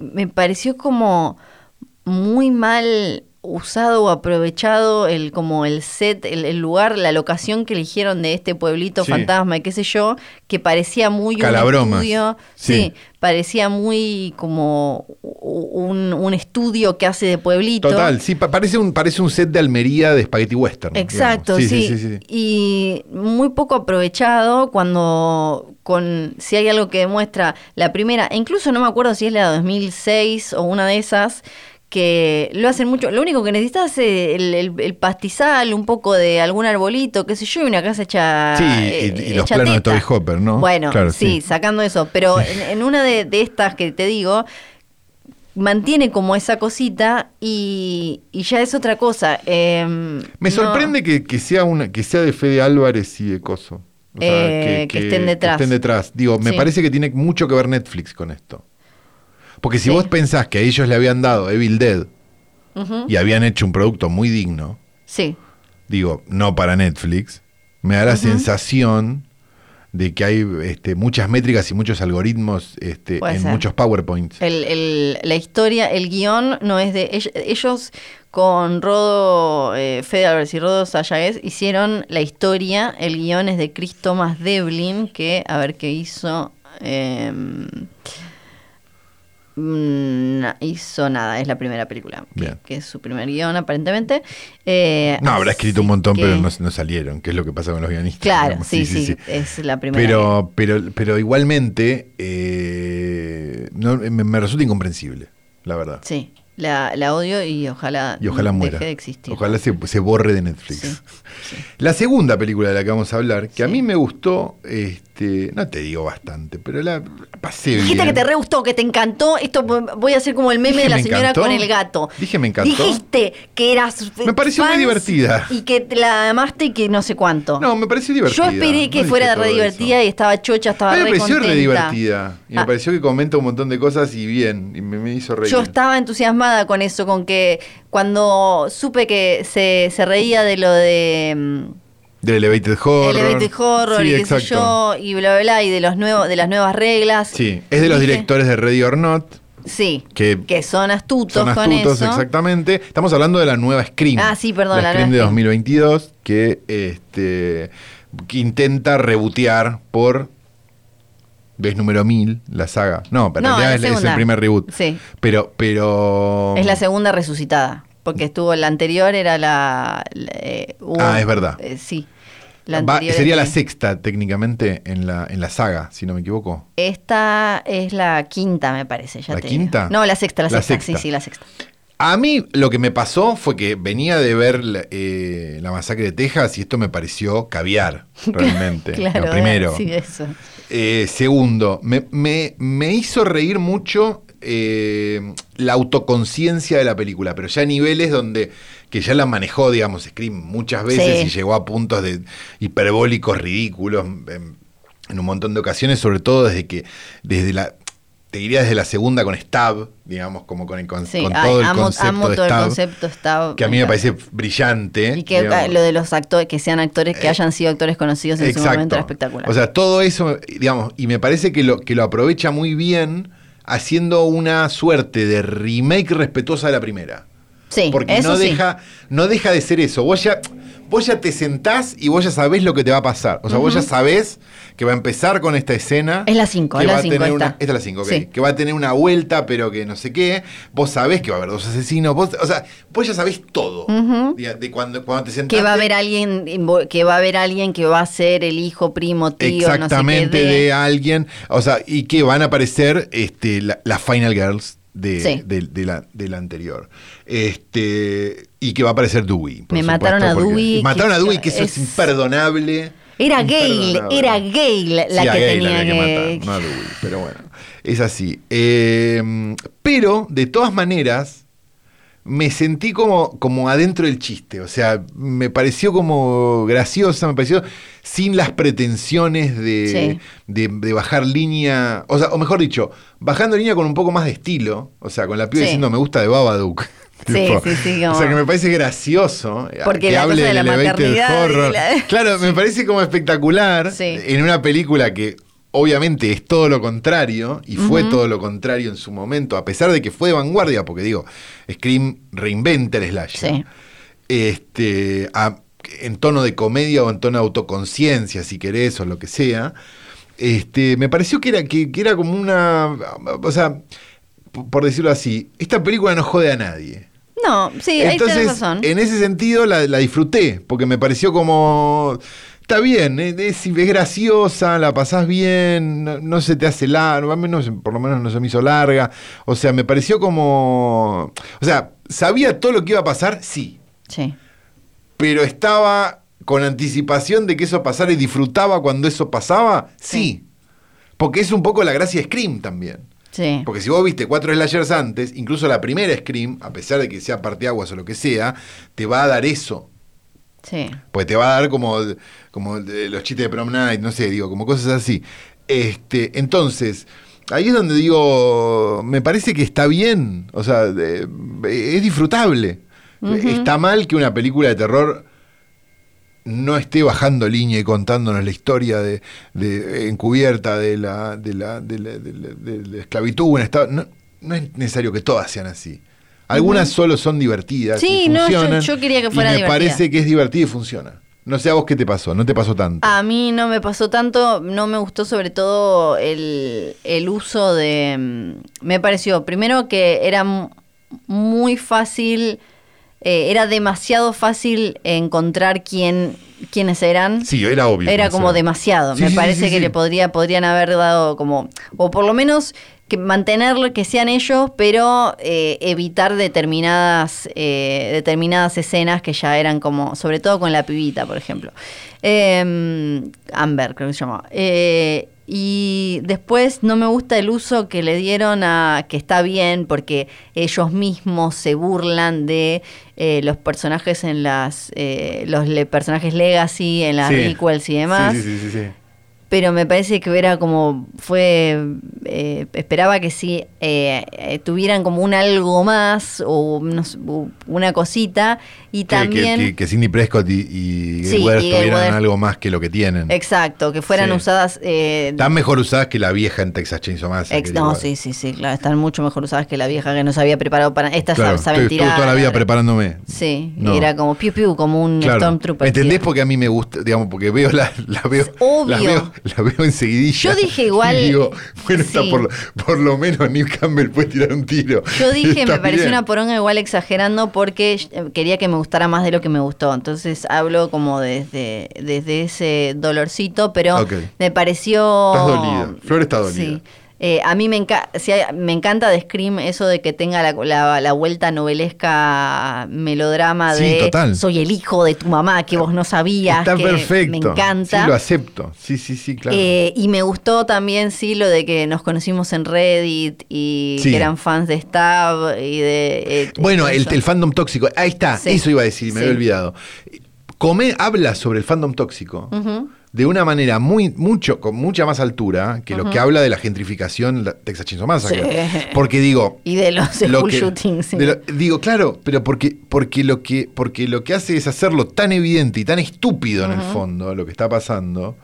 [SPEAKER 2] me pareció como muy mal usado o aprovechado el como el set, el, el lugar, la locación que eligieron de este pueblito
[SPEAKER 1] Sí.
[SPEAKER 2] fantasma y qué sé yo, que parecía muy un
[SPEAKER 1] Calabromas.
[SPEAKER 2] estudio, sí.
[SPEAKER 1] Sí.
[SPEAKER 2] parecía muy como u- un, un estudio que hace de pueblito.
[SPEAKER 1] Total, sí, pa- parece, un, parece un set de Almería de Spaghetti Western. digamos.
[SPEAKER 2] Exacto, sí, Y muy poco aprovechado cuando con si hay algo que demuestra la primera, e incluso no me acuerdo si es la 2006 o una de esas que lo hacen mucho. Lo único que necesitas es el, el- el pastizal, un poco de algún arbolito, qué sé yo, y una casa hecha.
[SPEAKER 1] Sí, y-
[SPEAKER 2] eh,
[SPEAKER 1] y los
[SPEAKER 2] hecha
[SPEAKER 1] planos de
[SPEAKER 2] teta.
[SPEAKER 1] Toby Hopper, ¿no?
[SPEAKER 2] Bueno,
[SPEAKER 1] Claro, sí.
[SPEAKER 2] sí, sacando eso. Pero en, en una de, de estas que te digo, mantiene como esa cosita y, y ya es otra cosa. Em,
[SPEAKER 1] Me
[SPEAKER 2] no-
[SPEAKER 1] sorprende que, que sea una, que sea de Fede Álvarez y de Coso. O sea,
[SPEAKER 2] Eh, que estén detrás.
[SPEAKER 1] estén detrás. Digo, me
[SPEAKER 2] Sí.
[SPEAKER 1] parece que tiene mucho que ver Netflix con esto. Porque si
[SPEAKER 2] Sí.
[SPEAKER 1] vos pensás que a ellos le habían dado Evil Dead
[SPEAKER 2] Ujú.
[SPEAKER 1] y habían hecho un producto muy digno,
[SPEAKER 2] Sí.
[SPEAKER 1] digo, no para Netflix, me da la sensación de que hay este, muchas métricas y muchos algoritmos este,
[SPEAKER 2] Puede
[SPEAKER 1] en
[SPEAKER 2] ser. Eh,
[SPEAKER 1] muchos PowerPoints.
[SPEAKER 2] El, el- la historia, el guión no es de ell- ellos con Rodo eh, Fede Álvarez y Rodo Sayaguez hicieron la historia, el guión es de Chris Thomas Devlin, que a ver qué hizo. eh, mm, na- hizo nada, es la primera película, que-
[SPEAKER 1] Bien.
[SPEAKER 2] que, es su primer guión aparentemente. Eh,
[SPEAKER 1] No, habrá escrito un
[SPEAKER 2] así
[SPEAKER 1] montón,
[SPEAKER 2] que-
[SPEAKER 1] pero no, no salieron, que es lo que pasa con los guionistas.
[SPEAKER 2] Claro,
[SPEAKER 1] digamos.
[SPEAKER 2] sí sí, es la primera.
[SPEAKER 1] Pero, pero, pero igualmente eh, no, me, me resulta incomprensible, la verdad.
[SPEAKER 2] Sí, la, la odio y ojalá,
[SPEAKER 1] Y ojalá muera.
[SPEAKER 2] deje de existir.
[SPEAKER 1] Ojalá se, se borre de Netflix.
[SPEAKER 2] Sí,
[SPEAKER 1] La segunda película de la que vamos a hablar, que a
[SPEAKER 2] Sí.
[SPEAKER 1] mí me gustó, este, no te digo bastante, pero la, la pasé
[SPEAKER 2] Dijiste
[SPEAKER 1] bien.
[SPEAKER 2] que te re gustó, que te encantó. Esto voy a hacer como el meme
[SPEAKER 1] Dije,
[SPEAKER 2] de la
[SPEAKER 1] me
[SPEAKER 2] señora
[SPEAKER 1] encantó.
[SPEAKER 2] con el gato.
[SPEAKER 1] Dije, me encantó.
[SPEAKER 2] Dijiste que eras. f-
[SPEAKER 1] Me pareció muy
[SPEAKER 2] fans
[SPEAKER 1] divertida.
[SPEAKER 2] Y que te la amaste y que no sé cuánto.
[SPEAKER 1] No, me pareció divertida.
[SPEAKER 2] Yo esperé que
[SPEAKER 1] no
[SPEAKER 2] fuera
[SPEAKER 1] dije todo
[SPEAKER 2] re
[SPEAKER 1] eso.
[SPEAKER 2] divertida y estaba chocha, estaba
[SPEAKER 1] A mí
[SPEAKER 2] re
[SPEAKER 1] me pareció
[SPEAKER 2] contenta.
[SPEAKER 1] re divertida. Y me
[SPEAKER 2] Ah.
[SPEAKER 1] pareció que comenta un montón de cosas y bien. Y me, me hizo reír.
[SPEAKER 2] Yo estaba entusiasmada con eso, con que cuando supe que se, se reía de lo de. mm,
[SPEAKER 1] Del Elevated Horror.
[SPEAKER 2] Elevated Horror
[SPEAKER 1] Sí,
[SPEAKER 2] y qué sé
[SPEAKER 1] exacto.
[SPEAKER 2] yo, y bla, bla, bla, y de, los nuevos, de las nuevas reglas.
[SPEAKER 1] Sí, es de los
[SPEAKER 2] ¿Viste?
[SPEAKER 1] directores de Ready or Not.
[SPEAKER 2] Sí,
[SPEAKER 1] que
[SPEAKER 2] que, son astutos
[SPEAKER 1] Son
[SPEAKER 2] con
[SPEAKER 1] astutos,
[SPEAKER 2] eso.
[SPEAKER 1] exactamente. Estamos hablando de la nueva Scream.
[SPEAKER 2] Ah, sí, perdón,
[SPEAKER 1] La,
[SPEAKER 2] la
[SPEAKER 1] Scream
[SPEAKER 2] nueva
[SPEAKER 1] de
[SPEAKER 2] Scream.
[SPEAKER 1] 2022 que, este, que intenta rebotear por vez número 1000 la saga. No, pero
[SPEAKER 2] No,
[SPEAKER 1] en
[SPEAKER 2] la
[SPEAKER 1] realidad es- es, el
[SPEAKER 2] segunda.
[SPEAKER 1] primer reboot.
[SPEAKER 2] Sí.
[SPEAKER 1] Pero, pero...
[SPEAKER 2] Es la segunda resucitada, porque estuvo la anterior, era la... la, eh, hubo-
[SPEAKER 1] Ah, es verdad.
[SPEAKER 2] eh, sí. La
[SPEAKER 1] Va-
[SPEAKER 2] anterior
[SPEAKER 1] sería
[SPEAKER 2] es-
[SPEAKER 1] la sexta técnicamente en la, en la saga, si no me equivoco.
[SPEAKER 2] Esta es la quinta, me parece. Ya
[SPEAKER 1] ¿La
[SPEAKER 2] te digo.
[SPEAKER 1] quinta?
[SPEAKER 2] No, la sexta, la,
[SPEAKER 1] La
[SPEAKER 2] sexta.
[SPEAKER 1] sexta.
[SPEAKER 2] Sí, sí, la sexta.
[SPEAKER 1] A mí lo que me pasó fue que venía de ver la, eh, la masacre de Texas y esto me pareció caviar, realmente.
[SPEAKER 2] Claro,
[SPEAKER 1] lo primero.
[SPEAKER 2] Sí, eso.
[SPEAKER 1] Eh, segundo, me, me- me hizo reír mucho eh, la autoconciencia de la película, pero ya a niveles donde que ya la manejó, digamos, Scream muchas veces
[SPEAKER 2] Sí.
[SPEAKER 1] y llegó a puntos de hiperbólicos ridículos en, en un montón de ocasiones, sobre todo desde que, desde la, te diría desde la segunda con Stab, digamos, como con, el con-
[SPEAKER 2] Sí,
[SPEAKER 1] con
[SPEAKER 2] ay,
[SPEAKER 1] todo el
[SPEAKER 2] amo,
[SPEAKER 1] concepto
[SPEAKER 2] amo
[SPEAKER 1] de
[SPEAKER 2] todo el
[SPEAKER 1] Stab,
[SPEAKER 2] concepto. Está,
[SPEAKER 1] que a mí me parece brillante.
[SPEAKER 2] Y que
[SPEAKER 1] digamos.
[SPEAKER 2] ah, lo de los actores, que sean actores que
[SPEAKER 1] Eh,
[SPEAKER 2] hayan sido actores conocidos en su momento era espectacular.
[SPEAKER 1] O sea, todo eso, digamos, y me parece que lo, que lo aprovecha muy bien haciendo una suerte de remake respetuosa de la primera.
[SPEAKER 2] sí,
[SPEAKER 1] Porque
[SPEAKER 2] eso
[SPEAKER 1] no,
[SPEAKER 2] sí.
[SPEAKER 1] deja, no deja de ser eso. Vos ya, vos ya te sentás y vos ya sabés lo que te va a pasar. O sea, vos ya sabés que va a empezar con esta escena.
[SPEAKER 2] Es la cinco,
[SPEAKER 1] que
[SPEAKER 2] es la
[SPEAKER 1] va a
[SPEAKER 2] cinco
[SPEAKER 1] tener
[SPEAKER 2] esta.
[SPEAKER 1] una- Esta es la 5,
[SPEAKER 2] Sí.
[SPEAKER 1] Que va a tener una vuelta, pero que no sé qué. Vos sabés que va a haber dos asesinos. Vos, o sea, vos ya sabés todo. de, de cuando, cuando te sentás.
[SPEAKER 2] que va a haber alguien invo- que va a haber alguien que va a ser el hijo, primo, tío,
[SPEAKER 1] exactamente
[SPEAKER 2] no sé qué,
[SPEAKER 1] de alguien. O sea, y que van a aparecer este, la- las Final Girls de,
[SPEAKER 2] Sí.
[SPEAKER 1] de- de la, de la anterior. Este, y que va a aparecer Dewey. por
[SPEAKER 2] Me
[SPEAKER 1] supuesto,
[SPEAKER 2] mataron a
[SPEAKER 1] porque-
[SPEAKER 2] Dewey,
[SPEAKER 1] y Mataron a
[SPEAKER 2] que
[SPEAKER 1] Dewey, que eso es,
[SPEAKER 2] es-
[SPEAKER 1] imperdonable.
[SPEAKER 2] Era Gale,
[SPEAKER 1] Imperdonable.
[SPEAKER 2] era Gale la
[SPEAKER 1] Sí, a
[SPEAKER 2] que
[SPEAKER 1] Gale
[SPEAKER 2] tenía
[SPEAKER 1] había
[SPEAKER 2] que,
[SPEAKER 1] matar, no a Dewey, pero bueno, es así. Eh, pero, de todas maneras, me sentí como, como adentro del chiste. O sea, me pareció como graciosa, me pareció sin las pretensiones de,
[SPEAKER 2] Sí.
[SPEAKER 1] de- de bajar línea. O sea, o mejor dicho, bajando línea con un poco más de estilo. O sea, con la piba
[SPEAKER 2] Sí.
[SPEAKER 1] diciendo me gusta de Babadook.
[SPEAKER 2] Sí, sí, sí,
[SPEAKER 1] O
[SPEAKER 2] como-
[SPEAKER 1] sea, que me parece gracioso eh,
[SPEAKER 2] Porque
[SPEAKER 1] que
[SPEAKER 2] la
[SPEAKER 1] hable
[SPEAKER 2] cosa
[SPEAKER 1] del
[SPEAKER 2] de la
[SPEAKER 1] elevated
[SPEAKER 2] maternidad y
[SPEAKER 1] horror.
[SPEAKER 2] la-
[SPEAKER 1] Claro, me parece como espectacular
[SPEAKER 2] Sí.
[SPEAKER 1] en una película que obviamente es todo lo contrario y fue todo lo contrario en su momento, a pesar de que fue de vanguardia, porque digo, Scream reinventa el slasher.
[SPEAKER 2] Sí.
[SPEAKER 1] Este, a- en tono de comedia o en tono de autoconciencia, si querés, o lo que sea. Este, me pareció que era, que, que era como una. O sea, p- por decirlo así, esta película no jode a nadie.
[SPEAKER 2] No, sí, ahí
[SPEAKER 1] Entonces,
[SPEAKER 2] tenés razón.
[SPEAKER 1] en ese sentido la, la disfruté, porque me pareció como. Está bien, eh, es, es graciosa, la pasás bien, no, no se te hace larga, por lo menos no se me hizo larga. O sea, me pareció como. O sea, ¿sabía todo lo que iba a pasar? Sí.
[SPEAKER 2] Sí.
[SPEAKER 1] Pero estaba con anticipación de que eso pasara y disfrutaba cuando eso pasaba? Sí. Porque es un poco la gracia de Scream también.
[SPEAKER 2] Sí.
[SPEAKER 1] Porque si vos viste cuatro slashers antes, incluso la primera Scream, a pesar de que sea parteaguas o lo que sea, te va a dar eso.
[SPEAKER 2] Sí.
[SPEAKER 1] Porque Pues te va a dar como, como de los chistes de prom night, no sé, digo, como cosas así. Este, entonces, ahí es donde digo, me parece que está bien, o sea, de- es disfrutable. Está mal que una película de terror no esté bajando línea y contándonos la historia de, de- encubierta de la, de la, de la- de la- de la esclavitud. en Estados- No, no es necesario que todas sean así. Algunas solo son divertidas.
[SPEAKER 2] Sí,
[SPEAKER 1] y
[SPEAKER 2] no, yo-
[SPEAKER 1] funcionan,
[SPEAKER 2] yo quería que
[SPEAKER 1] y
[SPEAKER 2] fuera
[SPEAKER 1] me
[SPEAKER 2] divertida.
[SPEAKER 1] parece que es divertido y funciona. No sé a vos qué te pasó, no te pasó tanto.
[SPEAKER 2] A mí no me pasó tanto, no me gustó sobre todo el, el uso de... mm, Me pareció, primero que era mu- muy fácil, eh, era demasiado fácil encontrar quién, quiénes eran.
[SPEAKER 1] sí, era obvio.
[SPEAKER 2] Era
[SPEAKER 1] no sé.
[SPEAKER 2] como demasiado.
[SPEAKER 1] Sí,
[SPEAKER 2] me
[SPEAKER 1] sí, sí,
[SPEAKER 2] parece
[SPEAKER 1] sí,
[SPEAKER 2] que
[SPEAKER 1] sí.
[SPEAKER 2] le podría, podrían haber dado como. O por lo menos que mantenerlo, que sean ellos, pero eh, evitar determinadas, eh, determinadas escenas que ya eran como. Sobre todo con la pibita, por ejemplo. Eh, Amber, creo que se llamaba. Eh, y después no me gusta el uso que le dieron a que está bien porque ellos mismos se burlan de eh, los personajes en las eh, los le- personajes legacy en las
[SPEAKER 1] Sí.
[SPEAKER 2] sequels y demás
[SPEAKER 1] Sí, sí, sí, sí, sí.
[SPEAKER 2] pero me parece que era como fue eh, esperaba que sí eh, eh, tuvieran como un algo más o no sé, u- una cosita y
[SPEAKER 1] Que- que-
[SPEAKER 2] también
[SPEAKER 1] Que, que Cindy Prescott y, y
[SPEAKER 2] Sí,
[SPEAKER 1] Gail Weathers
[SPEAKER 2] y Gail
[SPEAKER 1] tuvieran
[SPEAKER 2] Weathers.
[SPEAKER 1] algo más que lo que tienen.
[SPEAKER 2] exacto que fueran
[SPEAKER 1] Sí.
[SPEAKER 2] usadas eh,
[SPEAKER 1] Están mejor usadas que la vieja en Texas Chainsaw Massacre.
[SPEAKER 2] ex- no
[SPEAKER 1] igual.
[SPEAKER 2] sí sí sí claro están mucho mejor usadas que la vieja que nos había preparado para esta
[SPEAKER 1] Claro,
[SPEAKER 2] sabe
[SPEAKER 1] estoy- estuve
[SPEAKER 2] tirar.
[SPEAKER 1] toda la vida preparándome.
[SPEAKER 2] sí y
[SPEAKER 1] No.
[SPEAKER 2] era como piu piu como un
[SPEAKER 1] Claro.
[SPEAKER 2] stormtrooper
[SPEAKER 1] ¿Entendés?
[SPEAKER 2] tío.
[SPEAKER 1] Porque a mí me gusta, digamos, porque veo la, la veo.
[SPEAKER 2] obvio.
[SPEAKER 1] La veo, la veo enseguidilla.
[SPEAKER 2] Yo dije igual,
[SPEAKER 1] Y digo, bueno, está
[SPEAKER 2] sí.
[SPEAKER 1] por, lo- por lo menos Neil Campbell puede tirar un tiro.
[SPEAKER 2] Yo dije,
[SPEAKER 1] Está
[SPEAKER 2] me pareció
[SPEAKER 1] bien.
[SPEAKER 2] una poronga igual exagerando porque eh, quería que me gustara más de lo que me gustó. Entonces hablo como desde, desde ese dolorcito, pero
[SPEAKER 1] Ok.
[SPEAKER 2] me pareció...
[SPEAKER 1] Estás dolida. Flor está dolida.
[SPEAKER 2] Sí. Eh, a mí me, enca- sí, hay- me encanta de Scream eso de que tenga la, la- la vuelta novelesca melodrama
[SPEAKER 1] Sí,
[SPEAKER 2] de
[SPEAKER 1] total.
[SPEAKER 2] soy el hijo de tu mamá que vos no sabías.
[SPEAKER 1] Está
[SPEAKER 2] que
[SPEAKER 1] perfecto.
[SPEAKER 2] Me encanta.
[SPEAKER 1] Sí, lo acepto. Sí, sí, sí, claro.
[SPEAKER 2] Eh, y me gustó también, sí, lo de que nos conocimos en Reddit y
[SPEAKER 1] Sí.
[SPEAKER 2] que eran fans de Stab y de... eh,
[SPEAKER 1] Bueno, el,
[SPEAKER 2] eso.
[SPEAKER 1] el fandom tóxico, ahí está,
[SPEAKER 2] Sí.
[SPEAKER 1] eso iba a decir, me
[SPEAKER 2] Sí.
[SPEAKER 1] había olvidado. Come habla sobre el fandom tóxico
[SPEAKER 2] Ujú.
[SPEAKER 1] de una manera muy mucho con mucha más altura que lo que habla de la gentrificación la- Texas Chainsaw Massacre.
[SPEAKER 2] Sí.
[SPEAKER 1] Porque digo,
[SPEAKER 2] Y de los
[SPEAKER 1] lo
[SPEAKER 2] school
[SPEAKER 1] que-
[SPEAKER 2] shootings. sí.
[SPEAKER 1] de lo- digo, claro, pero porque, porque, lo que, porque lo que hace es hacerlo tan evidente y tan estúpido en el fondo, lo que está pasando,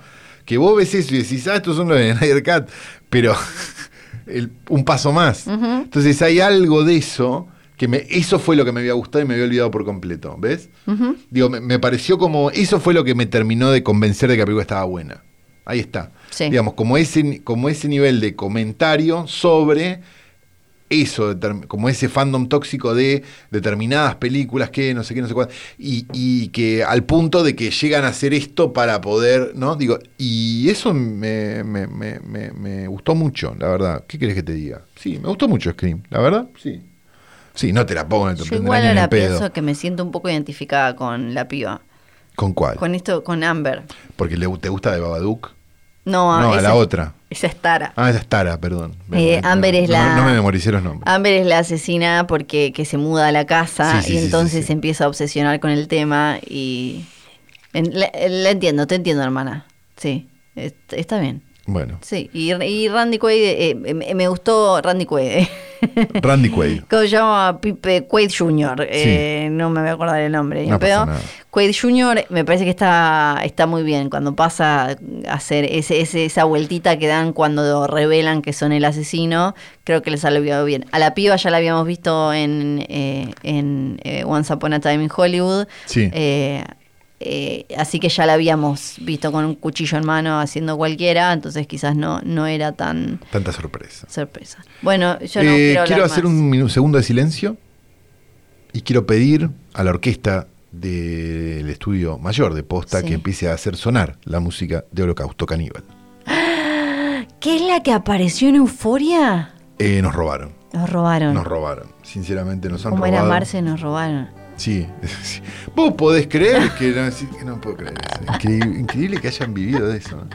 [SPEAKER 1] que vos ves eso y decís, ah, estos son los de Snyder Cat, pero el- un paso más. Entonces hay algo de eso que me, eso fue lo que me había gustado y me había olvidado por completo, ¿ves? Digo, me, me pareció como, eso fue lo que me terminó de convencer de que la película estaba buena. Ahí está.
[SPEAKER 2] Sí.
[SPEAKER 1] Digamos, como ese, ni- como ese nivel de comentario sobre eso, determ- como ese fandom tóxico de determinadas películas que no sé qué, no sé cuál, y, y que al punto de que llegan a hacer esto para poder, ¿no? Digo, y eso me, me- me- me- me gustó mucho, la verdad. ¿Qué querés que te diga? Sí, me gustó mucho Scream, la verdad, sí. Sí, no te la pongo en el top
[SPEAKER 2] Yo
[SPEAKER 1] 10 del
[SPEAKER 2] igual
[SPEAKER 1] año ni en
[SPEAKER 2] ahora
[SPEAKER 1] pedo.
[SPEAKER 2] pienso que me siento un poco identificada con la piba.
[SPEAKER 1] ¿Con cuál?
[SPEAKER 2] Con esto, con Amber.
[SPEAKER 1] Porque le, te gusta de Babadook.
[SPEAKER 2] No,
[SPEAKER 1] No, a
[SPEAKER 2] esa
[SPEAKER 1] la
[SPEAKER 2] es-
[SPEAKER 1] otra.
[SPEAKER 2] Esa es Tara.
[SPEAKER 1] Ah, esa es Tara, perdón.
[SPEAKER 2] Eh,
[SPEAKER 1] Me-
[SPEAKER 2] Amber
[SPEAKER 1] me-
[SPEAKER 2] es
[SPEAKER 1] no,
[SPEAKER 2] la- Ah.
[SPEAKER 1] No me memoricé los nombres.
[SPEAKER 2] Amber es la asesina porque que se muda a la casa
[SPEAKER 1] Sí, sí,
[SPEAKER 2] y
[SPEAKER 1] sí, sí,
[SPEAKER 2] entonces
[SPEAKER 1] sí.
[SPEAKER 2] se empieza a obsesionar con el tema y... en- la, la entiendo, te entiendo, hermana. Sí, est- está bien.
[SPEAKER 1] Bueno,
[SPEAKER 2] Sí, y, y Randy Quaid, eh, eh, me- me gustó Randy Quaid. eh.
[SPEAKER 1] Randy Quaid.
[SPEAKER 2] ¿Cómo se llama? Pipe Quaid Jr. eh, No me voy a acordar el nombre. ni
[SPEAKER 1] No
[SPEAKER 2] en pedo.
[SPEAKER 1] pasa nada.
[SPEAKER 2] Quaid Jr. me parece que está, está muy bien cuando pasa a hacer ese, ese- esa vueltita que dan cuando revelan que son el asesino. Creo que les ha olvidado bien. A la piba ya la habíamos visto en, eh, en eh, Once Upon a Time in Hollywood.
[SPEAKER 1] Sí.
[SPEAKER 2] Eh, eh, así que ya la habíamos visto con un cuchillo en mano haciendo cualquiera, entonces quizás no, no era tan
[SPEAKER 1] Tanta sorpresa.
[SPEAKER 2] sorpresa. Bueno, yo no
[SPEAKER 1] Eh,
[SPEAKER 2] quiero, hablar
[SPEAKER 1] hacer
[SPEAKER 2] más.
[SPEAKER 1] un minu- segundo de silencio y quiero pedir a la orquesta del estudio mayor de posta
[SPEAKER 2] Sí.
[SPEAKER 1] que empiece a hacer sonar la música de Holocausto Caníbal.
[SPEAKER 2] ¿Qué es la que apareció en Euforia?
[SPEAKER 1] Eh, nos robaron,
[SPEAKER 2] Nos robaron.
[SPEAKER 1] nos robaron. Sinceramente, nos han
[SPEAKER 2] Como era
[SPEAKER 1] robado.
[SPEAKER 2] Marce, nos robaron.
[SPEAKER 1] Sí, sí. Vos podés creer que no, sí, que no puedo creer. eso. Increíble, increíble que hayan vivido de eso. ¿no?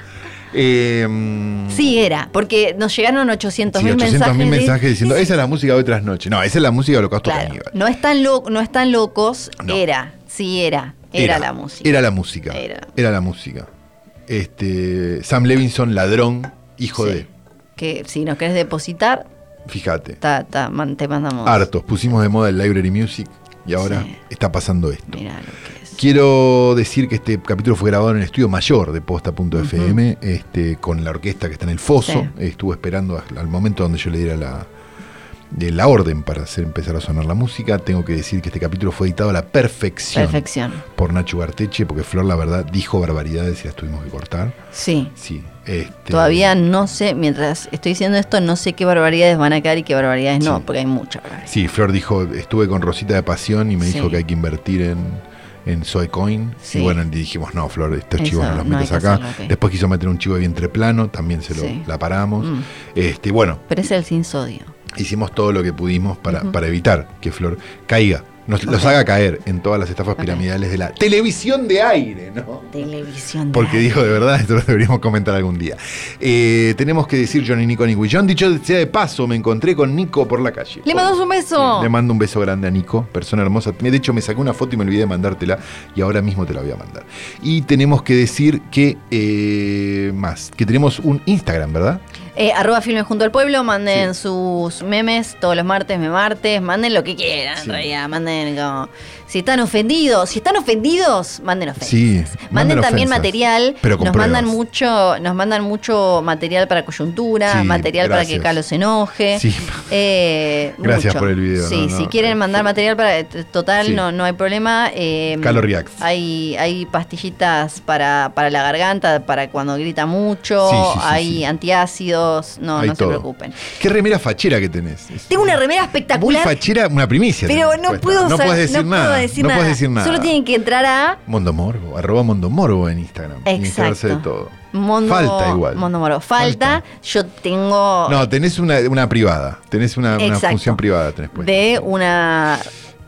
[SPEAKER 1] Eh, mm,
[SPEAKER 2] Sí, era, porque nos llegaron 800
[SPEAKER 1] Sí,
[SPEAKER 2] mil
[SPEAKER 1] 800
[SPEAKER 2] mensajes.
[SPEAKER 1] mil
[SPEAKER 2] de-
[SPEAKER 1] mensajes diciendo, esa es la música de otras noches. No, esa es la música de Holocausto
[SPEAKER 2] Claro,
[SPEAKER 1] Caníbal.
[SPEAKER 2] no están, lo- no están locos,
[SPEAKER 1] No.
[SPEAKER 2] era, sí era, era, la música.
[SPEAKER 1] Era la música.
[SPEAKER 2] Era.
[SPEAKER 1] Era, la música. Este, Sam Levinson, ladrón, hijo
[SPEAKER 2] Sí.
[SPEAKER 1] de.
[SPEAKER 2] Que si nos querés depositar,
[SPEAKER 1] Fíjate.
[SPEAKER 2] ta, ta, man- te mandamos.
[SPEAKER 1] Hartos. Pusimos de moda el Library Music y ahora
[SPEAKER 2] Sí.
[SPEAKER 1] está pasando esto.
[SPEAKER 2] Mirá lo que es.
[SPEAKER 1] Quiero decir que este capítulo fue grabado en el estudio mayor de posta.fm, este, con la orquesta que está en el foso.
[SPEAKER 2] Sí.
[SPEAKER 1] Estuvo esperando al- al momento donde yo le diera la, de la orden para hacer empezar a sonar la música. Tengo que decir que este capítulo fue editado a la perfección,
[SPEAKER 2] Perfección.
[SPEAKER 1] por Nacho Garteche, porque Flor, la verdad, dijo barbaridades y las tuvimos que cortar.
[SPEAKER 2] Sí.
[SPEAKER 1] Sí. este,
[SPEAKER 2] Todavía no sé, mientras estoy diciendo esto, no sé qué barbaridades van a quedar y qué barbaridades no,
[SPEAKER 1] Sí.
[SPEAKER 2] porque hay muchas. barbaridades.
[SPEAKER 1] Sí, Flor dijo, estuve con Rosita de Pasión y me
[SPEAKER 2] Sí.
[SPEAKER 1] dijo que hay que invertir en, en Soycoin.
[SPEAKER 2] Sí.
[SPEAKER 1] Y bueno, dijimos, no, Flor, estos
[SPEAKER 2] Eso,
[SPEAKER 1] chivos no los
[SPEAKER 2] no hay
[SPEAKER 1] metes
[SPEAKER 2] que
[SPEAKER 1] acá.
[SPEAKER 2] hacerlo, ok.
[SPEAKER 1] Después quiso meter un chivo de vientre plano, también se lo
[SPEAKER 2] Sí.
[SPEAKER 1] la paramos.
[SPEAKER 2] Mm.
[SPEAKER 1] Este, bueno,
[SPEAKER 2] Pero es el sin sodio.
[SPEAKER 1] hicimos todo lo que pudimos para, para evitar que Flor caiga, nos, los haga caer en todas las estafas piramidales de la televisión de aire, ¿no?
[SPEAKER 2] Televisión. de
[SPEAKER 1] Porque
[SPEAKER 2] aire.
[SPEAKER 1] dijo de verdad, esto lo deberíamos comentar algún día. Eh, tenemos que decir Johnny Nico Nico y John. Dicho sea de paso, me encontré con Nico por la calle.
[SPEAKER 2] Le mandamos un beso.
[SPEAKER 1] Le mando un beso grande a Nico, persona hermosa. De hecho, me saqué una foto y me olvidé de mandártela y ahora mismo te la voy a mandar. Y tenemos que decir que eh, más, que tenemos un Instagram, ¿verdad?
[SPEAKER 2] Eh, arroba Filme Junto al Pueblo, manden sus memes todos los martes, me martes, manden lo que quieran,
[SPEAKER 1] Sí.
[SPEAKER 2] en realidad, manden como... Si están ofendidos, si están ofendidos, manden ofensas.
[SPEAKER 1] Sí,
[SPEAKER 2] manden,
[SPEAKER 1] manden
[SPEAKER 2] también
[SPEAKER 1] ofensas,
[SPEAKER 2] material,
[SPEAKER 1] pero con
[SPEAKER 2] nos mandan
[SPEAKER 1] pruebas.
[SPEAKER 2] mucho, nos mandan mucho material para coyuntura,
[SPEAKER 1] Sí,
[SPEAKER 2] material para
[SPEAKER 1] gracias.
[SPEAKER 2] que Calo se enoje.
[SPEAKER 1] Sí.
[SPEAKER 2] eh,
[SPEAKER 1] Gracias
[SPEAKER 2] mucho.
[SPEAKER 1] por el video,
[SPEAKER 2] Sí,
[SPEAKER 1] no, no,
[SPEAKER 2] si quieren
[SPEAKER 1] eh,
[SPEAKER 2] mandar material para t- total,
[SPEAKER 1] Sí.
[SPEAKER 2] no, no hay problema. eh,
[SPEAKER 1] Calo Reacts.
[SPEAKER 2] Hay, hay pastillitas para, para la garganta, para cuando grita mucho,
[SPEAKER 1] Sí, sí, sí,
[SPEAKER 2] hay
[SPEAKER 1] sí.
[SPEAKER 2] antiácidos, no,
[SPEAKER 1] Hay
[SPEAKER 2] no
[SPEAKER 1] todo.
[SPEAKER 2] se preocupen.
[SPEAKER 1] Qué remera fachera que tenés. Es
[SPEAKER 2] Tengo una remera
[SPEAKER 1] Muy
[SPEAKER 2] espectacular,
[SPEAKER 1] fachera, una primicia.
[SPEAKER 2] pero
[SPEAKER 1] tenés
[SPEAKER 2] no
[SPEAKER 1] puesta.
[SPEAKER 2] puedo,
[SPEAKER 1] no
[SPEAKER 2] sa-
[SPEAKER 1] puedes decir
[SPEAKER 2] no
[SPEAKER 1] nada.
[SPEAKER 2] puedo decir
[SPEAKER 1] no
[SPEAKER 2] nada.
[SPEAKER 1] puedes decir nada.
[SPEAKER 2] Solo tienen que entrar a
[SPEAKER 1] Mondomorbo, arroba Mondomorbo en Instagram. Y enterarse
[SPEAKER 2] Exacto.
[SPEAKER 1] de todo.
[SPEAKER 2] Mondo-
[SPEAKER 1] Falta igual.
[SPEAKER 2] Mondo Moro. Falta, yo tengo
[SPEAKER 1] No, tenés una, una privada. Tenés una, una
[SPEAKER 2] Exacto.
[SPEAKER 1] función privada. Tenés puesta.
[SPEAKER 2] de una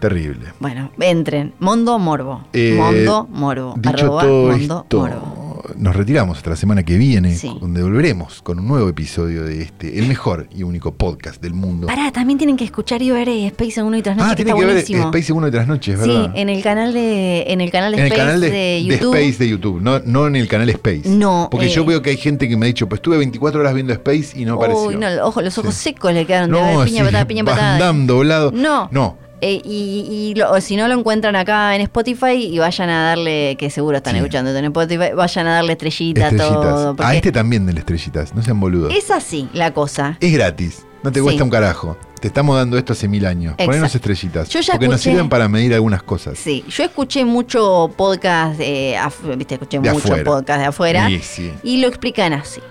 [SPEAKER 1] Terrible.
[SPEAKER 2] bueno, entren. Mondo Morbo.
[SPEAKER 1] Eh,
[SPEAKER 2] Mondo Morbo.
[SPEAKER 1] Dicho
[SPEAKER 2] Arroba
[SPEAKER 1] todo
[SPEAKER 2] Mondo
[SPEAKER 1] esto,
[SPEAKER 2] Morbo.
[SPEAKER 1] nos retiramos hasta la semana que viene,
[SPEAKER 2] Sí.
[SPEAKER 1] donde volveremos con un nuevo episodio de este, el mejor y único podcast del mundo.
[SPEAKER 2] Pará, también tienen que escuchar IOR y eh, Space en uno y tras noche,
[SPEAKER 1] ah,
[SPEAKER 2] que
[SPEAKER 1] tiene
[SPEAKER 2] está
[SPEAKER 1] que ver
[SPEAKER 2] buenísimo.
[SPEAKER 1] Space 1 de las noches,
[SPEAKER 2] sí,
[SPEAKER 1] ¿verdad?
[SPEAKER 2] en el canal de, en el canal de
[SPEAKER 1] En el
[SPEAKER 2] Space
[SPEAKER 1] canal de,
[SPEAKER 2] de
[SPEAKER 1] de
[SPEAKER 2] YouTube.
[SPEAKER 1] Space de YouTube, no, no en el canal Space.
[SPEAKER 2] No,
[SPEAKER 1] Porque
[SPEAKER 2] eh.
[SPEAKER 1] yo veo que hay gente que me ha dicho, pues estuve 24 horas viendo Space y no apareció.
[SPEAKER 2] Uy, no, los ojos- los ojos
[SPEAKER 1] Sí.
[SPEAKER 2] secos le quedaron de
[SPEAKER 1] No,
[SPEAKER 2] ver piña
[SPEAKER 1] sí,
[SPEAKER 2] patada, piña
[SPEAKER 1] Van
[SPEAKER 2] patada.
[SPEAKER 1] Damme doblado.
[SPEAKER 2] No.
[SPEAKER 1] No.
[SPEAKER 2] Eh, y y lo- o si no lo encuentran acá en Spotify y vayan a darle, que seguro están
[SPEAKER 1] Sí.
[SPEAKER 2] escuchando en Spotify, vayan a darle estrellita, todo.
[SPEAKER 1] Estrellitas. A
[SPEAKER 2] porque
[SPEAKER 1] este también del Estrellitas, no sean boludos.
[SPEAKER 2] Es así la cosa.
[SPEAKER 1] Es gratis, no te
[SPEAKER 2] Sí.
[SPEAKER 1] cuesta un carajo. Te estamos dando esto hace mil años.
[SPEAKER 2] Exacto.
[SPEAKER 1] Ponernos estrellitas.
[SPEAKER 2] Yo ya
[SPEAKER 1] porque nos
[SPEAKER 2] escuché-
[SPEAKER 1] sirven para medir algunas cosas.
[SPEAKER 2] Sí, yo escuché mucho podcast, eh, af- viste, escuché
[SPEAKER 1] De
[SPEAKER 2] mucho
[SPEAKER 1] afuera.
[SPEAKER 2] podcast de afuera
[SPEAKER 1] Sí, sí.
[SPEAKER 2] y lo explican así.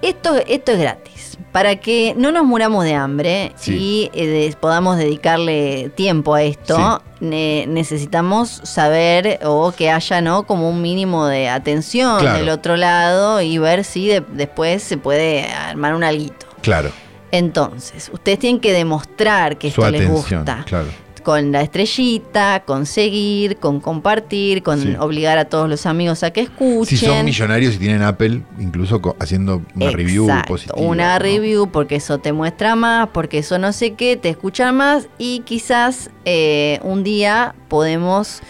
[SPEAKER 2] Esto, esto es gratis, para que no nos muramos de hambre
[SPEAKER 1] Sí.
[SPEAKER 2] y eh, de- podamos dedicarle tiempo a esto, ne- necesitamos saber o que haya no como un mínimo de atención
[SPEAKER 1] Claro.
[SPEAKER 2] del otro lado y ver si de- después se puede armar un alguito.
[SPEAKER 1] Claro.
[SPEAKER 2] Entonces, ustedes tienen que demostrar que
[SPEAKER 1] Su
[SPEAKER 2] esto les
[SPEAKER 1] atención.
[SPEAKER 2] gusta
[SPEAKER 1] Claro.
[SPEAKER 2] con la estrellita, con seguir, con compartir, con
[SPEAKER 1] Sí.
[SPEAKER 2] obligar a todos los amigos a que escuchen.
[SPEAKER 1] Si son millonarios y tienen Apple, incluso co- haciendo una review
[SPEAKER 2] Exacto,
[SPEAKER 1] positiva.
[SPEAKER 2] Una
[SPEAKER 1] ¿no?
[SPEAKER 2] review porque eso te muestra más, porque eso no sé qué, te escuchan más y quizás eh, un día podemos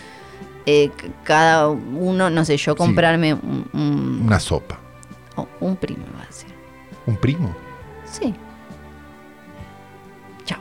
[SPEAKER 2] eh, c- cada uno, no sé, yo comprarme un, un,
[SPEAKER 1] Una sopa.
[SPEAKER 2] oh, un primo, iba a decir.
[SPEAKER 1] ¿Un primo?
[SPEAKER 2] Sí. Chao.